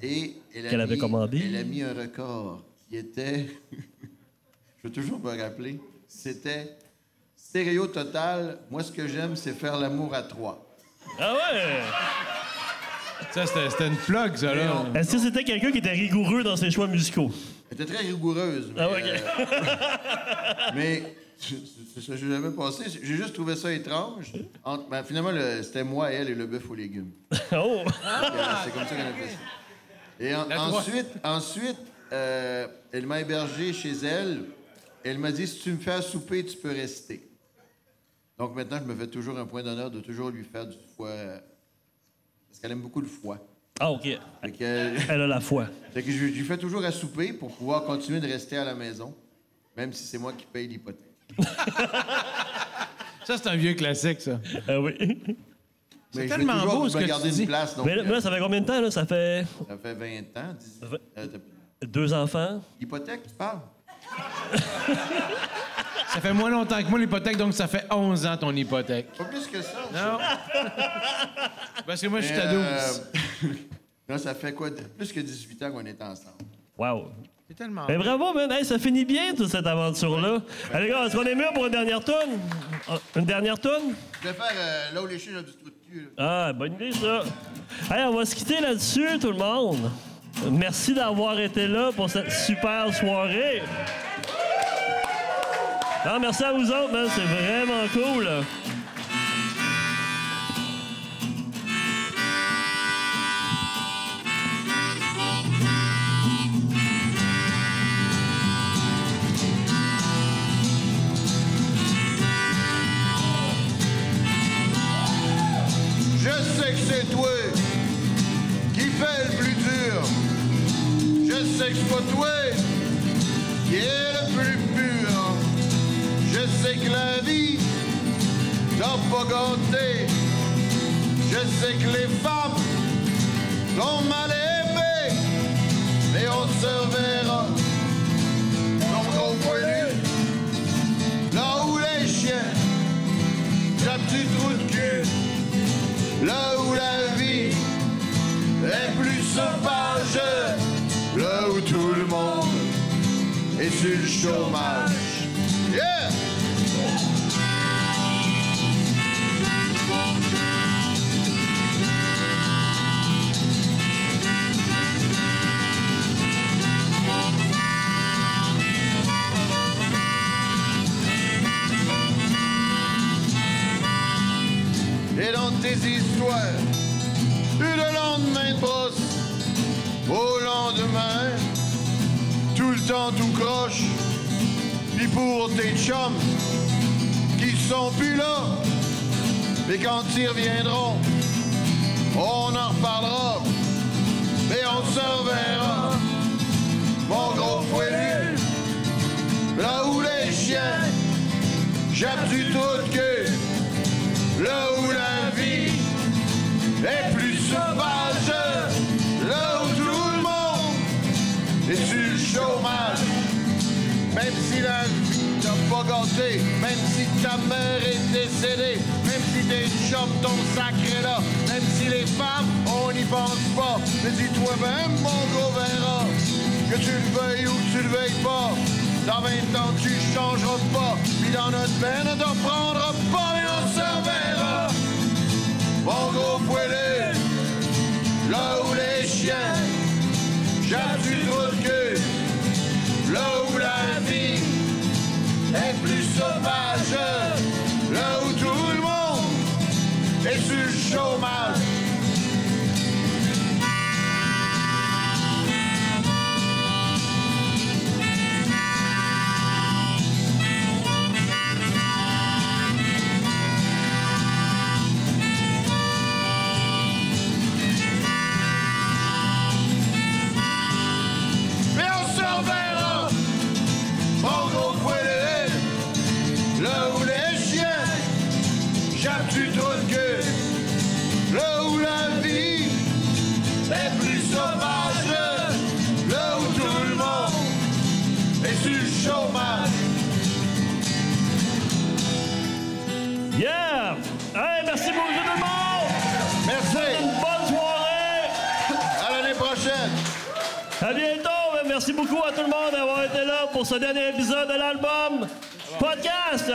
C: Et elle a
A: Qu'elle avait
C: mis-
A: commandé.
C: Elle a mis un record qui était, je veux toujours me rappeler, c'était stéréo total. Moi, ce que j'aime, c'est faire l'amour à trois.
A: Ah ouais!
B: Ça, c'était c'était une plug, ça, là.
A: Est-ce que c'était quelqu'un qui était rigoureux dans ses choix musicaux?
C: Elle était très rigoureuse. Mais,
A: Ah, ok.
C: euh, mais c'est- c'est ça que j'ai jamais passé. J'ai juste trouvé ça étrange. Entre- ben, finalement, le- c'était moi, elle et le bœuf aux légumes.
A: Oh!
C: Donc, euh, c'est comme ça qu'on appelle ça. Et en- ensuite, ensuite euh, elle m'a hébergé chez elle. Elle m'a dit, si tu me fais à souper, tu peux rester. Donc maintenant, je me fais toujours un point d'honneur de toujours lui faire du foie. euh, Parce qu'elle aime beaucoup le foie.
A: Ah, OK.
C: Fait que- euh,
A: Elle a la foi.
C: fait que je lui fais toujours à souper pour pouvoir continuer de rester à la maison, même si c'est moi qui paye l'hypothèque.
B: Ça, c'est un vieux classique, ça.
A: Ah oui.
C: Mais je vais
B: tellement
C: toujours
B: beau,
C: me
B: ce que tu
C: garder
B: dis.
C: une place. Donc,
A: Mais là,
C: euh,
A: là, ça fait combien de temps, là? Ça fait
C: ça fait 20 ans. 18,
A: Vingt-
C: euh, t'as-
A: deux enfants?
C: hypothèque, tu parles?
B: Ça fait moins longtemps que moi, l'hypothèque, donc ça fait 11 ans, ton hypothèque.
C: Pas plus que ça.
B: Non. Parce que moi, je suis à 12.
C: Euh, là, ça fait quoi? de- Plus que 18 ans qu'on est ensemble.
A: Wow!
B: C'est tellement.
A: Ben bravo, man. Hey, ça finit bien, toute cette aventure-là. Allez, gars, est-ce qu'on est mieux pour une dernière tourne? Euh, Une dernière tourne?
C: Je vais faire euh, là où les chiens ont du trou de cul. là.
A: Ah, bonne idée, ça. Hey, on va se quitter là-dessus, tout le monde. Merci d'avoir été là pour cette super soirée. Non, Ah, merci à vous autres, man. C'est vraiment cool.
C: Je sais que c'est toi qui fais le plus dur. Je sais que c'est pas toi qui est le plus pur. Je sais que la vie t'a pas gâté. Je sais que les femmes t'ont mal aimé. Mais on se reverra. Donc au point nu, là où les chiens, la petite roue de cul là où la vie est plus sauvage, là où tout le monde est sur le chômage. Yeah! et dans tes histoires, le lendemain de brosse, au lendemain, tout le temps tout croche, puis pour tes chums qui sont plus là, mais quand ils reviendront, on en reparlera, mais on se reverra, mon gros poilu, là où les chiens jappent du tout de queue là où la vie est plus sauvage, là où tout le monde est sur le chômage. Même si la vie t'a pas gâté, même si ta mère est décédée, même si tes chums ton sacré là, même si les femmes, on n'y pense pas. Mais dis-toi même, mon gros verra, que tu le veuilles ou que tu le veuilles pas. Dans 20 ans, tu changeras pas, puis dans notre peine, on t'en prendra pas, mais on se reverra. Mon gros poêlé, là où les chiens, jappent du trou de cul, là où la vie est plus sauvage, là où tout le monde est sur le chômage. Mais on se reverra, mon gros poêlé, là où les chiens jappent du trou de gueule, là où la vie est plus sauvage, là où tout le monde est sur le chômage.
A: Yeah! Hey, merci beaucoup tout le monde!
C: Merci,
A: Bonne soirée!
C: à l'année prochaine.
A: À bientôt! Ben, Merci beaucoup à tout le monde d'avoir été là pour ce dernier épisode de l'album podcast!